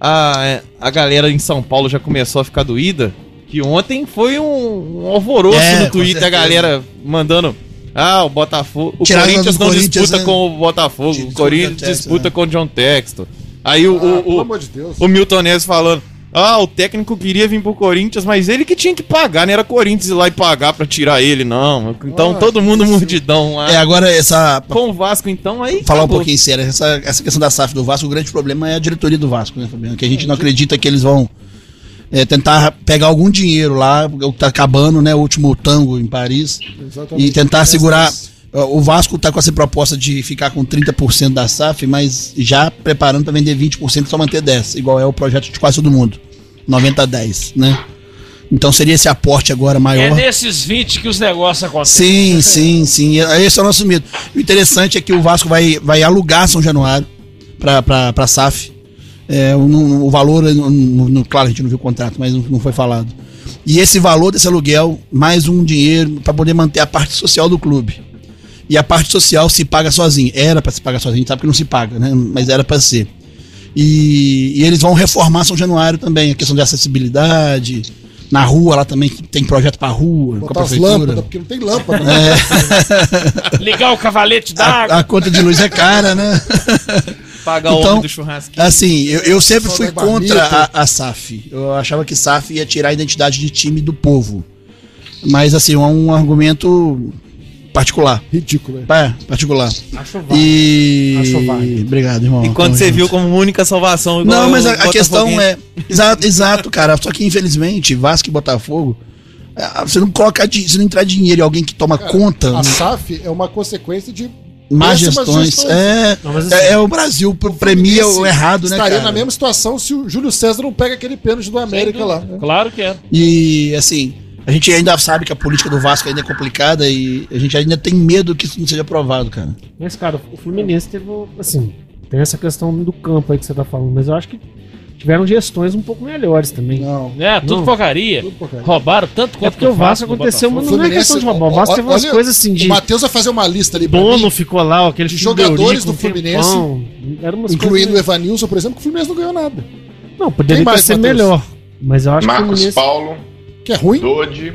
Speaker 7: a, é, a galera em São Paulo já começou a ficar doída, que ontem foi um, um alvoroço
Speaker 4: É,
Speaker 7: no
Speaker 4: com
Speaker 7: Twitter, a
Speaker 4: certeza.
Speaker 7: galera mandando. Ah, o Botafogo. O
Speaker 4: Tiraram
Speaker 7: Corinthians
Speaker 4: do
Speaker 7: não
Speaker 4: Corinthians,
Speaker 7: disputa
Speaker 4: né?
Speaker 7: com o Botafogo.
Speaker 4: Disputa com
Speaker 7: o
Speaker 4: o
Speaker 7: Corinthians
Speaker 4: Texto,
Speaker 7: disputa
Speaker 4: né?
Speaker 7: com o John Texto. Aí o,
Speaker 3: Ah, pelo
Speaker 7: o, o,
Speaker 3: amor de Deus.
Speaker 7: o Milton Neves falando. Ah, o técnico queria vir pro Corinthians, mas ele que tinha que pagar, não era Corinthians ir lá e pagar pra tirar ele, não. Então
Speaker 3: Ah,
Speaker 7: todo mundo mordidão lá.
Speaker 4: É, agora essa. pra
Speaker 7: Com o Vasco, então, aí.
Speaker 4: Falar um
Speaker 7: acabou.
Speaker 4: pouquinho sério, essa, essa questão da SAF do Vasco, o grande problema é a diretoria do Vasco, né, Fabiano? Que a gente não acredita que eles vão é, tentar pegar algum dinheiro lá, porque o que tá acabando, né? O último tango em Paris.
Speaker 3: Exatamente.
Speaker 4: e tentar segurar. Ó, O Vasco tá com essa proposta de ficar com 30% da SAF, mas já preparando para vender 20% e só manter 10%, igual é o projeto de quase todo mundo. 90 a 10, né? Então seria esse aporte agora
Speaker 6: É
Speaker 4: maior.
Speaker 6: nesses 20 que os negócios acontecem.
Speaker 4: Sim, sim, sim. Esse é o nosso medo. O interessante é que o Vasco vai, vai alugar São Januário para a SAF. É, o, no- o valor, eu não- não- não- claro, a gente não viu o contrato, mas não, não foi falado. E esse valor desse aluguel, mais um dinheiro para poder manter a parte social do clube. E a parte social se paga sozinha. Era para se pagar sozinha, a gente sabe que não se paga, né? Mas era para ser. E, e eles vão reformar São Januário também, a questão de acessibilidade. Na rua lá também tem projeto para rua, com
Speaker 3: Botar
Speaker 4: a
Speaker 3: as
Speaker 4: prefeitura. É.
Speaker 3: lâmpadas, porque não tem lâmpada. né?
Speaker 6: Ligar o cavalete d'água.
Speaker 4: a, a conta de luz é cara, né?
Speaker 7: Pagar o
Speaker 4: Então,
Speaker 7: homem do churrasquinho.
Speaker 4: Assim, eu, eu sempre fui
Speaker 3: Pessoal da
Speaker 4: contra
Speaker 3: Barmita.
Speaker 4: a, a SAF. Eu achava que SAF ia tirar a identidade de time do povo. Mas, assim, é um argumento particular.
Speaker 3: Ridículo, né?
Speaker 4: É, particular.
Speaker 8: Acho válido.
Speaker 4: E.
Speaker 8: Acho válido.
Speaker 4: Obrigado, irmão.
Speaker 7: E quando
Speaker 4: Tamo
Speaker 7: você
Speaker 4: junto.
Speaker 7: viu como única salvação. igual
Speaker 4: Não, mas a,
Speaker 7: o
Speaker 4: a questão
Speaker 7: Botafoguense.
Speaker 4: é. Exato, exato, cara. Só que, infelizmente, Vasco e Botafogo. ah, Você não coloca. di- Você não entrar dinheiro e alguém que toma conta. né?
Speaker 3: A SAF é uma consequência de
Speaker 4: Más
Speaker 3: péssimas
Speaker 4: gestões. É,
Speaker 8: Não, mas
Speaker 3: assim,
Speaker 4: é, é o Brasil pr- premia
Speaker 3: Fluminense
Speaker 4: o errado, né,
Speaker 3: assim, Estaria
Speaker 4: cara?
Speaker 3: na mesma situação se o Júlio César não pega aquele pênalti do América lá. né?
Speaker 6: Claro que é.
Speaker 4: E assim, a gente ainda sabe que a política do Vasco ainda é complicada e a gente ainda tem medo que isso não seja aprovado, cara.
Speaker 8: Mas, cara, o Fluminense teve. o- Assim, tem essa questão do campo aí que você tá falando, mas eu acho que tiveram gestões um pouco melhores também.
Speaker 4: Ah,
Speaker 3: Não.
Speaker 6: É, tudo
Speaker 8: Não.
Speaker 6: porcaria.
Speaker 3: Tudo porcaria.
Speaker 6: Roubaram tanto
Speaker 8: É
Speaker 6: quanto
Speaker 8: porque o Vasco aconteceu, mas não é
Speaker 3: Fluminense-
Speaker 8: questão de roubar. O Vasco teve umas
Speaker 3: olha,
Speaker 8: coisas assim de.
Speaker 3: O Matheus vai fazer uma lista ali pra
Speaker 8: dono
Speaker 3: mim,
Speaker 8: ficou lá, aquele
Speaker 3: de
Speaker 8: filho
Speaker 3: jogadores
Speaker 8: Eurico,
Speaker 3: do
Speaker 8: um tempão. Era umas
Speaker 3: incluindo o
Speaker 8: coisas...
Speaker 3: Evanilson, por exemplo, que o Fluminense não ganhou nada.
Speaker 8: Não, poderia
Speaker 3: Quem
Speaker 8: ter
Speaker 3: mais,
Speaker 8: sido
Speaker 3: Matheus?
Speaker 8: melhor. Mas eu acho que o
Speaker 11: Marcos
Speaker 8: Fluminense.
Speaker 11: Paulo,
Speaker 3: Que é ruim.
Speaker 11: Dodi.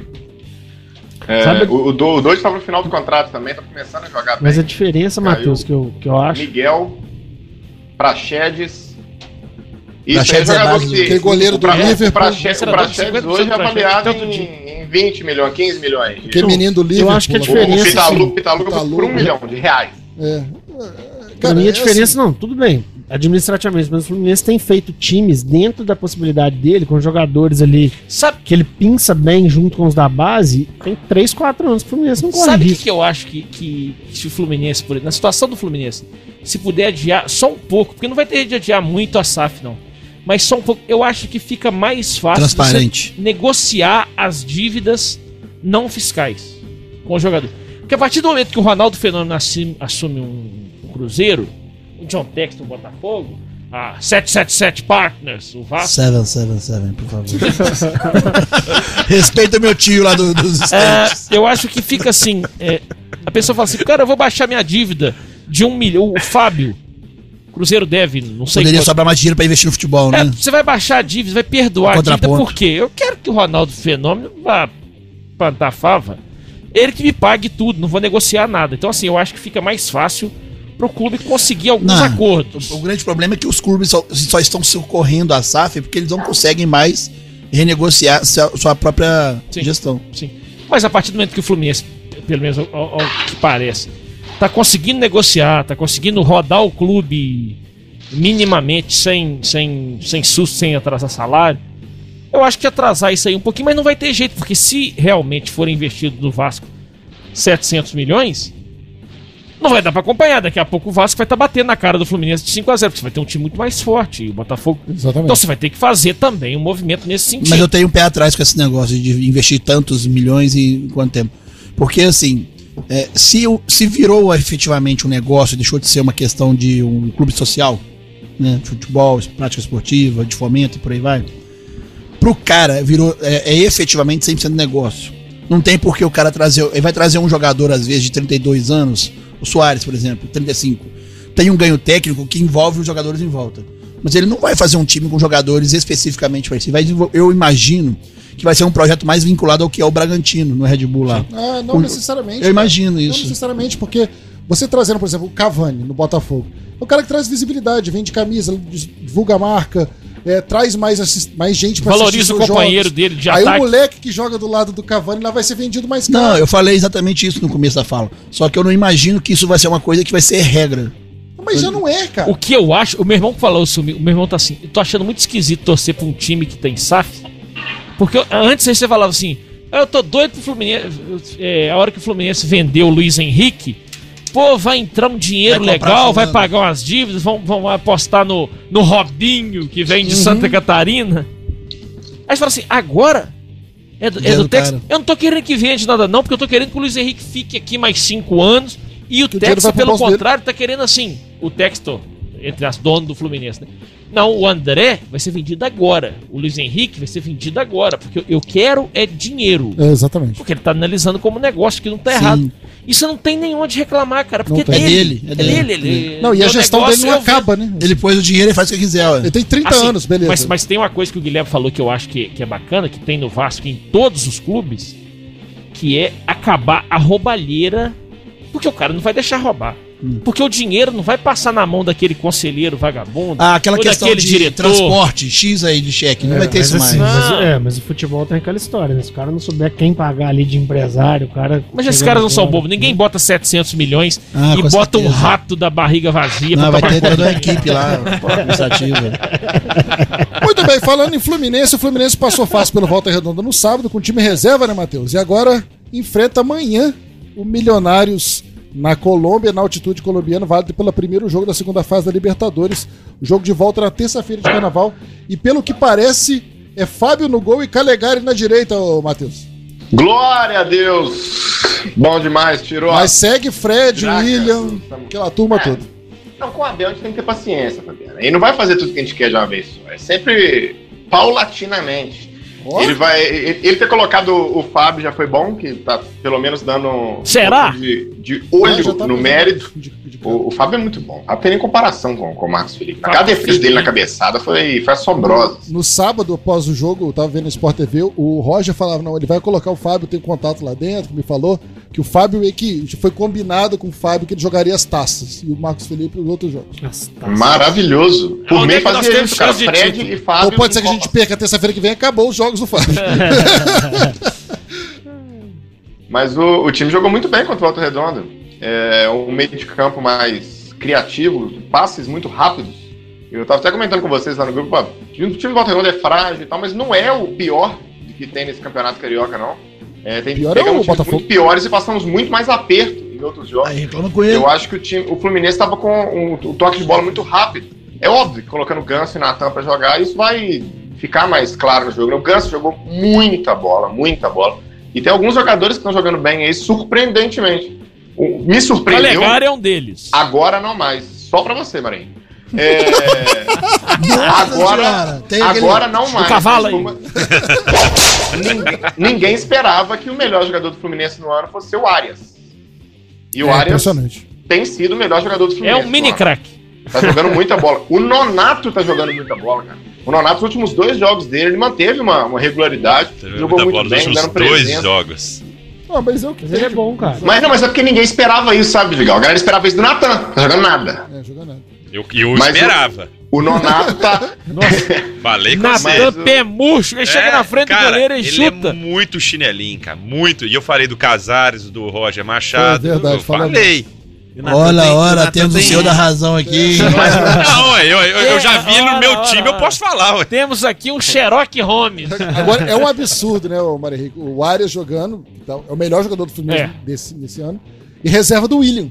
Speaker 11: É,
Speaker 8: Sabe-
Speaker 11: o, o Do- o Dodi tá no final do contrato também, tá começando a jogar
Speaker 8: Mas a
Speaker 11: bem.
Speaker 8: diferença,
Speaker 11: Caiu.
Speaker 8: Matheus, que eu, que eu
Speaker 3: é
Speaker 8: acho.
Speaker 11: Miguel, Praxedes. Isso aí é
Speaker 4: Praxedes é
Speaker 11: jogador
Speaker 4: base,
Speaker 11: que.
Speaker 3: aquele goleiro do
Speaker 11: o Pra-
Speaker 3: Liverpool.
Speaker 11: O Praxedes,
Speaker 6: Esse
Speaker 11: o
Speaker 6: era
Speaker 11: Praxedes
Speaker 6: 50%
Speaker 11: hoje é
Speaker 6: Praxedes,
Speaker 11: avaliado
Speaker 6: tanto de-
Speaker 11: em, em 20 milhões, 15 milhões.
Speaker 3: Porque é menino do livro.
Speaker 8: eu acho que a
Speaker 11: o o
Speaker 8: diferença,
Speaker 11: Pitalu,
Speaker 8: assim,
Speaker 11: Pitalu,
Speaker 3: Pitalu,
Speaker 11: por um
Speaker 3: né?
Speaker 11: milhão de reais.
Speaker 3: É.
Speaker 8: Pra mim a
Speaker 3: assim,
Speaker 8: diferença não, tudo bem, administrativamente, mas o Fluminense tem feito times dentro da possibilidade dele, com jogadores ali
Speaker 6: Sabe,
Speaker 8: que ele pinça bem junto com os da base, tem 3, 4 anos que o Fluminense não corre
Speaker 6: sabe o que,
Speaker 8: risco.
Speaker 6: que eu acho que, que se o Fluminense, por exemplo, na situação do Fluminense, se puder adiar só um pouco, porque não vai ter de adiar muito a SAF, não. Mas só um pouco. Eu acho que fica mais fácil você
Speaker 4: Transparente.
Speaker 6: negociar as dívidas não fiscais com o jogador. Porque a partir do momento que o Ronaldo Fenômeno assume, assume um Cruzeiro, o John Texton, o Botafogo, a 777 Partners, o Vasco.
Speaker 4: 777, por favor. Respeita meu tio lá do- dos
Speaker 6: É,
Speaker 4: States.
Speaker 6: eu acho que fica assim. é, a pessoa fala assim, cara, eu vou baixar minha dívida de um milhão. O Fábio, Cruzeiro deve, não sei
Speaker 4: Poderia
Speaker 6: quanto.
Speaker 4: sobrar mais dinheiro pra investir no futebol,
Speaker 6: É,
Speaker 4: né?
Speaker 6: você vai baixar a dívida, vai perdoar a dívida,
Speaker 4: Contraponto.
Speaker 6: por quê? Eu quero que o Ronaldo Fenômeno vá plantar fava. Ele que me pague tudo, não vou negociar nada. Então, assim, eu acho que fica mais fácil pro clube conseguir alguns
Speaker 4: Não.
Speaker 6: acordos.
Speaker 4: O grande problema é que os clubes só, só estão socorrendo a SAF porque eles não conseguem mais renegociar sua, sua própria
Speaker 6: Sim.
Speaker 4: gestão.
Speaker 6: Mas a partir do momento que o Fluminense, pelo menos ao, ao- ao que parece, tá conseguindo negociar, tá conseguindo rodar o clube minimamente, sem, sem, sem susto, sem atrasar salário, eu acho que atrasar isso aí um pouquinho, mas não vai ter jeito, porque se realmente for investido no Vasco 700 milhões, não vai dar pra acompanhar. Daqui a pouco o Vasco vai estar batendo na cara do Fluminense de 5 a 0 porque você vai ter um time muito mais forte, e o Botafogo. Então
Speaker 3: Exatamente.
Speaker 6: você vai ter que fazer também um movimento nesse sentido.
Speaker 4: Mas eu tenho um pé atrás com esse negócio de investir tantos milhões em quanto tempo. Porque, assim, é, se, o- se virou efetivamente um negócio, deixou de ser uma questão de um clube social, né? Futebol, prática esportiva, de fomento e por aí vai. Pro cara, virou, é, é efetivamente 100% negócio. Não tem por que o cara trazer. Ele vai trazer um jogador, às vezes, de 32 anos, o Soares, por exemplo, 35. Tem um ganho técnico que envolve os jogadores em volta. Mas ele não vai fazer um time com jogadores especificamente para isso. Ele vai desenvol- eu imagino que vai ser um projeto mais vinculado ao que é o Bragantino no Red Bull lá.
Speaker 3: Ah, não
Speaker 4: O-
Speaker 3: necessariamente.
Speaker 4: Eu imagino
Speaker 3: Não
Speaker 4: isso.
Speaker 3: necessariamente, porque você trazendo, por exemplo, o Cavani no Botafogo, é o cara que traz visibilidade, vende camisa, divulga a marca, é, traz mais, assis- mais gente pra
Speaker 6: Valoriza
Speaker 3: assistir
Speaker 6: o
Speaker 3: seus
Speaker 6: companheiro
Speaker 3: jogos.
Speaker 6: dele de
Speaker 3: Aí
Speaker 6: ataque.
Speaker 3: o moleque que joga do lado do Cavani lá vai ser vendido mais caro.
Speaker 4: Não, eu falei exatamente isso no começo da fala. Só que eu não imagino que isso vai ser uma coisa que vai ser regra.
Speaker 3: Mas já não é, cara.
Speaker 6: O que eu acho, o meu irmão falou isso, comigo, o meu irmão tá assim, eu tô achando muito esquisito torcer pra um time que tem SAF. Porque eu- antes aí você falava assim, "Ah, eu tô doido pro Fluminense. é, a hora que o Fluminense vendeu o Luiz Henrique, pô, vai entrar um dinheiro
Speaker 4: Vai comprar
Speaker 6: legal, vai
Speaker 4: fulano.
Speaker 6: pagar umas dívidas, vão, vão apostar no, no Robinho que vem
Speaker 3: Uhum.
Speaker 6: de Santa Catarina. Aí você fala assim, agora? É do, é
Speaker 4: Dinheiro
Speaker 6: do Texas?
Speaker 4: caro.
Speaker 6: Eu não tô querendo que vende nada, não, porque eu tô querendo que o Luiz Henrique fique aqui mais cinco anos e o
Speaker 3: Que o dinheiro
Speaker 6: Texas,
Speaker 3: vai pro
Speaker 6: pelo
Speaker 3: bolso dele.
Speaker 6: contrário, tá querendo assim. O Texto, entre as dono do Fluminense, né? Não, o André vai ser vendido agora. O Luiz Henrique vai ser vendido agora. Porque eu- eu quero é dinheiro.
Speaker 3: É, exatamente.
Speaker 6: Porque ele tá analisando como negócio, que não tá errado. Isso não tem nenhum onde reclamar, cara. Porque é
Speaker 3: Não tem.
Speaker 6: dele.
Speaker 4: É dele, é dele.
Speaker 6: ele-
Speaker 3: Não, e a
Speaker 6: meu
Speaker 3: gestão
Speaker 6: negócio
Speaker 3: dele não
Speaker 6: é o vento.
Speaker 3: acaba, né?
Speaker 4: Ele pôs o dinheiro e faz o que quiser, ué.
Speaker 3: Ele tem 30
Speaker 6: Assim,
Speaker 3: anos, beleza.
Speaker 6: Mas, mas tem uma coisa que o Guilherme falou que eu acho que, que é bacana, que tem no Vasco e em todos os clubes, que é acabar a roubalheira, porque o cara não vai deixar roubar.
Speaker 4: Hum.
Speaker 6: Porque o dinheiro não vai passar na mão daquele conselheiro vagabundo.
Speaker 4: Ah, aquela
Speaker 6: ou
Speaker 4: questão
Speaker 6: daquele
Speaker 4: de
Speaker 6: diretor.
Speaker 4: transporte, X aí de cheque, não
Speaker 8: É,
Speaker 4: vai ter
Speaker 8: mas
Speaker 4: isso
Speaker 8: assim,
Speaker 4: mais.
Speaker 8: mas-
Speaker 6: Não.
Speaker 8: é, mas o futebol tem aquela história, né? Se o cara não souber quem pagar ali de empresário, o cara.
Speaker 6: Mas
Speaker 8: chega
Speaker 6: esses caras não são
Speaker 8: agora,
Speaker 6: bobos. Ninguém
Speaker 8: né?
Speaker 6: bota 700 milhões
Speaker 4: Ah,
Speaker 6: e
Speaker 4: com
Speaker 6: bota um
Speaker 4: certeza.
Speaker 6: rato da barriga vazia
Speaker 4: Não, vai
Speaker 6: tomar
Speaker 4: ter
Speaker 6: conta.
Speaker 4: toda a equipe lá, administrativa.
Speaker 3: Muito bem, falando em Fluminense, o Fluminense passou fácil pelo Volta Redonda no sábado com o time reserva, né, Matheus? E agora enfrenta amanhã o Milionários na Colômbia, na altitude colombiana, válido pelo primeiro jogo da segunda fase da Libertadores. O jogo de volta na terça-feira de carnaval. E pelo que parece, é Fábio no gol e Calegari na direita, ô Matheus.
Speaker 11: Glória a Deus! Bom demais, tirou a
Speaker 3: Mas segue Fred,
Speaker 11: Dragas,
Speaker 3: William,
Speaker 11: tamo-
Speaker 3: aquela turma
Speaker 11: É.
Speaker 3: toda.
Speaker 11: Não, com o Abel a gente tem que ter paciência, Fabiana. Ele não vai fazer tudo que a gente quer de uma vez só. É sempre paulatinamente.
Speaker 3: Ó,
Speaker 11: Ele vai. Ele, ele ter colocado o Fábio já foi bom, que tá pelo menos dando um
Speaker 6: Será?
Speaker 11: pouco de, de
Speaker 3: Ah, já
Speaker 11: olho
Speaker 3: tá
Speaker 11: no
Speaker 3: fazendo
Speaker 11: mérito.
Speaker 3: de- de- de-
Speaker 11: O, o Fábio é muito bom. Não tem nem comparação com, com o Marcos Felipe.
Speaker 6: Fábio
Speaker 11: Aquela defesa
Speaker 6: Felipe.
Speaker 11: dele na cabeçada foi, foi assombrosa.
Speaker 3: No sábado, após o jogo, eu tava vendo no Sport TV, o Roger falava, não, ele vai colocar o Fábio, tem contato lá dentro, me falou que o Fábio é que foi combinado com o Fábio que ele jogaria as taças. E o Marcos Felipe os outros jogos.
Speaker 8: Nossa, tá.
Speaker 11: Maravilhoso. Por
Speaker 6: Onde é
Speaker 11: mim
Speaker 6: que nós
Speaker 11: fazer
Speaker 6: temos
Speaker 11: isso, cara.
Speaker 6: chance de
Speaker 11: Fred
Speaker 6: título?
Speaker 11: e Fábio.
Speaker 3: Ou pode ser que a
Speaker 11: não
Speaker 3: gente perca terça-feira que vem, acabou os jogos do Fábio.
Speaker 11: Mas o, o time jogou muito bem contra o Volta Redonda. É um meio de campo mais criativo, passes muito rápidos. Eu tava até comentando com vocês lá no grupo, pô, o time do Volta Redonda é frágil e tal, mas não é o pior que tem nesse campeonato carioca, não. É, tem
Speaker 3: Pior é o
Speaker 11: pegamos times
Speaker 3: Botafogo.
Speaker 11: muito piores e passamos muito mais aperto. em outros jogos.
Speaker 4: Aí É, reclama com ele.
Speaker 11: Eu acho que o time, o Fluminense estava com um, o toque de bola muito rápido. É óbvio, que colocando o Ganso e Natan para jogar, isso vai ficar mais claro no jogo. né? O Ganso jogou muita bola, muita bola. E tem alguns jogadores que estão jogando bem aí, surpreendentemente. O- me surpreendeu.
Speaker 6: Calegari é um deles.
Speaker 11: Agora não mais. Só pra você, Marinho. É, agora
Speaker 4: senhora, tem aquele-
Speaker 11: agora não mais.
Speaker 6: cavalo aí.
Speaker 11: ninguém, ninguém esperava que o melhor jogador do Fluminense no ano fosse o Arias. E o
Speaker 3: é
Speaker 11: Arias
Speaker 3: impressionante.
Speaker 11: tem sido o melhor jogador do
Speaker 6: É
Speaker 11: Fluminense.
Speaker 6: um mini
Speaker 11: no ano.
Speaker 6: crack.
Speaker 11: Tá jogando muita bola. O Nonato tá jogando muita bola, cara. O Nonato, nos últimos dois jogos dele, ele manteve uma, uma regularidade.
Speaker 10: Teve
Speaker 11: jogou
Speaker 10: muita
Speaker 11: muito
Speaker 10: bola nos
Speaker 11: bem,
Speaker 10: tá últimos
Speaker 11: dando
Speaker 10: dois
Speaker 11: presença.
Speaker 10: jogos.
Speaker 3: Ah, mas eu que
Speaker 8: Mas ele é bom, cara.
Speaker 11: Mas não, mas é porque ninguém esperava isso, sabe, legal? A galera esperava isso do Natan. Tá jogando nada.
Speaker 3: É, joga nada.
Speaker 10: Eu, eu
Speaker 11: Mas
Speaker 10: esperava.
Speaker 11: O Nonato tá.
Speaker 10: Falei com você.
Speaker 6: Natan, pé murcho, ele chega
Speaker 10: É,
Speaker 6: na frente
Speaker 10: cara,
Speaker 6: do goleiro e
Speaker 10: ele
Speaker 6: chuta.
Speaker 10: é muito chinelinho, cara. Muito. E eu falei do Casares, do Roger Machado.
Speaker 3: É verdade,
Speaker 10: eu
Speaker 3: fala
Speaker 10: falei.
Speaker 4: Olha, olha, temos o senhor da razão aqui.
Speaker 6: É,
Speaker 10: Não, ué, eu, eu, eu já vi ele no
Speaker 6: Ora,
Speaker 10: meu
Speaker 6: ora,
Speaker 10: time, eu
Speaker 6: ora.
Speaker 10: posso falar, ué.
Speaker 6: Temos aqui um Xerox Holmes.
Speaker 3: Agora, é um absurdo, né, o Mário Henrique? O Arias jogando, então, é o melhor jogador do Fluminense
Speaker 6: É.
Speaker 3: desse, desse ano. E reserva do William.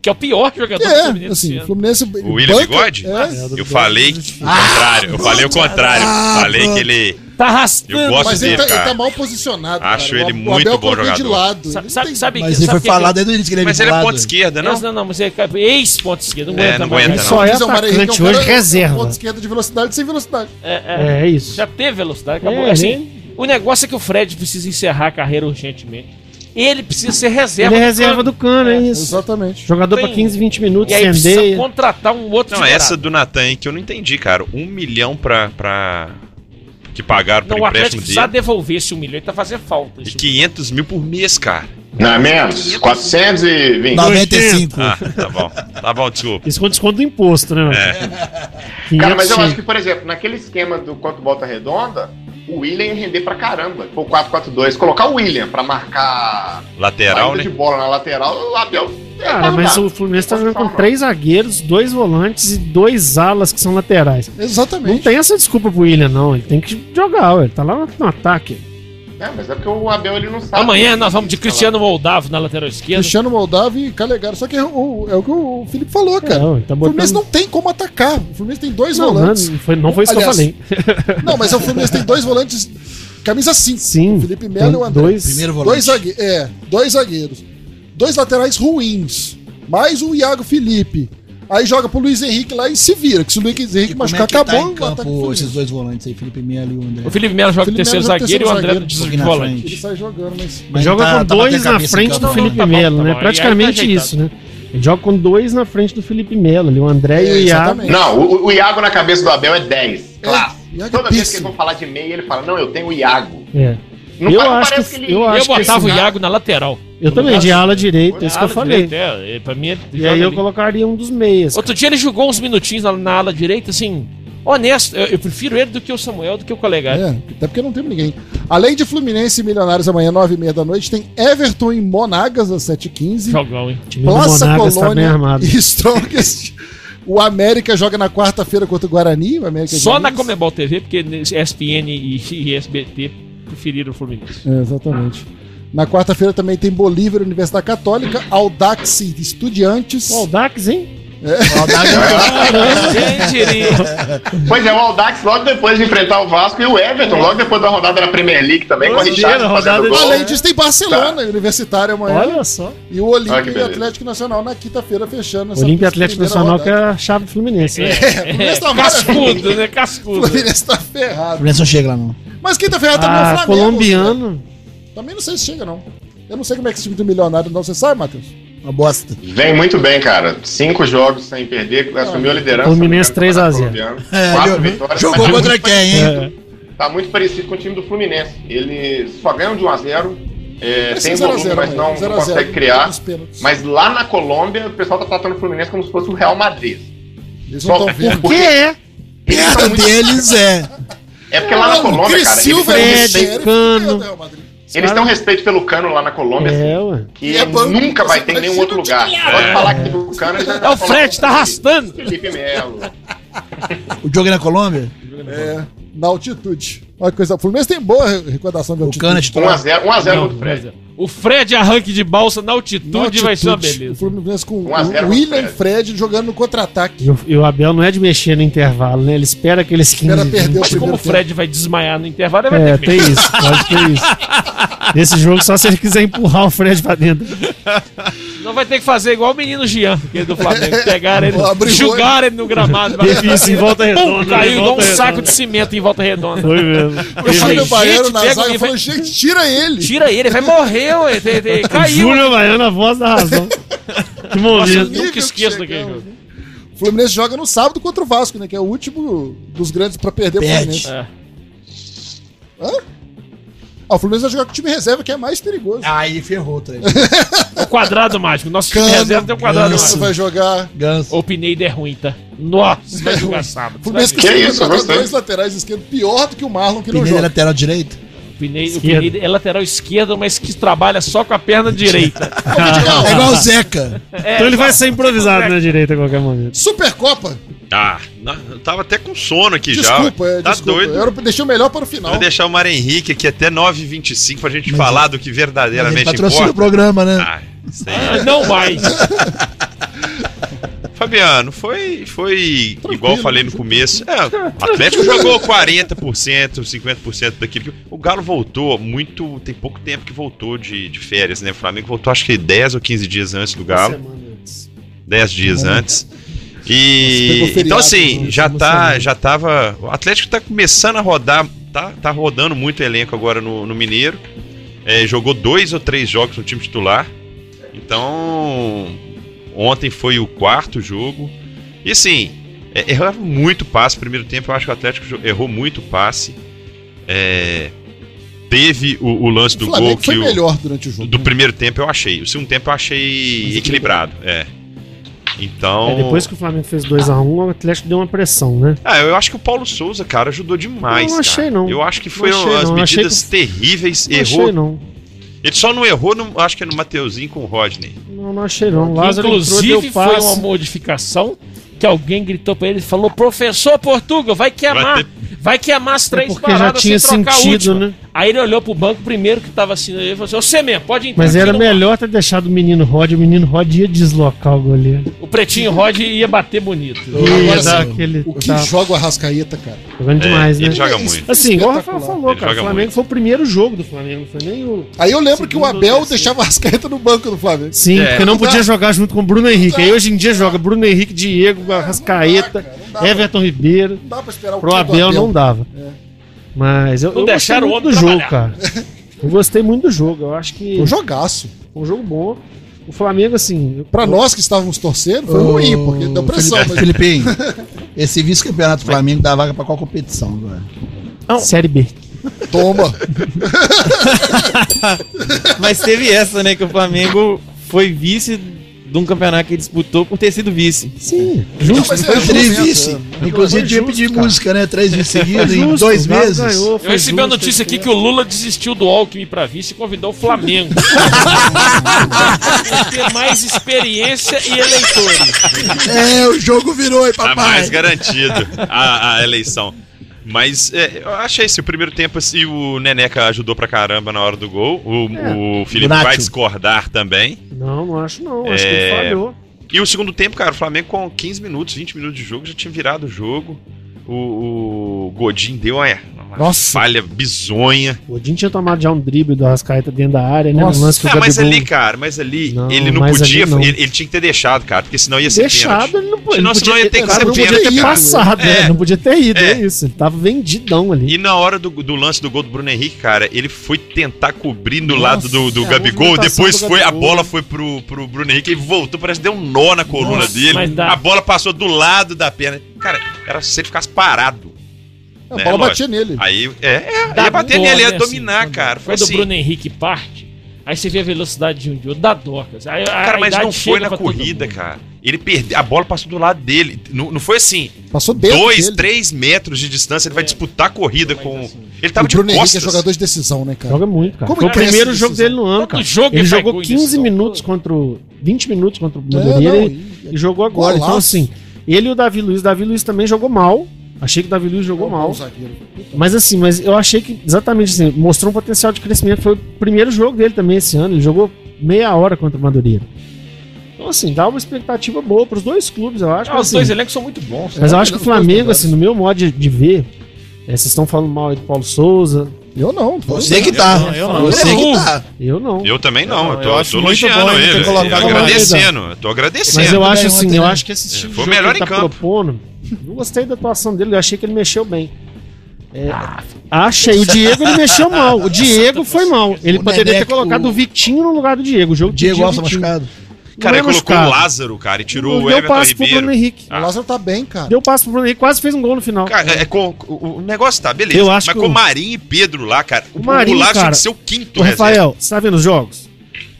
Speaker 6: Que é o pior jogador
Speaker 3: Que
Speaker 6: do
Speaker 3: é,
Speaker 6: Fluminense
Speaker 3: assim,
Speaker 6: esse
Speaker 3: o
Speaker 6: ano.
Speaker 3: Fluminense.
Speaker 10: O William Bigode? Ah,
Speaker 3: É,
Speaker 10: Eu falei o
Speaker 11: Ah.
Speaker 10: contrário. Eu falei o contrário. Falei que ele.
Speaker 6: Tá
Speaker 10: Eu
Speaker 6: arrastando.
Speaker 10: gosto
Speaker 3: mas ele
Speaker 10: dele,
Speaker 3: tá, ele tá
Speaker 10: cara.
Speaker 3: mal posicionado.
Speaker 10: Acho
Speaker 3: cara. O
Speaker 10: ele
Speaker 3: Abel
Speaker 10: muito bom
Speaker 3: colocou ele de
Speaker 10: jogador.
Speaker 3: lado.
Speaker 6: Sa-
Speaker 3: Ele
Speaker 6: Sabe,
Speaker 3: não
Speaker 6: sabe, é
Speaker 4: Mas ele foi falar
Speaker 6: falado
Speaker 4: desde o início que
Speaker 11: Ah.
Speaker 4: ele
Speaker 10: Mas ele é ponta esquerda, não?
Speaker 6: Não, não, mas ele é ex-ponto esquerdo. Não
Speaker 10: É,
Speaker 6: aguenta
Speaker 10: não
Speaker 6: mais.
Speaker 10: aguenta.
Speaker 8: Mas só é
Speaker 3: Mas o Mário Henrique é um
Speaker 8: atacante
Speaker 3: cara-
Speaker 8: hoje reserva.
Speaker 3: Ponto esquerda de velocidade sem velocidade.
Speaker 6: É, é.
Speaker 8: É isso.
Speaker 6: Já teve velocidade, acabou.
Speaker 8: É,
Speaker 6: assim, O negócio é que o Fred precisa encerrar a carreira urgentemente. Ele precisa ser reserva.
Speaker 8: Ele é reserva do cano, é isso.
Speaker 3: Exatamente.
Speaker 8: Jogador
Speaker 6: Tem-
Speaker 8: pra 15, 20
Speaker 6: E
Speaker 8: minutos,
Speaker 6: aí precisa
Speaker 8: sendeia.
Speaker 6: contratar um outro
Speaker 10: Não,
Speaker 6: liberado.
Speaker 10: essa do Natan aí que eu não entendi, cara. Um milhão pra. pra... Que pagaram
Speaker 6: Não,
Speaker 10: pro
Speaker 6: o Atlético
Speaker 10: empréstimo
Speaker 6: precisa
Speaker 10: dele.
Speaker 6: devolver esse um milhão e tá fazendo falta.
Speaker 10: E
Speaker 6: Isso.
Speaker 10: 500 mil por mês, cara.
Speaker 11: Não, é menos. 420.
Speaker 4: 95.
Speaker 10: Ah, tá bom. Tá bom, desculpa.
Speaker 8: Isso com desconto do imposto, né? mano?
Speaker 11: Cara, mas eu
Speaker 8: 500.
Speaker 11: acho que, por exemplo, naquele esquema do quanto volta redonda, o William ia render pra caramba. Pô, 4-4-2. Colocar o William pra marcar
Speaker 10: Lateral,
Speaker 11: saída
Speaker 10: né?
Speaker 11: de bola na lateral, o Abel. é,
Speaker 8: Cara,
Speaker 11: tá
Speaker 8: mas
Speaker 11: mudado.
Speaker 8: o Fluminense tá jogando com três zagueiros, dois volantes e dois alas que são laterais. Não
Speaker 3: Exatamente.
Speaker 8: tem essa desculpa pro William, não. Ele tem que jogar, ué. Ele tá lá no, no ataque.
Speaker 11: É, mas é porque o Abel ele não sabe. Tá
Speaker 6: Amanhã nós vamos de Cristiano Moldavo na lateral esquerda.
Speaker 3: Cristiano Moldavi e Calegari. Só que é o, é o que o Felipe falou, cara.
Speaker 8: Não, ele tá
Speaker 3: O Fluminense
Speaker 8: botando...
Speaker 3: não tem como atacar. O Fluminense tem dois
Speaker 8: Não, não,
Speaker 3: volantes.
Speaker 8: não foi, não foi isso
Speaker 3: Aliás,
Speaker 8: que eu falei.
Speaker 3: Não, mas é o Fluminense tem dois volantes, camisa 5.
Speaker 8: Sim.
Speaker 3: Felipe Melo e o
Speaker 8: tem
Speaker 3: André.
Speaker 8: Dois...
Speaker 4: Primeiro volante.
Speaker 3: Dois, zague é, dois zagueiros. Dois laterais ruins. Mais o Iago Felipe. Aí joga pro Luiz Henrique lá e se vira. Que se o Luiz Henrique
Speaker 4: E como
Speaker 3: machucar,
Speaker 4: é que tá
Speaker 3: acabou
Speaker 4: em
Speaker 3: o ataque do
Speaker 4: campo
Speaker 3: Fluminense.
Speaker 4: esses dois volantes aí, Felipe Melo e o André?
Speaker 6: O Felipe Melo joga
Speaker 3: Felipe
Speaker 6: de terceiro
Speaker 3: Melo joga de
Speaker 6: zagueiro e o
Speaker 3: terceiro
Speaker 6: André no
Speaker 4: Um
Speaker 6: de
Speaker 4: pouquinho na
Speaker 6: volante.
Speaker 4: frente.
Speaker 3: Ele sai jogando, mas.
Speaker 4: Mas
Speaker 8: joga
Speaker 4: tá-
Speaker 8: com
Speaker 4: tá
Speaker 8: dois
Speaker 4: batendo
Speaker 8: na
Speaker 4: cabeça em
Speaker 8: frente
Speaker 4: campo,
Speaker 8: do
Speaker 4: né?
Speaker 8: Felipe
Speaker 6: Tá bom,
Speaker 8: Melo,
Speaker 6: tá
Speaker 8: né?
Speaker 6: bom.
Speaker 8: Praticamente
Speaker 6: Aí tá
Speaker 8: isso, né? Ele joga com dois na frente do Felipe Melo, ali, o André e
Speaker 3: É,
Speaker 8: o Iago.
Speaker 3: exatamente.
Speaker 11: Não, o, o Iago na cabeça do Abel é 10. Claro.
Speaker 3: Iago é
Speaker 11: Toda vez que
Speaker 3: péssimo.
Speaker 11: eles vão falar de meia, ele fala: Não, eu tenho o Iago.
Speaker 8: É.
Speaker 11: Não
Speaker 8: Eu
Speaker 11: pa-
Speaker 8: acho
Speaker 11: parece
Speaker 8: que- eu acho
Speaker 6: Eu
Speaker 8: que
Speaker 6: botava o
Speaker 11: esse-
Speaker 6: Iago na lateral.
Speaker 8: Eu também, de ala direita,
Speaker 11: Foi
Speaker 8: isso que eu
Speaker 6: Ala
Speaker 8: falei.
Speaker 6: direita, é, é, pra mim, ele
Speaker 8: E
Speaker 6: joga
Speaker 8: aí eu
Speaker 6: ali.
Speaker 8: colocaria um dos meias.
Speaker 6: Outro dia ele jogou uns minutinhos na, na ala direita, assim, honesto. Eu, eu prefiro ele do que o Samuel, do que o colega.
Speaker 3: É, até porque não temos ninguém. Além de Fluminense e Milionários amanhã, 9h30 da noite, tem Everton em Monagas às 7h15.
Speaker 6: Jogão, hein?
Speaker 8: O time do
Speaker 3: Plaza
Speaker 8: Monagas tá bem
Speaker 3: Colônia
Speaker 8: armado.
Speaker 3: e Strongest. O América joga na quarta-feira contra o Guarani. O América
Speaker 6: Só
Speaker 3: de
Speaker 6: na
Speaker 3: Minas.
Speaker 6: Comebol TV, porque ESPN e, e SBT preferiram o Fluminense.
Speaker 3: É, exatamente. Na quarta-feira também tem Bolívar, Universidade Católica, Aldax e Estudiantes.
Speaker 8: Ó, o Dax, hein? é
Speaker 6: Quem diria?
Speaker 11: Pois é, o Aldax logo depois de enfrentar o Vasco e o Everton, logo depois da rodada da Premier League também, com a
Speaker 8: Doideira,
Speaker 11: Richard
Speaker 8: rodada
Speaker 11: fazendo
Speaker 8: de-
Speaker 11: gol.
Speaker 3: Além disso, tem Barcelona, Universitário amanhã.
Speaker 8: Olha só.
Speaker 3: E o Olímpia
Speaker 11: Ah, que
Speaker 3: e
Speaker 11: beleza.
Speaker 3: Atlético Nacional na quinta-feira, fechando
Speaker 8: O Olímpia Atlético
Speaker 3: primeira
Speaker 8: Nacional, que é
Speaker 3: rodada.
Speaker 8: a chave do Fluminense, né?
Speaker 11: É,
Speaker 3: Fluminense tá
Speaker 6: Cascudo, né? Cascudo.
Speaker 3: O Fluminense tá
Speaker 4: O
Speaker 3: ferrado.
Speaker 4: Fluminense não chega lá, não.
Speaker 3: Mas quinta-feira também é o
Speaker 8: Ah,
Speaker 3: Flamengo.
Speaker 8: colombiano.
Speaker 3: Também não sei se chega, não. Eu não sei como é que esse time do milionário não. Você sabe, Matheus?
Speaker 4: Uma bosta.
Speaker 11: Vem muito bem, cara. Cinco jogos sem perder, assumiu a liderança.
Speaker 8: Fluminense
Speaker 11: né, no
Speaker 8: 3 a 0.
Speaker 11: Campeonato Colombiano.
Speaker 4: É,
Speaker 11: Quatro
Speaker 4: jo-
Speaker 11: vitórias.
Speaker 4: jogou
Speaker 11: tá
Speaker 4: contra
Speaker 11: muito-
Speaker 4: quem, hein?
Speaker 8: É.
Speaker 11: Tá muito parecido com o time do Fluminense. Ele só ganham de 1x0. É,
Speaker 3: Vai ser
Speaker 11: tem
Speaker 3: 0 a
Speaker 11: volume,
Speaker 3: 0
Speaker 11: mas
Speaker 3: amanhã,
Speaker 11: não, não
Speaker 3: 0 a 0,
Speaker 11: consegue criar.
Speaker 3: nos pênaltis.
Speaker 11: Mas lá na Colômbia, o pessoal tá tratando o Fluminense como se fosse o Real Madrid.
Speaker 3: Eles não
Speaker 11: Só- é
Speaker 3: estão vendo.
Speaker 11: porque-
Speaker 4: Perda deles é.
Speaker 11: É porque lá na Colômbia, cara, eles
Speaker 3: Silva
Speaker 11: têm
Speaker 3: um é
Speaker 11: respeito-
Speaker 3: Rogério,
Speaker 8: Cano.
Speaker 3: fudeu, Real Madrid.
Speaker 11: eles têm um respeito pelo Cano lá na Colômbia, assim,
Speaker 8: É, ué.
Speaker 11: que
Speaker 3: É banco,
Speaker 11: nunca vai
Speaker 3: você
Speaker 11: ter em nenhum
Speaker 3: precisa
Speaker 11: outro lugar.
Speaker 3: titular.
Speaker 11: Pode falar que teve o Cano, ele já
Speaker 6: É o Fred, tá arrastando.
Speaker 11: Felipe Melo.
Speaker 4: O jogo é na Colômbia?
Speaker 3: É, na altitude. Olha que coisa. O Fluminense tem boa recordação de
Speaker 4: O
Speaker 3: altitude.
Speaker 4: Cana é titular.
Speaker 11: 1x0, 1x0
Speaker 6: Não,
Speaker 11: contra o Fred.
Speaker 6: mas é. O Fred arranque de balsa na altitude,
Speaker 3: Na
Speaker 6: vai ser uma
Speaker 3: altitude. O
Speaker 6: beleza.
Speaker 3: Fluminense com
Speaker 11: Um a zero
Speaker 3: o William
Speaker 11: pro
Speaker 3: Fred jogando no contra-ataque.
Speaker 8: E o, e o Abel não é de mexer no intervalo, né? Ele espera aqueles 15
Speaker 3: Era perder o
Speaker 6: Mas como
Speaker 3: primeiro
Speaker 6: o Fred vai desmaiar no intervalo, ele vai
Speaker 8: É,
Speaker 6: ter que
Speaker 8: tem
Speaker 6: mexer.
Speaker 8: isso, pode ter isso. Nesse jogo, só se ele quiser empurrar o Fred pra dentro.
Speaker 6: Não vai ter que fazer igual o menino Jean, aquele do Flamengo. Pegaram ele,
Speaker 3: Vou abrir o
Speaker 6: julgaram ele no gramado.
Speaker 8: Teve isso em volta
Speaker 6: Pum,
Speaker 8: redonda.
Speaker 6: caiu
Speaker 8: em
Speaker 6: igual um
Speaker 8: volta
Speaker 6: saco
Speaker 8: redonda.
Speaker 6: de cimento em volta redonda.
Speaker 8: Foi mesmo.
Speaker 3: tempo. O Júnior
Speaker 6: Gente,
Speaker 3: Baiano na
Speaker 6: pega
Speaker 3: zaga
Speaker 6: alguém,
Speaker 3: falou,
Speaker 6: vai-
Speaker 3: gente, tira ele.
Speaker 6: Tira ele, vai morrer, ué. Tem- tem- Caiu. É,
Speaker 8: Júnior Baiano, a voz da razão. Que
Speaker 6: Nossa, eu
Speaker 8: momento.
Speaker 3: nível
Speaker 6: nunca
Speaker 3: que
Speaker 6: esqueço daquele
Speaker 3: chegamos,
Speaker 6: jogo.
Speaker 3: O Fluminense joga no sábado contra o Vasco, né? Que é o último dos grandes pra perder o
Speaker 4: Perde.
Speaker 3: Fluminense.
Speaker 6: É.
Speaker 3: Ah, o Fluminense vai jogar com o time reserva, que é mais perigoso.
Speaker 8: Ah,
Speaker 4: Aí ferrou, tá?
Speaker 6: O quadrado mágico. Nosso time
Speaker 3: Cano,
Speaker 6: reserva tem um quadrado
Speaker 3: Ganso
Speaker 6: mágico.
Speaker 3: vai jogar.
Speaker 4: Ganso.
Speaker 6: O Pineda é ruim, tá? Nossa, vai jogar sábado.
Speaker 3: O
Speaker 6: Você vai
Speaker 3: Fluminense
Speaker 6: ver.
Speaker 11: Que
Speaker 3: conseguiu
Speaker 11: é isso,
Speaker 3: contratar
Speaker 11: gostei.
Speaker 3: dois laterais esquerdos, pior do que o Marlon, que não
Speaker 4: Pineda é
Speaker 3: joga.
Speaker 4: lateral direito?
Speaker 6: O Pineda, o
Speaker 8: Esquerda.
Speaker 6: Pineda é lateral esquerda, mas que trabalha só com a perna direita. É,
Speaker 4: É igual o Zeca.
Speaker 8: Então ele vai ser improvisado na direita a qualquer momento.
Speaker 3: Supercopa!
Speaker 10: Tá. Não, Eu tava até com sono aqui já.
Speaker 3: Desculpa,
Speaker 10: ué.
Speaker 3: é,
Speaker 10: tá
Speaker 3: desculpa.
Speaker 10: doido.
Speaker 3: Eu era- deixei o melhor para o final.
Speaker 10: Vou deixar o Mar Henrique aqui até 9h25 pra gente
Speaker 4: Mas
Speaker 10: falar do que
Speaker 4: Ele
Speaker 10: verdadeiramente
Speaker 4: patrocina
Speaker 10: importa.
Speaker 4: o programa, né?
Speaker 10: Ah, isso aí.
Speaker 6: Ah, Não mais.
Speaker 10: Fabiano, foi, foi igual eu falei no começo. É, o Atlético jogou 40%, 50% daquilo. que- O Galo voltou muito. Tem pouco tempo que voltou de, de férias, né? O Flamengo voltou acho que 10 ou 15 dias antes do Galo. 10 dias antes.
Speaker 3: pegou
Speaker 10: E.
Speaker 3: feriado,
Speaker 10: Então, assim,
Speaker 3: né?
Speaker 10: já
Speaker 3: Essa
Speaker 10: tá.
Speaker 3: semana.
Speaker 10: Já tava. O Atlético tá começando a rodar. Tá, tá rodando muito elenco agora no, no Mineiro. É, jogou dois ou três jogos no time titular. Então. Ontem foi o quarto jogo. E assim, é, errava muito passe. Primeiro tempo, eu acho que o Atlético jo- errou muito passe. É, teve o, o lance do
Speaker 3: o
Speaker 10: gol
Speaker 3: Flamengo
Speaker 10: que
Speaker 3: foi
Speaker 10: o,
Speaker 3: melhor durante o
Speaker 10: do,
Speaker 3: jogo.
Speaker 10: do primeiro tempo eu achei. O segundo tempo eu achei equilibrado. É. Então.
Speaker 8: É, depois que o Flamengo fez 2x1, o Atlético deu uma pressão, né?
Speaker 10: Ah, eu acho que o Paulo Souza, cara, ajudou demais.
Speaker 8: Eu não achei,
Speaker 10: cara.
Speaker 8: não.
Speaker 10: Eu acho que foram
Speaker 8: achei,
Speaker 10: as
Speaker 8: não. Eu achei
Speaker 10: medidas terríveis.
Speaker 8: Não
Speaker 10: errou.
Speaker 8: achei, não.
Speaker 10: Ele só não errou, no, acho que é no Mateuzinho com o Rodney.
Speaker 8: Não, não achei, não. O Lázaro entrou,
Speaker 6: Inclusive,
Speaker 8: deu
Speaker 6: foi um uma
Speaker 8: passe.
Speaker 6: modificação que alguém gritou pra ele e falou: Professor Portugal, vai
Speaker 10: Vai
Speaker 6: queimar. Vai queimar as
Speaker 8: É
Speaker 6: três
Speaker 8: porque já tinha sentido,
Speaker 6: última.
Speaker 8: né?
Speaker 6: Aí ele olhou pro banco primeiro que tava assinando ele e falou assim: Você mesmo, pode entrar.
Speaker 8: Mas
Speaker 6: aqui
Speaker 8: era
Speaker 6: no-
Speaker 8: melhor ter deixado o menino Rod. O menino Rod ia deslocar o goleiro.
Speaker 6: O pretinho Rod ia bater bonito.
Speaker 3: Agora
Speaker 8: Ia
Speaker 3: sim,
Speaker 8: dar aquele.
Speaker 3: O que É,
Speaker 8: tá
Speaker 3: joga o Arrascaeta, cara?
Speaker 8: jogando demais,
Speaker 10: ele
Speaker 8: né?
Speaker 10: joga muito.
Speaker 8: Assim, igual o Rafael
Speaker 3: Espetacular.
Speaker 8: falou,
Speaker 10: Ele
Speaker 8: cara. O
Speaker 10: joga
Speaker 8: Flamengo
Speaker 10: muito.
Speaker 8: foi o primeiro jogo do Flamengo. Não foi nem o.
Speaker 3: Aí eu lembro que o
Speaker 8: Segundo,
Speaker 3: Abel
Speaker 8: terceiro.
Speaker 3: deixava o Arrascaeta no banco do Flamengo.
Speaker 8: Sim,
Speaker 10: É.
Speaker 8: porque não
Speaker 3: Não
Speaker 8: podia
Speaker 3: dá.
Speaker 8: jogar junto com o Bruno Henrique. Aí hoje em dia joga Bruno Henrique, Diego,
Speaker 3: não dá,
Speaker 8: Arrascaeta,
Speaker 3: cara, não dá.
Speaker 8: Everton Ribeiro.
Speaker 3: Não dá É. pra esperar o
Speaker 8: Pro
Speaker 3: time do
Speaker 8: Abel não dava. Mas eu,
Speaker 6: Não
Speaker 8: eu gostei
Speaker 6: deixaram o
Speaker 8: muito do
Speaker 6: homem
Speaker 8: jogo, cara. Eu gostei muito do jogo. Eu acho que
Speaker 3: Um jogaço.
Speaker 8: foi um jogo bom. O Flamengo, assim.
Speaker 3: Pra nós que estávamos torcendo, foi
Speaker 4: Ô,
Speaker 3: ruim, porque deu pressão.
Speaker 4: Felipe-
Speaker 3: Mas
Speaker 4: Felipinho, esse vice-campeonato do Flamengo dá vaga pra qual competição, velho?
Speaker 8: Série B.
Speaker 3: toma.
Speaker 7: Mas teve essa, né? Que o Flamengo foi vice de um campeonato que disputou por ter sido vice.
Speaker 8: Sim.
Speaker 3: Não, mas é
Speaker 4: Foi três
Speaker 3: argumento,
Speaker 4: vice.
Speaker 3: é.
Speaker 4: Inclusive, tinha pedido música, né? Três vice seguidos em
Speaker 8: Justo,
Speaker 4: dois
Speaker 8: o Galo
Speaker 4: meses.
Speaker 8: ganhou,
Speaker 6: Eu
Speaker 8: foi
Speaker 6: recebi a
Speaker 8: justo, assim.
Speaker 6: notícia aqui
Speaker 8: foi
Speaker 6: que o Lula desistiu do Alckmin pra vice e convidou o Flamengo. pra ter mais experiência e eleitores.
Speaker 4: É, o jogo virou, aí,
Speaker 7: Ah,
Speaker 10: Tá mais
Speaker 4: papai.
Speaker 10: garantido a, a eleição. Mas é, eu achei assim, o primeiro tempo assim, o Neneca ajudou pra caramba na hora do gol. O, o Felipe
Speaker 4: Nacho.
Speaker 10: vai discordar também.
Speaker 8: Não, não acho não. Acho que
Speaker 10: É.
Speaker 8: ele falhou.
Speaker 10: E o segundo tempo, cara, o Flamengo com 15 minutos, 20 minutos de jogo, já tinha virado o jogo. O, o Godin deu uma, uma
Speaker 8: Nossa.
Speaker 10: falha bizonha.
Speaker 8: O Odin tinha tomado já um drible do Arrascaeta dentro da área, né?
Speaker 3: Nossa.
Speaker 8: No lance que o
Speaker 6: É,
Speaker 10: Ah, mas
Speaker 8: Gabigol
Speaker 10: ali, cara, mas ali
Speaker 8: Não,
Speaker 10: ele não
Speaker 8: mas
Speaker 10: podia.
Speaker 8: ali não.
Speaker 10: Ele, ele tinha que ter deixado, cara, porque senão ia ser
Speaker 8: deixado,
Speaker 10: pênalti.
Speaker 8: ele não podia.
Speaker 10: Senão-
Speaker 8: ele
Speaker 10: senão ia ter
Speaker 8: podia
Speaker 10: que ser um
Speaker 8: cara, não podia
Speaker 10: pênalti,
Speaker 8: ter
Speaker 10: cara.
Speaker 8: passado, né?
Speaker 10: É.
Speaker 8: Não podia ter ido,
Speaker 10: É.
Speaker 8: é. isso. Ele tava vendidão ali.
Speaker 10: E na hora do, do lance do gol do Bruno Henrique, cara, ele foi tentar cobrir do lado do, do
Speaker 3: a
Speaker 10: Gabigol,
Speaker 3: movimentação
Speaker 10: depois
Speaker 3: do
Speaker 10: foi a
Speaker 3: Gabigol.
Speaker 10: bola foi pro, pro Bruno Henrique e voltou, parece que deu um nó na coluna
Speaker 6: mas
Speaker 10: dele.
Speaker 6: dá.
Speaker 10: A bola passou do lado da perna. Cara, era se ele ficasse parado.
Speaker 3: A
Speaker 10: É,
Speaker 3: bola
Speaker 10: lógico.
Speaker 3: batia nele.
Speaker 10: Aí, é, é
Speaker 6: Dá
Speaker 10: ia bater
Speaker 6: dó,
Speaker 10: nele, ia
Speaker 6: né,
Speaker 10: dominar,
Speaker 6: assim,
Speaker 10: cara. Foi
Speaker 6: Quando
Speaker 10: assim.
Speaker 6: o Bruno Henrique parte, aí você vê a velocidade de um de outro, dá dó. Cara, Aí a-
Speaker 10: Cara,
Speaker 6: a
Speaker 10: mas
Speaker 6: idade
Speaker 10: não
Speaker 6: chega
Speaker 10: foi na
Speaker 6: pra todo
Speaker 10: corrida,
Speaker 6: mundo.
Speaker 10: cara. Ele perdeu, a bola passou do lado dele. Não, não foi assim,
Speaker 3: Passou dentro
Speaker 10: dois,
Speaker 3: dele.
Speaker 10: três metros de distância, ele
Speaker 6: É.
Speaker 10: vai disputar a corrida com...
Speaker 6: assim,
Speaker 10: Ele
Speaker 3: O
Speaker 10: tava de
Speaker 3: Bruno Henrique é
Speaker 10: costas.
Speaker 3: jogador de decisão, né, cara?
Speaker 8: Joga muito, cara.
Speaker 3: Como
Speaker 8: Foi o
Speaker 3: ele cresce
Speaker 8: primeiro
Speaker 3: nesse
Speaker 8: jogo
Speaker 3: jogo?
Speaker 8: dele no ano,
Speaker 6: Todo
Speaker 8: cara.
Speaker 6: jogo
Speaker 8: ele
Speaker 6: ele faz
Speaker 8: jogou
Speaker 6: gol
Speaker 8: 15
Speaker 6: nesse
Speaker 8: minutos contra o. 20 minutos contra o
Speaker 3: É,
Speaker 8: Madureira
Speaker 3: não,
Speaker 8: e,
Speaker 3: e-
Speaker 8: e jogou agora. Então,
Speaker 3: Golaço.
Speaker 8: assim, ele e o Davi Luiz. O Davi Luiz também jogou mal. Achei que o Davi Luiz jogou mal.
Speaker 3: zagueiro.
Speaker 8: Mas assim, mas eu achei que exatamente assim, mostrou um potencial de crescimento. Foi o primeiro jogo dele também esse ano. Ele jogou meia hora contra o Madureira. Então, assim, dá uma expectativa boa pros dois clubes, eu acho.
Speaker 6: Ah, os
Speaker 8: assim,
Speaker 6: dois elencos são muito bons.
Speaker 8: Mas eu acho que o
Speaker 3: Os dois
Speaker 8: Flamengo,
Speaker 3: jogadores.
Speaker 8: assim, no meu modo de, de ver, é, vocês estão falando mal aí do Paulo Souza.
Speaker 3: Eu não.
Speaker 4: Você que tá.
Speaker 7: não, eu não.
Speaker 4: Você que tá.
Speaker 8: Eu não.
Speaker 10: Eu também não, eu
Speaker 7: eu
Speaker 10: tô, eu
Speaker 7: acho
Speaker 10: tô
Speaker 7: muito
Speaker 10: elogiando
Speaker 7: bom ele ter
Speaker 10: ele.
Speaker 7: colocado
Speaker 10: Eu
Speaker 7: uma
Speaker 10: agradecendo, eu tô
Speaker 8: Mas eu
Speaker 10: agradecendo.
Speaker 8: acho assim,
Speaker 4: ontem,
Speaker 8: eu
Speaker 4: né?
Speaker 8: acho que esse tipo
Speaker 10: É, Foi
Speaker 8: de jogo
Speaker 10: melhor
Speaker 8: que ele
Speaker 10: em
Speaker 8: tá
Speaker 10: campo.
Speaker 8: propondo. Não gostei da atuação dele, eu achei que ele mexeu bem. É,
Speaker 4: Ah,
Speaker 8: achei. O Diego ele mexeu mal. O Diego foi mal. Ele
Speaker 4: O
Speaker 8: poderia
Speaker 4: Neneco-
Speaker 8: ter colocado o Vitinho no lugar do Diego. O jogo
Speaker 4: Diego
Speaker 8: pedia
Speaker 4: Alves
Speaker 8: Vitinho.
Speaker 4: machucado.
Speaker 10: Cara,
Speaker 8: Não é
Speaker 10: ele colocou o
Speaker 8: machucado.
Speaker 10: Lázaro, cara, e tirou o
Speaker 8: Deu
Speaker 10: Everton
Speaker 8: passe pro Bruno
Speaker 10: Henrique.
Speaker 8: Henrique.
Speaker 3: O Lázaro tá bem, cara.
Speaker 8: Deu passe pro Bruno Henrique, quase fez um gol no final.
Speaker 10: Cara, é com- o, o negócio tá, beleza.
Speaker 8: Eu acho
Speaker 10: mas
Speaker 8: que
Speaker 10: com
Speaker 8: o-
Speaker 10: o Marinho e Pedro lá, cara, o,
Speaker 8: O Marinho,
Speaker 10: o Lázaro
Speaker 8: cara,
Speaker 10: tinha que ser o quinto
Speaker 8: Ô, Rafael, você tá vendo os jogos?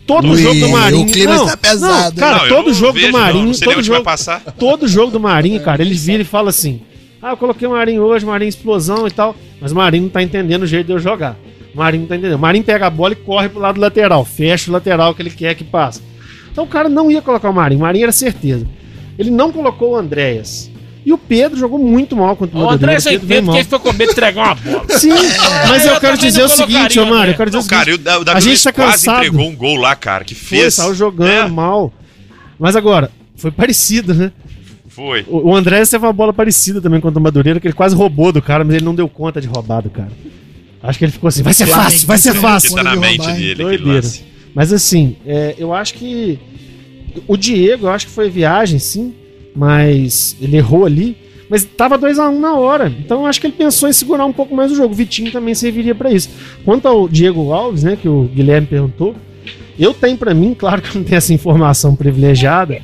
Speaker 8: Todo
Speaker 4: Ui,
Speaker 8: jogo do Marinho.
Speaker 4: o clima está pesado, hein?
Speaker 8: cara,
Speaker 10: Não, eu
Speaker 8: todo
Speaker 10: não
Speaker 8: jogo
Speaker 10: vejo,
Speaker 8: do
Speaker 10: não.
Speaker 8: Marinho.
Speaker 10: Não sei nem
Speaker 8: todo,
Speaker 10: onde vai
Speaker 8: jogo,
Speaker 10: passar.
Speaker 8: todo jogo do Marinho, cara, ele vira e fala assim: Ah, eu coloquei o Marinho hoje, o Marinho explosão e tal. Mas o Marinho não tá entendendo o jeito de eu jogar. O Marinho não tá entendendo. O Marinho pega a bola e corre pro lado lateral, fecha o lateral que ele quer que passe. Então o cara não ia colocar o Marinho, o Marinho era certeza. Ele não colocou o Andréas. E o Pedro jogou muito mal contra o
Speaker 6: O
Speaker 8: Madureira,
Speaker 6: André,
Speaker 8: o
Speaker 6: eu
Speaker 8: Pedro veio
Speaker 6: entendo que
Speaker 8: mal.
Speaker 6: ele foi com medo de entregar uma bola.
Speaker 8: Sim, mas
Speaker 6: é eu
Speaker 8: eu quero
Speaker 6: também
Speaker 8: dizer
Speaker 6: não
Speaker 8: o seguinte,
Speaker 6: colocaria,
Speaker 8: ô Mário, eu
Speaker 6: André.
Speaker 8: quero dizer o
Speaker 10: Não,
Speaker 8: seguinte.
Speaker 10: cara, e o Davi
Speaker 8: a gente
Speaker 10: Luiz
Speaker 8: tá
Speaker 10: quase
Speaker 8: cansado.
Speaker 10: entregou um gol lá, cara, que
Speaker 8: Foi,
Speaker 10: fez.
Speaker 8: saiu jogando mal. Mas agora, foi parecido, né?
Speaker 10: É, foi.
Speaker 8: O o André teve uma bola parecida também contra o Madureira, que ele quase roubou do cara, mas ele não deu conta de roubar do cara. Acho que ele ficou assim, vai ser fácil, vai ser
Speaker 10: Que
Speaker 8: fácil.
Speaker 10: tá na
Speaker 4: Quando ele
Speaker 10: mente
Speaker 4: roubar, hein?
Speaker 10: dele, aquele
Speaker 8: Doideira.
Speaker 10: lance.
Speaker 8: Mas assim, é, eu acho que. O Diego, eu acho que foi viagem, sim. Mas ele errou ali. Mas tava 2 a 1 na hora. Então eu acho que ele pensou em segurar um pouco mais o jogo. O Vitinho também serviria pra isso. Quanto ao Diego Alves, né, que o Guilherme perguntou, eu tenho pra mim, claro que eu não tenho essa informação privilegiada.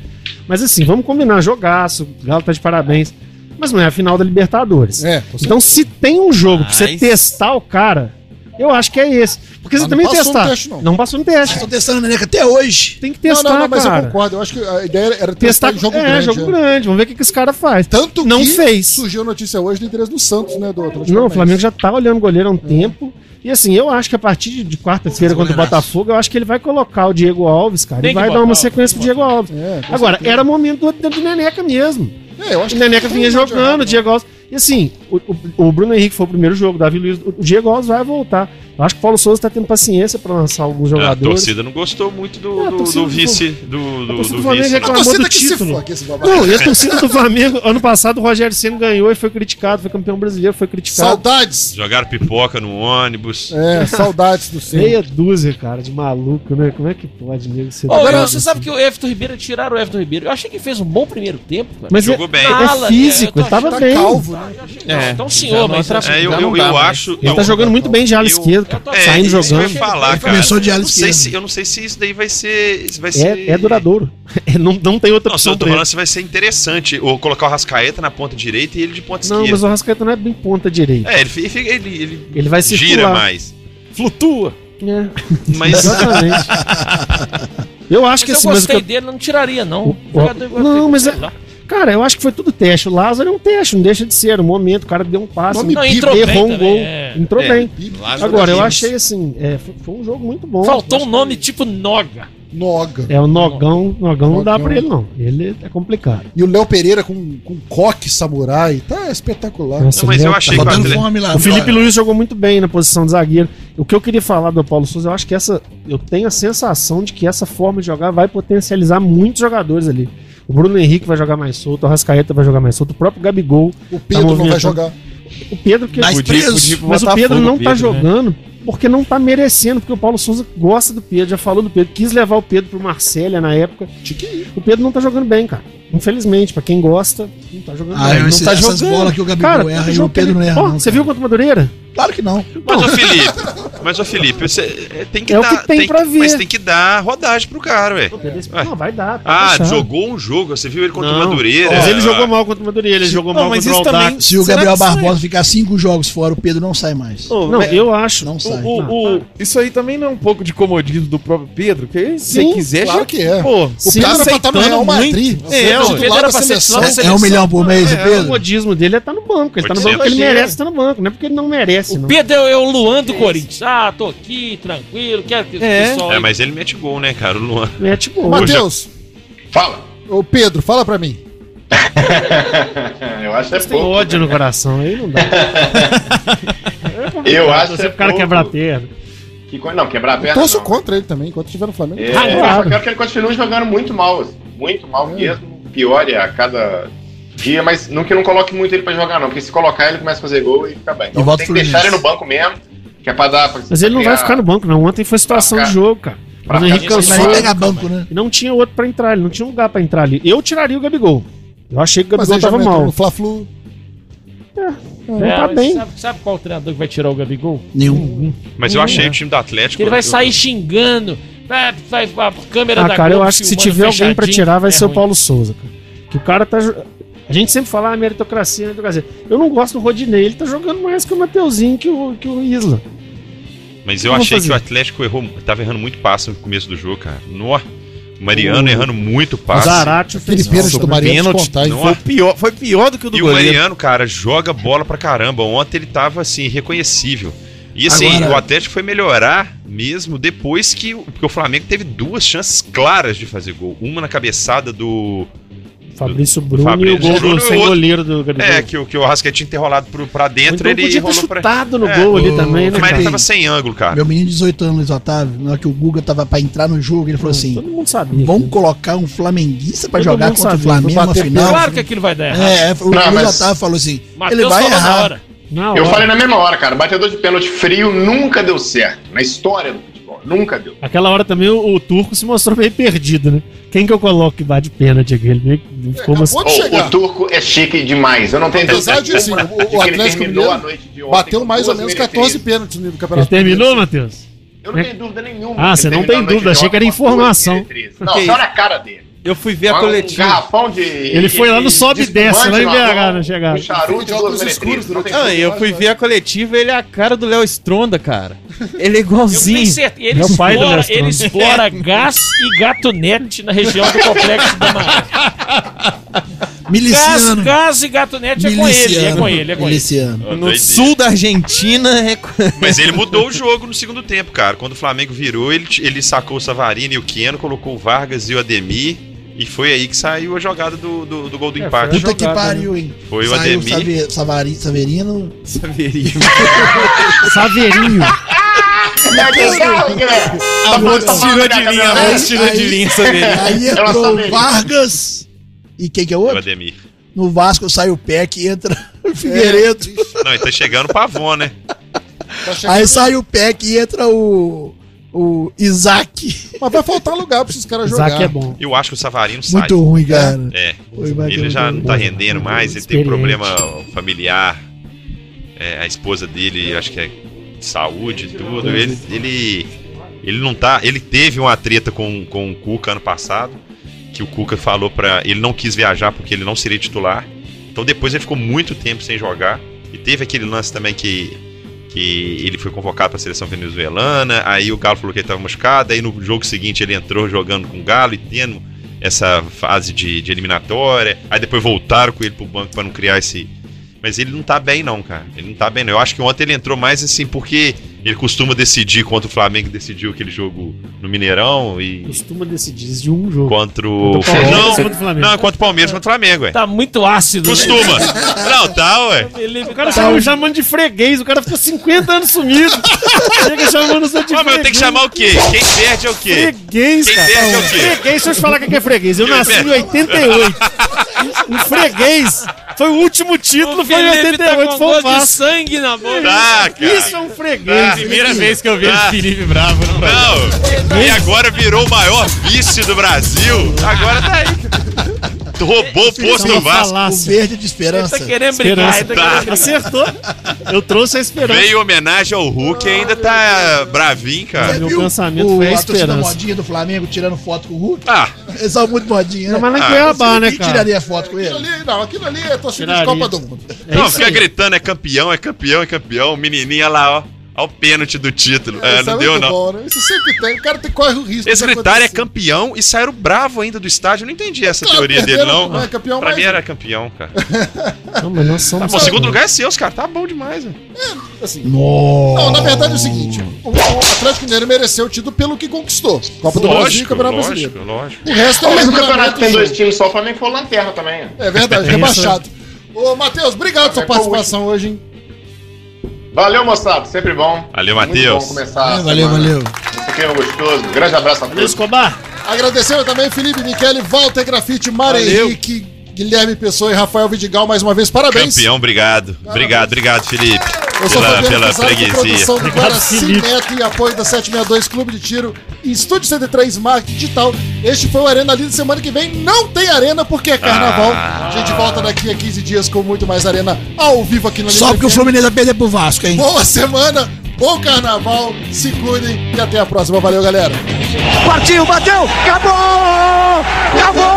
Speaker 8: Mas assim, vamos combinar, jogaço, o Galo tá de parabéns. Mas não é a final da Libertadores.
Speaker 3: É, com certeza.
Speaker 8: Então, se tem um jogo pra você
Speaker 7: Mas-
Speaker 8: testar o cara, eu acho que é esse. Porque
Speaker 3: Mas
Speaker 8: você
Speaker 3: não
Speaker 8: também
Speaker 3: passou no
Speaker 8: testar.
Speaker 3: teste, não.
Speaker 8: não passou no teste.
Speaker 4: Tô testando o Neneca né, até hoje.
Speaker 8: Tem que testar,
Speaker 3: não, não, não, mas eu
Speaker 8: cara.
Speaker 3: concordo. Eu acho que a ideia era testar,
Speaker 8: testar
Speaker 3: em jogo
Speaker 8: é,
Speaker 3: grande.
Speaker 8: jogo
Speaker 3: é.
Speaker 8: grande. Vamos ver o que, que esse cara faz.
Speaker 3: Tanto
Speaker 8: não
Speaker 3: que
Speaker 8: fez.
Speaker 3: surgiu a notícia hoje do interesse do Santos, né, do Atlético
Speaker 8: Não, o
Speaker 3: Paranaense.
Speaker 8: Flamengo já tá olhando o goleiro
Speaker 3: Uhum.
Speaker 8: há um tempo. E assim, eu acho que a partir de- de quarta-feira contra o Botafogo, eu acho que ele vai colocar o Diego Alves, cara.
Speaker 6: Tem
Speaker 8: Ele
Speaker 6: que
Speaker 8: vai dar
Speaker 6: botar,
Speaker 8: uma
Speaker 6: tem
Speaker 8: sequência pro
Speaker 6: que
Speaker 8: Diego Alves.
Speaker 3: É, com
Speaker 8: Agora,
Speaker 3: certeza.
Speaker 8: era momento do, do Neneca mesmo.
Speaker 3: É, eu acho
Speaker 8: O
Speaker 3: que
Speaker 8: Neneca
Speaker 3: não
Speaker 8: vinha
Speaker 3: tem nada de errado,
Speaker 8: jogando, o Diego Alves. E assim, o, o- o Bruno Henrique foi o primeiro jogo, o Davi Luiz. O o Diego Alves vai voltar. Eu acho que o Paulo Souza tá tendo paciência pra lançar alguns
Speaker 10: É, A
Speaker 8: jogadores.
Speaker 10: torcida não gostou muito do,
Speaker 8: É, a
Speaker 10: do,
Speaker 8: torcida
Speaker 10: do
Speaker 8: do-
Speaker 10: vice. Do, do, do
Speaker 8: torcida do
Speaker 10: vice. né?
Speaker 8: Flamengo é
Speaker 3: A
Speaker 8: Reclamou
Speaker 3: torcida
Speaker 8: do
Speaker 3: que se
Speaker 8: título.
Speaker 3: foca, esse babaca.
Speaker 8: Não, e a torcida do Flamengo, ano passado o Rogério Ceni ganhou e foi criticado, foi campeão brasileiro, foi criticado.
Speaker 3: Saudades.
Speaker 10: Jogaram pipoca no ônibus.
Speaker 3: É, saudades do seu.
Speaker 8: Meia dúzia, cara, de maluco, né? Como é que pode, nego? ser
Speaker 6: Ô,
Speaker 8: dado
Speaker 6: você
Speaker 8: assim?
Speaker 6: sabe que o Everton Ribeiro, tiraram o Everton Ribeiro. Eu achei que fez um bom primeiro tempo, cara.
Speaker 8: Mas é,
Speaker 10: Jogou bem.
Speaker 8: é
Speaker 6: Ala,
Speaker 8: físico,
Speaker 6: eu
Speaker 8: ele
Speaker 6: tô
Speaker 8: tava
Speaker 3: Tá
Speaker 8: bem.
Speaker 3: calvo, né?
Speaker 6: É, então, senhor, mas
Speaker 7: não-
Speaker 10: É, eu,
Speaker 7: já
Speaker 10: eu, eu
Speaker 7: não dá mais.
Speaker 10: acho.
Speaker 8: Ele
Speaker 10: eu-
Speaker 8: tá jogando muito bem de ala
Speaker 10: Eu-
Speaker 8: esquerda,
Speaker 6: eu tô-
Speaker 8: cara. saindo
Speaker 10: isso que eu ia
Speaker 6: um
Speaker 8: jogando.
Speaker 10: falar, cara.
Speaker 4: começou de ala
Speaker 10: Eu não sei
Speaker 4: esquerda.
Speaker 10: se- Eu não sei se isso daí vai ser. se vai ser-
Speaker 8: né? É, é duradouro. É, não, não tem outra
Speaker 10: assim. Nossa,
Speaker 8: opção
Speaker 10: eu tô
Speaker 8: pra ele.
Speaker 10: falando se vai ser interessante. Ou colocar o Rascaeta na ponta direita e ele de ponta
Speaker 8: Não, mas
Speaker 10: esquerda.
Speaker 8: o Rascaeta não é bem ponta direita.
Speaker 10: É, ele, fica- ele, ele
Speaker 8: Ele vai
Speaker 10: gira
Speaker 8: circular.
Speaker 10: mais.
Speaker 6: Flutua.
Speaker 8: É,
Speaker 10: Mas
Speaker 8: exatamente. eu acho
Speaker 6: Acho
Speaker 8: que
Speaker 6: que eu
Speaker 8: assim, mas o que
Speaker 6: gostei
Speaker 8: eu-
Speaker 6: dele, não tiraria, não.
Speaker 8: O- o- não, mas é- Cara, eu acho que foi tudo teste. O Lázaro é um teste, não deixa de ser. No momento, o cara deu um passe,
Speaker 3: Nome
Speaker 6: Não,
Speaker 3: Pibe
Speaker 6: entrou bem
Speaker 8: errou um
Speaker 6: também,
Speaker 8: gol.
Speaker 6: é.
Speaker 8: Entrou
Speaker 7: É.
Speaker 8: bem.
Speaker 7: Lázaro
Speaker 8: Agora, eu
Speaker 7: Dias.
Speaker 8: achei assim, é, foi, foi um jogo muito bom.
Speaker 6: Faltou um nome tipo Noga.
Speaker 3: Noga.
Speaker 8: É, o Nogão, Nogão não dá
Speaker 3: Nogão.
Speaker 8: pra ele, não. Ele é complicado.
Speaker 3: E o Léo Pereira com, com coque samurai. Tá espetacular.
Speaker 8: Nossa,
Speaker 10: Não, mas
Speaker 8: ele
Speaker 10: eu
Speaker 8: é-
Speaker 10: achei
Speaker 4: Tá
Speaker 10: que o
Speaker 4: dando
Speaker 10: Atlético.
Speaker 4: fome lá.
Speaker 8: O Felipe Luiz jogou muito bem na posição de zagueiro. O que eu queria falar do Paulo Souza, eu acho que essa. Eu tenho a sensação de que essa forma de jogar vai potencializar muitos jogadores ali. O Bruno Henrique vai jogar mais solto, o Rascaeta vai jogar mais solto, o próprio Gabigol,
Speaker 3: O Pedro não vai
Speaker 8: movimentando.
Speaker 3: jogar.
Speaker 8: o Pedro que
Speaker 4: Mas né? preso.
Speaker 8: Mas o Pedro não tá
Speaker 7: jogando.
Speaker 8: jogando porque não tá merecendo, porque o Paulo Souza gosta do Pedro, já falou do Pedro, quis levar o Pedro pro Marselha na época. O Pedro não tá jogando bem, cara. Infelizmente, pra quem gosta, não tá jogando
Speaker 4: Ah,
Speaker 8: bem.
Speaker 4: esses-
Speaker 8: não tá
Speaker 4: essas bolas que o Gabigol
Speaker 8: Cara, tá
Speaker 4: erra
Speaker 8: todo
Speaker 4: e o
Speaker 8: jogo que
Speaker 4: Pedro
Speaker 8: ele-
Speaker 4: não erra.
Speaker 8: Ó,
Speaker 4: não,
Speaker 8: você
Speaker 4: cara.
Speaker 8: viu contra o Madureira?
Speaker 4: Claro que não.
Speaker 10: Mas ô Felipe, mas ô Felipe, você é, tem que
Speaker 8: É o
Speaker 10: dar.
Speaker 8: que tem pra ver.
Speaker 10: Mas tem que dar rodagem pro cara, ué. Ué.
Speaker 8: Não, vai dar. tá pode
Speaker 10: Ah,
Speaker 8: deixar.
Speaker 10: jogou um jogo, você viu ele contra o
Speaker 8: Não.
Speaker 10: Madureira.
Speaker 8: Mas ele
Speaker 10: Ah,
Speaker 8: jogou mal contra o Madureira, ele jogou
Speaker 7: Não,
Speaker 8: mal
Speaker 7: mas
Speaker 8: contra o
Speaker 7: isso
Speaker 8: Aldax.
Speaker 7: também.
Speaker 4: Se o
Speaker 7: Será
Speaker 4: Gabriel
Speaker 7: que isso é
Speaker 4: Barbosa ficar cinco jogos fora, o Pedro não sai mais.
Speaker 7: Ô,
Speaker 8: Não,
Speaker 7: mas-
Speaker 8: eu acho.
Speaker 4: Não tá. sai.
Speaker 7: O- o- o- isso aí também não é um pouco de comodismo do próprio Pedro, porque se
Speaker 8: Sim,
Speaker 7: ele quiser,
Speaker 3: Claro
Speaker 7: já-
Speaker 3: que é.
Speaker 7: Pô,
Speaker 3: O
Speaker 7: se
Speaker 3: Pedro era pra
Speaker 7: aceitando
Speaker 3: estar no Real Madrid.
Speaker 7: muito. É,
Speaker 3: Sendo
Speaker 7: ué.
Speaker 3: titular da seleção.
Speaker 4: É um milhão por mês, o
Speaker 8: É, O
Speaker 4: Pedro?
Speaker 8: modismo dele é estar no banco. Ele tá no banco, ele
Speaker 10: 800
Speaker 8: merece estar no banco, não é porque ele não merece.
Speaker 6: O
Speaker 8: não.
Speaker 6: Pedro é o Luan do Corinthians. Ah, tô aqui, tranquilo, quero que o
Speaker 7: É.
Speaker 6: pessoal.
Speaker 10: É, mas ele mete gol, né, cara? O Luan.
Speaker 8: É tipo,
Speaker 3: Matheus,
Speaker 11: Fala.
Speaker 3: ô Pedro, fala pra mim.
Speaker 11: Eu acho que é
Speaker 8: Você tem
Speaker 11: pouco.
Speaker 8: ódio no coração, aí não dá. É complicado,
Speaker 11: Eu acho
Speaker 8: Você
Speaker 11: é
Speaker 8: é o cara
Speaker 11: pouco.
Speaker 8: quebrar a perna.
Speaker 11: Que coisa, não, quebrar a
Speaker 3: Eu
Speaker 11: perna.
Speaker 3: torço
Speaker 11: não.
Speaker 3: contra ele também, enquanto estiver no Flamengo.
Speaker 11: É,
Speaker 8: Ah,
Speaker 11: eu
Speaker 8: claro.
Speaker 11: só quero que ele continue jogando muito mal, assim, muito mal mesmo, piore a cada dia, mas não que não coloque muito ele pra jogar não, porque se colocar ele começa a fazer gol e fica bem. Então
Speaker 4: E volta
Speaker 11: tem que
Speaker 4: pro Fluminense.
Speaker 11: deixar ele no banco mesmo, que é pra dar... Pra,
Speaker 8: Mas ele não vai
Speaker 11: criar-
Speaker 8: ficar no banco, não. Ontem foi situação
Speaker 11: Pra
Speaker 8: de
Speaker 11: cá.
Speaker 8: jogo, cara.
Speaker 11: Pra
Speaker 8: Quando o
Speaker 11: cá,
Speaker 8: Henrique
Speaker 11: a
Speaker 4: Mas
Speaker 11: gente
Speaker 8: cansou
Speaker 4: vai pegar banco, né?
Speaker 8: e não tinha outro pra entrar ali, não tinha um lugar pra entrar ali. Eu tiraria o Gabigol. Eu achei que o
Speaker 3: Mas ele
Speaker 8: Gabigol
Speaker 3: já
Speaker 8: tava
Speaker 3: não entrou
Speaker 8: mal.
Speaker 3: no Fla-Flu.
Speaker 8: Não tá
Speaker 6: mas
Speaker 8: bem.
Speaker 6: Sabe, sabe qual treinador que vai tirar o Gabigol?
Speaker 4: Nenhum.
Speaker 10: Mas eu achei o time do Atlético.
Speaker 6: Que ele vai
Speaker 10: eu-
Speaker 6: sair xingando. Vai, vai, vai, a câmera da
Speaker 8: Ah, cara, eu
Speaker 6: Globo
Speaker 8: acho que se
Speaker 6: filmando
Speaker 8: tiver alguém pra
Speaker 6: fechadinho,
Speaker 8: tirar, vai
Speaker 6: é
Speaker 8: ser o
Speaker 6: ruim.
Speaker 8: Paulo Souza, cara. Que o cara tá. jo- A gente sempre fala ah, meritocracia, meritocracia. Eu não gosto do Rodinei, ele tá jogando mais que o Mateuzinho, que o, que o Isla.
Speaker 10: Mas eu
Speaker 8: Vamos
Speaker 10: achei
Speaker 8: fazer.
Speaker 10: que o Atlético errou, tava errando muito passe no começo do jogo, cara. No, o Mariano errando muito passe.
Speaker 8: Zaratio
Speaker 3: Aquele
Speaker 8: fez.
Speaker 3: pênalti
Speaker 7: sobre
Speaker 3: do Maria
Speaker 7: pênalti,
Speaker 3: descontar.
Speaker 10: não
Speaker 3: Não,
Speaker 7: Foi pior, foi pior do que o do
Speaker 10: E o
Speaker 7: goleiro.
Speaker 10: Mariano, cara, joga bola pra caramba. Ontem ele tava assim, irreconhecível. E assim,
Speaker 4: Agora-
Speaker 10: o Atlético foi melhorar mesmo depois que. o- Porque o Flamengo teve duas chances claras de fazer gol. Uma na cabeçada do.
Speaker 8: Fabrício Bruno
Speaker 10: Fabrício
Speaker 8: e o
Speaker 10: Bruno
Speaker 8: gol do
Speaker 10: e o
Speaker 8: sem
Speaker 10: outro-
Speaker 8: goleiro do Gabigol.
Speaker 10: É, que, o- que o Rasquet tinha enrolado pro, pra
Speaker 8: Ou
Speaker 10: dentro,
Speaker 8: então
Speaker 10: ele
Speaker 8: podia ter
Speaker 10: rolou pra.
Speaker 8: chutado no
Speaker 10: É,
Speaker 8: gol ali
Speaker 4: o-
Speaker 8: também, né,
Speaker 10: Mas
Speaker 8: cara?
Speaker 10: ele tava sem ângulo, cara.
Speaker 4: Meu menino de 18 anos, Luiz Otávio, na hora que o Guga tava pra entrar no jogo, ele falou assim:
Speaker 8: Todo mundo sabia.
Speaker 4: vamos colocar um flamenguista pra
Speaker 8: Todo
Speaker 4: jogar
Speaker 8: mundo
Speaker 4: contra o
Speaker 8: sabia,
Speaker 4: Flamengo
Speaker 3: pra
Speaker 4: na
Speaker 3: bater
Speaker 4: final.
Speaker 6: Claro que aquilo vai dar errado.
Speaker 4: É, o
Speaker 11: Não,
Speaker 4: Luiz
Speaker 11: mas-
Speaker 4: Otávio falou assim:
Speaker 6: Mateus
Speaker 4: ele vai
Speaker 6: falou na
Speaker 4: errar.
Speaker 6: hora.
Speaker 8: Na
Speaker 11: Eu
Speaker 8: hora.
Speaker 11: falei na mesma hora, cara, batedor de pênalti frio nunca deu certo, na história do futebol, nunca deu.
Speaker 8: Aquela hora também o, o Turco se mostrou meio perdido, né? Quem que eu coloco que bate pênalti aqui? Ele meio que
Speaker 10: É,
Speaker 8: ficou uma...
Speaker 3: Acabou de
Speaker 11: Ô,
Speaker 3: chegar.
Speaker 11: o turco é chique demais, eu não tenho
Speaker 3: Apesar
Speaker 11: dúvida
Speaker 3: disso,
Speaker 11: nenhuma
Speaker 3: o- o
Speaker 11: de que ele
Speaker 3: Atlético
Speaker 11: terminou
Speaker 3: Mineiro
Speaker 11: a noite de ontem
Speaker 3: Bateu
Speaker 11: com
Speaker 3: mais ou
Speaker 11: duas
Speaker 3: menos
Speaker 11: meretridas.
Speaker 3: 14 pênaltis no
Speaker 8: Ele
Speaker 3: Campeonato
Speaker 8: terminou, Matheus?
Speaker 11: Eu não tenho dúvida nenhuma.
Speaker 8: Ah,
Speaker 11: que
Speaker 8: você
Speaker 11: ele
Speaker 8: não
Speaker 11: terminou
Speaker 8: tem
Speaker 11: a noite
Speaker 8: dúvida,
Speaker 11: de
Speaker 8: achei
Speaker 11: ontem
Speaker 8: que era
Speaker 11: com duas
Speaker 8: informação.
Speaker 11: meretrizes. Não,
Speaker 7: Que
Speaker 11: só
Speaker 7: isso?
Speaker 11: na cara dele.
Speaker 7: Eu fui ver a
Speaker 11: Um
Speaker 7: coletiva.
Speaker 11: garrafão de.
Speaker 8: Ele foi lá no sobe e desce, lá em BH, né, chegada.
Speaker 11: Um charuto de
Speaker 3: Jogos
Speaker 11: duas
Speaker 3: escuros
Speaker 11: meretrizes. Não tem
Speaker 3: durante
Speaker 7: Ah, eu fui ver a coletiva, ele é a cara do Léo Stronda, cara. Ele é
Speaker 6: Eu tenho
Speaker 7: igualzinho.
Speaker 6: certeza. Ele,
Speaker 8: Meu pai é assim. do
Speaker 6: explora,
Speaker 8: Lestron.
Speaker 6: ele explora gás e gatonete na região do complexo da Maré. Gás,
Speaker 4: Miliciano.
Speaker 6: gás e gatonete é com ele, é com ele, é com ele.
Speaker 4: Miliciano.
Speaker 10: Ó,
Speaker 7: No
Speaker 10: doideira.
Speaker 7: sul da Argentina é. co-
Speaker 10: Mas ele mudou o jogo no segundo tempo, cara. Quando o Flamengo virou, ele, ele sacou o Savarino e o Keno, colocou o Vargas e o Ademir. E foi aí que saiu a jogada do, do, do gol do
Speaker 8: É,
Speaker 10: empate.
Speaker 4: Puta que
Speaker 8: jogada,
Speaker 6: né?
Speaker 4: pariu, hein?
Speaker 10: Foi o
Speaker 4: Saiu
Speaker 10: Ademir.
Speaker 4: Saver- Savari- Saverino.
Speaker 8: Saveirinho.
Speaker 11: é né? Tá
Speaker 7: A moça tirou de linha, a moça
Speaker 4: Aí-
Speaker 7: tirou de
Speaker 4: aí-
Speaker 7: linha, É, sabe?
Speaker 4: Aí
Speaker 11: Ela
Speaker 4: entrou o
Speaker 11: Saverino.
Speaker 4: Vargas. E quem que é o
Speaker 10: O
Speaker 4: outro?
Speaker 10: Ademir.
Speaker 4: No Vasco sai o Peck e entra o Figueiredo.
Speaker 6: É,
Speaker 10: Não, e tá chegando o Pavon, né?
Speaker 3: Tá chegando-
Speaker 4: Aí sai o Peck e entra o, o Isaac.
Speaker 3: Mas vai faltar lugar pra esses caras jogarem.
Speaker 8: Isaac é bom.
Speaker 10: Eu acho que o Savarino sai.
Speaker 4: Muito ruim, cara.
Speaker 10: É.
Speaker 4: Oi, vai,
Speaker 10: Ele
Speaker 4: vai,
Speaker 10: já
Speaker 4: vai,
Speaker 10: não
Speaker 4: vai.
Speaker 10: tá rendendo mais, ele tem
Speaker 8: Experiente.
Speaker 10: problema familiar. É, a esposa dele, acho que é de saúde e tudo. Ele, ele, ele não tá. Ele teve uma treta com, com o Cuca ano passado, que o Cuca falou pra. Ele não quis viajar porque ele não seria titular. Então depois ele ficou muito tempo sem jogar. E teve aquele lance também que. Que ele foi convocado para a seleção venezuelana, aí o Galo falou que ele estava machucado, aí no jogo seguinte ele entrou jogando com o Galo e tendo essa fase de, de eliminatória. Aí depois voltaram com ele pro banco pra não criar esse. Mas ele não tá bem, não, cara. Ele não tá bem, não. Eu acho que ontem ele entrou mais assim, porque ele costuma decidir contra o Flamengo, decidiu aquele jogo no Mineirão e
Speaker 8: Costuma decidir isso de um jogo.
Speaker 10: contra o.
Speaker 8: Contra o Palmeiras,
Speaker 10: Não,
Speaker 8: contra o Flamengo.
Speaker 10: não, contra o Palmeiras, contra o Flamengo, ué.
Speaker 6: Tá muito ácido. né?
Speaker 10: Costuma. Não, tá, ué.
Speaker 6: Ele- Tá
Speaker 8: O cara chama, chamando de freguês, o cara fica 50 anos sumido. Chega chamando você de
Speaker 10: Ah, mas eu tenho que
Speaker 8: freguês.
Speaker 10: chamar o quê? Quem perde é o quê?
Speaker 8: Freguês,
Speaker 10: Quem
Speaker 8: cara.
Speaker 10: perde é o quê?
Speaker 8: Freguês, deixa eu te falar o que é freguês. Eu nasci em 88. O freguês foi o último título,
Speaker 6: O
Speaker 8: foi em
Speaker 6: Felipe tá
Speaker 8: 88,
Speaker 6: com
Speaker 8: foi o
Speaker 6: gosto de
Speaker 8: Vasco.
Speaker 6: sangue na boca.
Speaker 10: Tá, cara.
Speaker 8: Isso é um freguês.
Speaker 7: Primeira vez que eu vejo
Speaker 10: Ah.
Speaker 7: Felipe Bravo. no programa.
Speaker 10: Não! E agora virou o maior vice do Brasil. Agora tá aí. Roubou o posto do Vasco.
Speaker 4: O verde de esperança.
Speaker 6: Tá querendo brigar, ele
Speaker 10: Tá.
Speaker 6: tá querendo brigar.
Speaker 8: Acertou. Eu trouxe a esperança.
Speaker 10: Veio homenagem ao Hulk e ainda tá bravinho, cara.
Speaker 8: Meu
Speaker 4: Viu?
Speaker 6: é
Speaker 8: pensamento
Speaker 4: o,
Speaker 8: foi a
Speaker 4: a torcida
Speaker 8: esperança.
Speaker 4: modinha do Flamengo tirando foto com o Hulk.
Speaker 10: Ah,
Speaker 4: Eles são muito modinha, né?
Speaker 8: Ainda mais lá em
Speaker 10: Ah,
Speaker 6: é
Speaker 8: Cuiabá, né,
Speaker 4: Quem
Speaker 8: cara?
Speaker 4: tiraria foto com
Speaker 3: Aquilo
Speaker 4: ele?
Speaker 3: ali, não, aquilo ali é torcida de
Speaker 8: Tiraria.
Speaker 3: Copa do Mundo.
Speaker 8: É
Speaker 10: não,
Speaker 8: isso
Speaker 10: fica
Speaker 8: aí.
Speaker 10: gritando, é campeão, é campeão, é campeão. Menininha lá, ó. ao pênalti do título. É,
Speaker 3: Isso
Speaker 10: não
Speaker 3: é
Speaker 10: deu,
Speaker 3: muito
Speaker 10: não.
Speaker 3: bom, né? Isso sempre tem. O cara tem, corre o risco.
Speaker 10: Eles
Speaker 3: de
Speaker 10: gritaram é
Speaker 3: acontecer.
Speaker 10: campeão e saíram bravo ainda do estádio. Eu não entendi essa
Speaker 3: Claro,
Speaker 10: teoria dele,
Speaker 3: perderam,
Speaker 10: não.
Speaker 3: não é campeão,
Speaker 10: pra
Speaker 3: mas-
Speaker 10: mim era campeão, cara.
Speaker 8: Não, mas nós somos.
Speaker 10: Tá bom, segundo lugar é seu, os caras. Tá bom demais, né?
Speaker 3: Assim, Não, na verdade é o seguinte: o o Atlético Mineiro mereceu o título pelo que conquistou. Copa do Brasil e
Speaker 10: Lógico,
Speaker 3: Campeonato
Speaker 10: lógico,
Speaker 3: Brasileiro.
Speaker 10: lógico.
Speaker 3: O resto é
Speaker 11: Mas o campeonato
Speaker 3: regulamento,
Speaker 11: tem dois
Speaker 3: gente.
Speaker 11: times só, o Flamengo foi lanterna também. né? É
Speaker 3: É verdade, rebaixado. Ô, Matheus, obrigado pela sua participação hoje, hein?
Speaker 11: Valeu, moçada. Sempre bom.
Speaker 10: Valeu,
Speaker 11: Muito
Speaker 10: Matheus.
Speaker 11: bom começar.
Speaker 3: É,
Speaker 11: a
Speaker 4: valeu,
Speaker 11: semana.
Speaker 4: valeu.
Speaker 11: Esse aqui é um gostoso. Grande abraço a
Speaker 8: Valeu,
Speaker 11: todos.
Speaker 8: Escobar.
Speaker 3: Agradecendo também Felipe Michele, Walter Grafite, Mário
Speaker 7: Valeu.
Speaker 3: Henrique, Guilherme Pessoa e Rafael Vidigal, mais uma vez, parabéns.
Speaker 10: Campeão, obrigado. Obrigado, obrigado, Felipe.
Speaker 3: Eu sou
Speaker 10: Pela,
Speaker 3: Fabiano
Speaker 10: pela
Speaker 3: Pizarro, com
Speaker 10: freguesia.
Speaker 3: produção do Guaraci
Speaker 8: Felipe.
Speaker 3: Neto e apoio da 762 Clube de Tiro e Estúdio 103 Marketing Digital. Este foi o Arena Líder. Semana que vem não tem arena porque é carnaval.
Speaker 10: Ah.
Speaker 3: A gente volta daqui a 15 dias com muito mais arena ao vivo aqui na
Speaker 4: Só
Speaker 3: Líder
Speaker 4: porque o
Speaker 3: FM.
Speaker 4: Fluminense vai perder pro Vasco, hein?
Speaker 3: Boa semana, bom carnaval, se cuidem e até a próxima. Valeu, galera.
Speaker 2: Partiu, bateu, acabou! Acabou!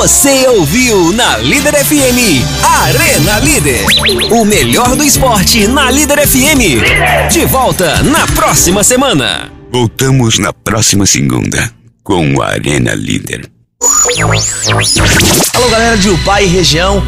Speaker 2: Você ouviu na Líder FM, Arena Líder. O melhor do esporte na Líder FM. De volta na próxima semana.
Speaker 12: Voltamos na próxima segunda com o Arena Líder.
Speaker 2: Alô, galera de Upai e região.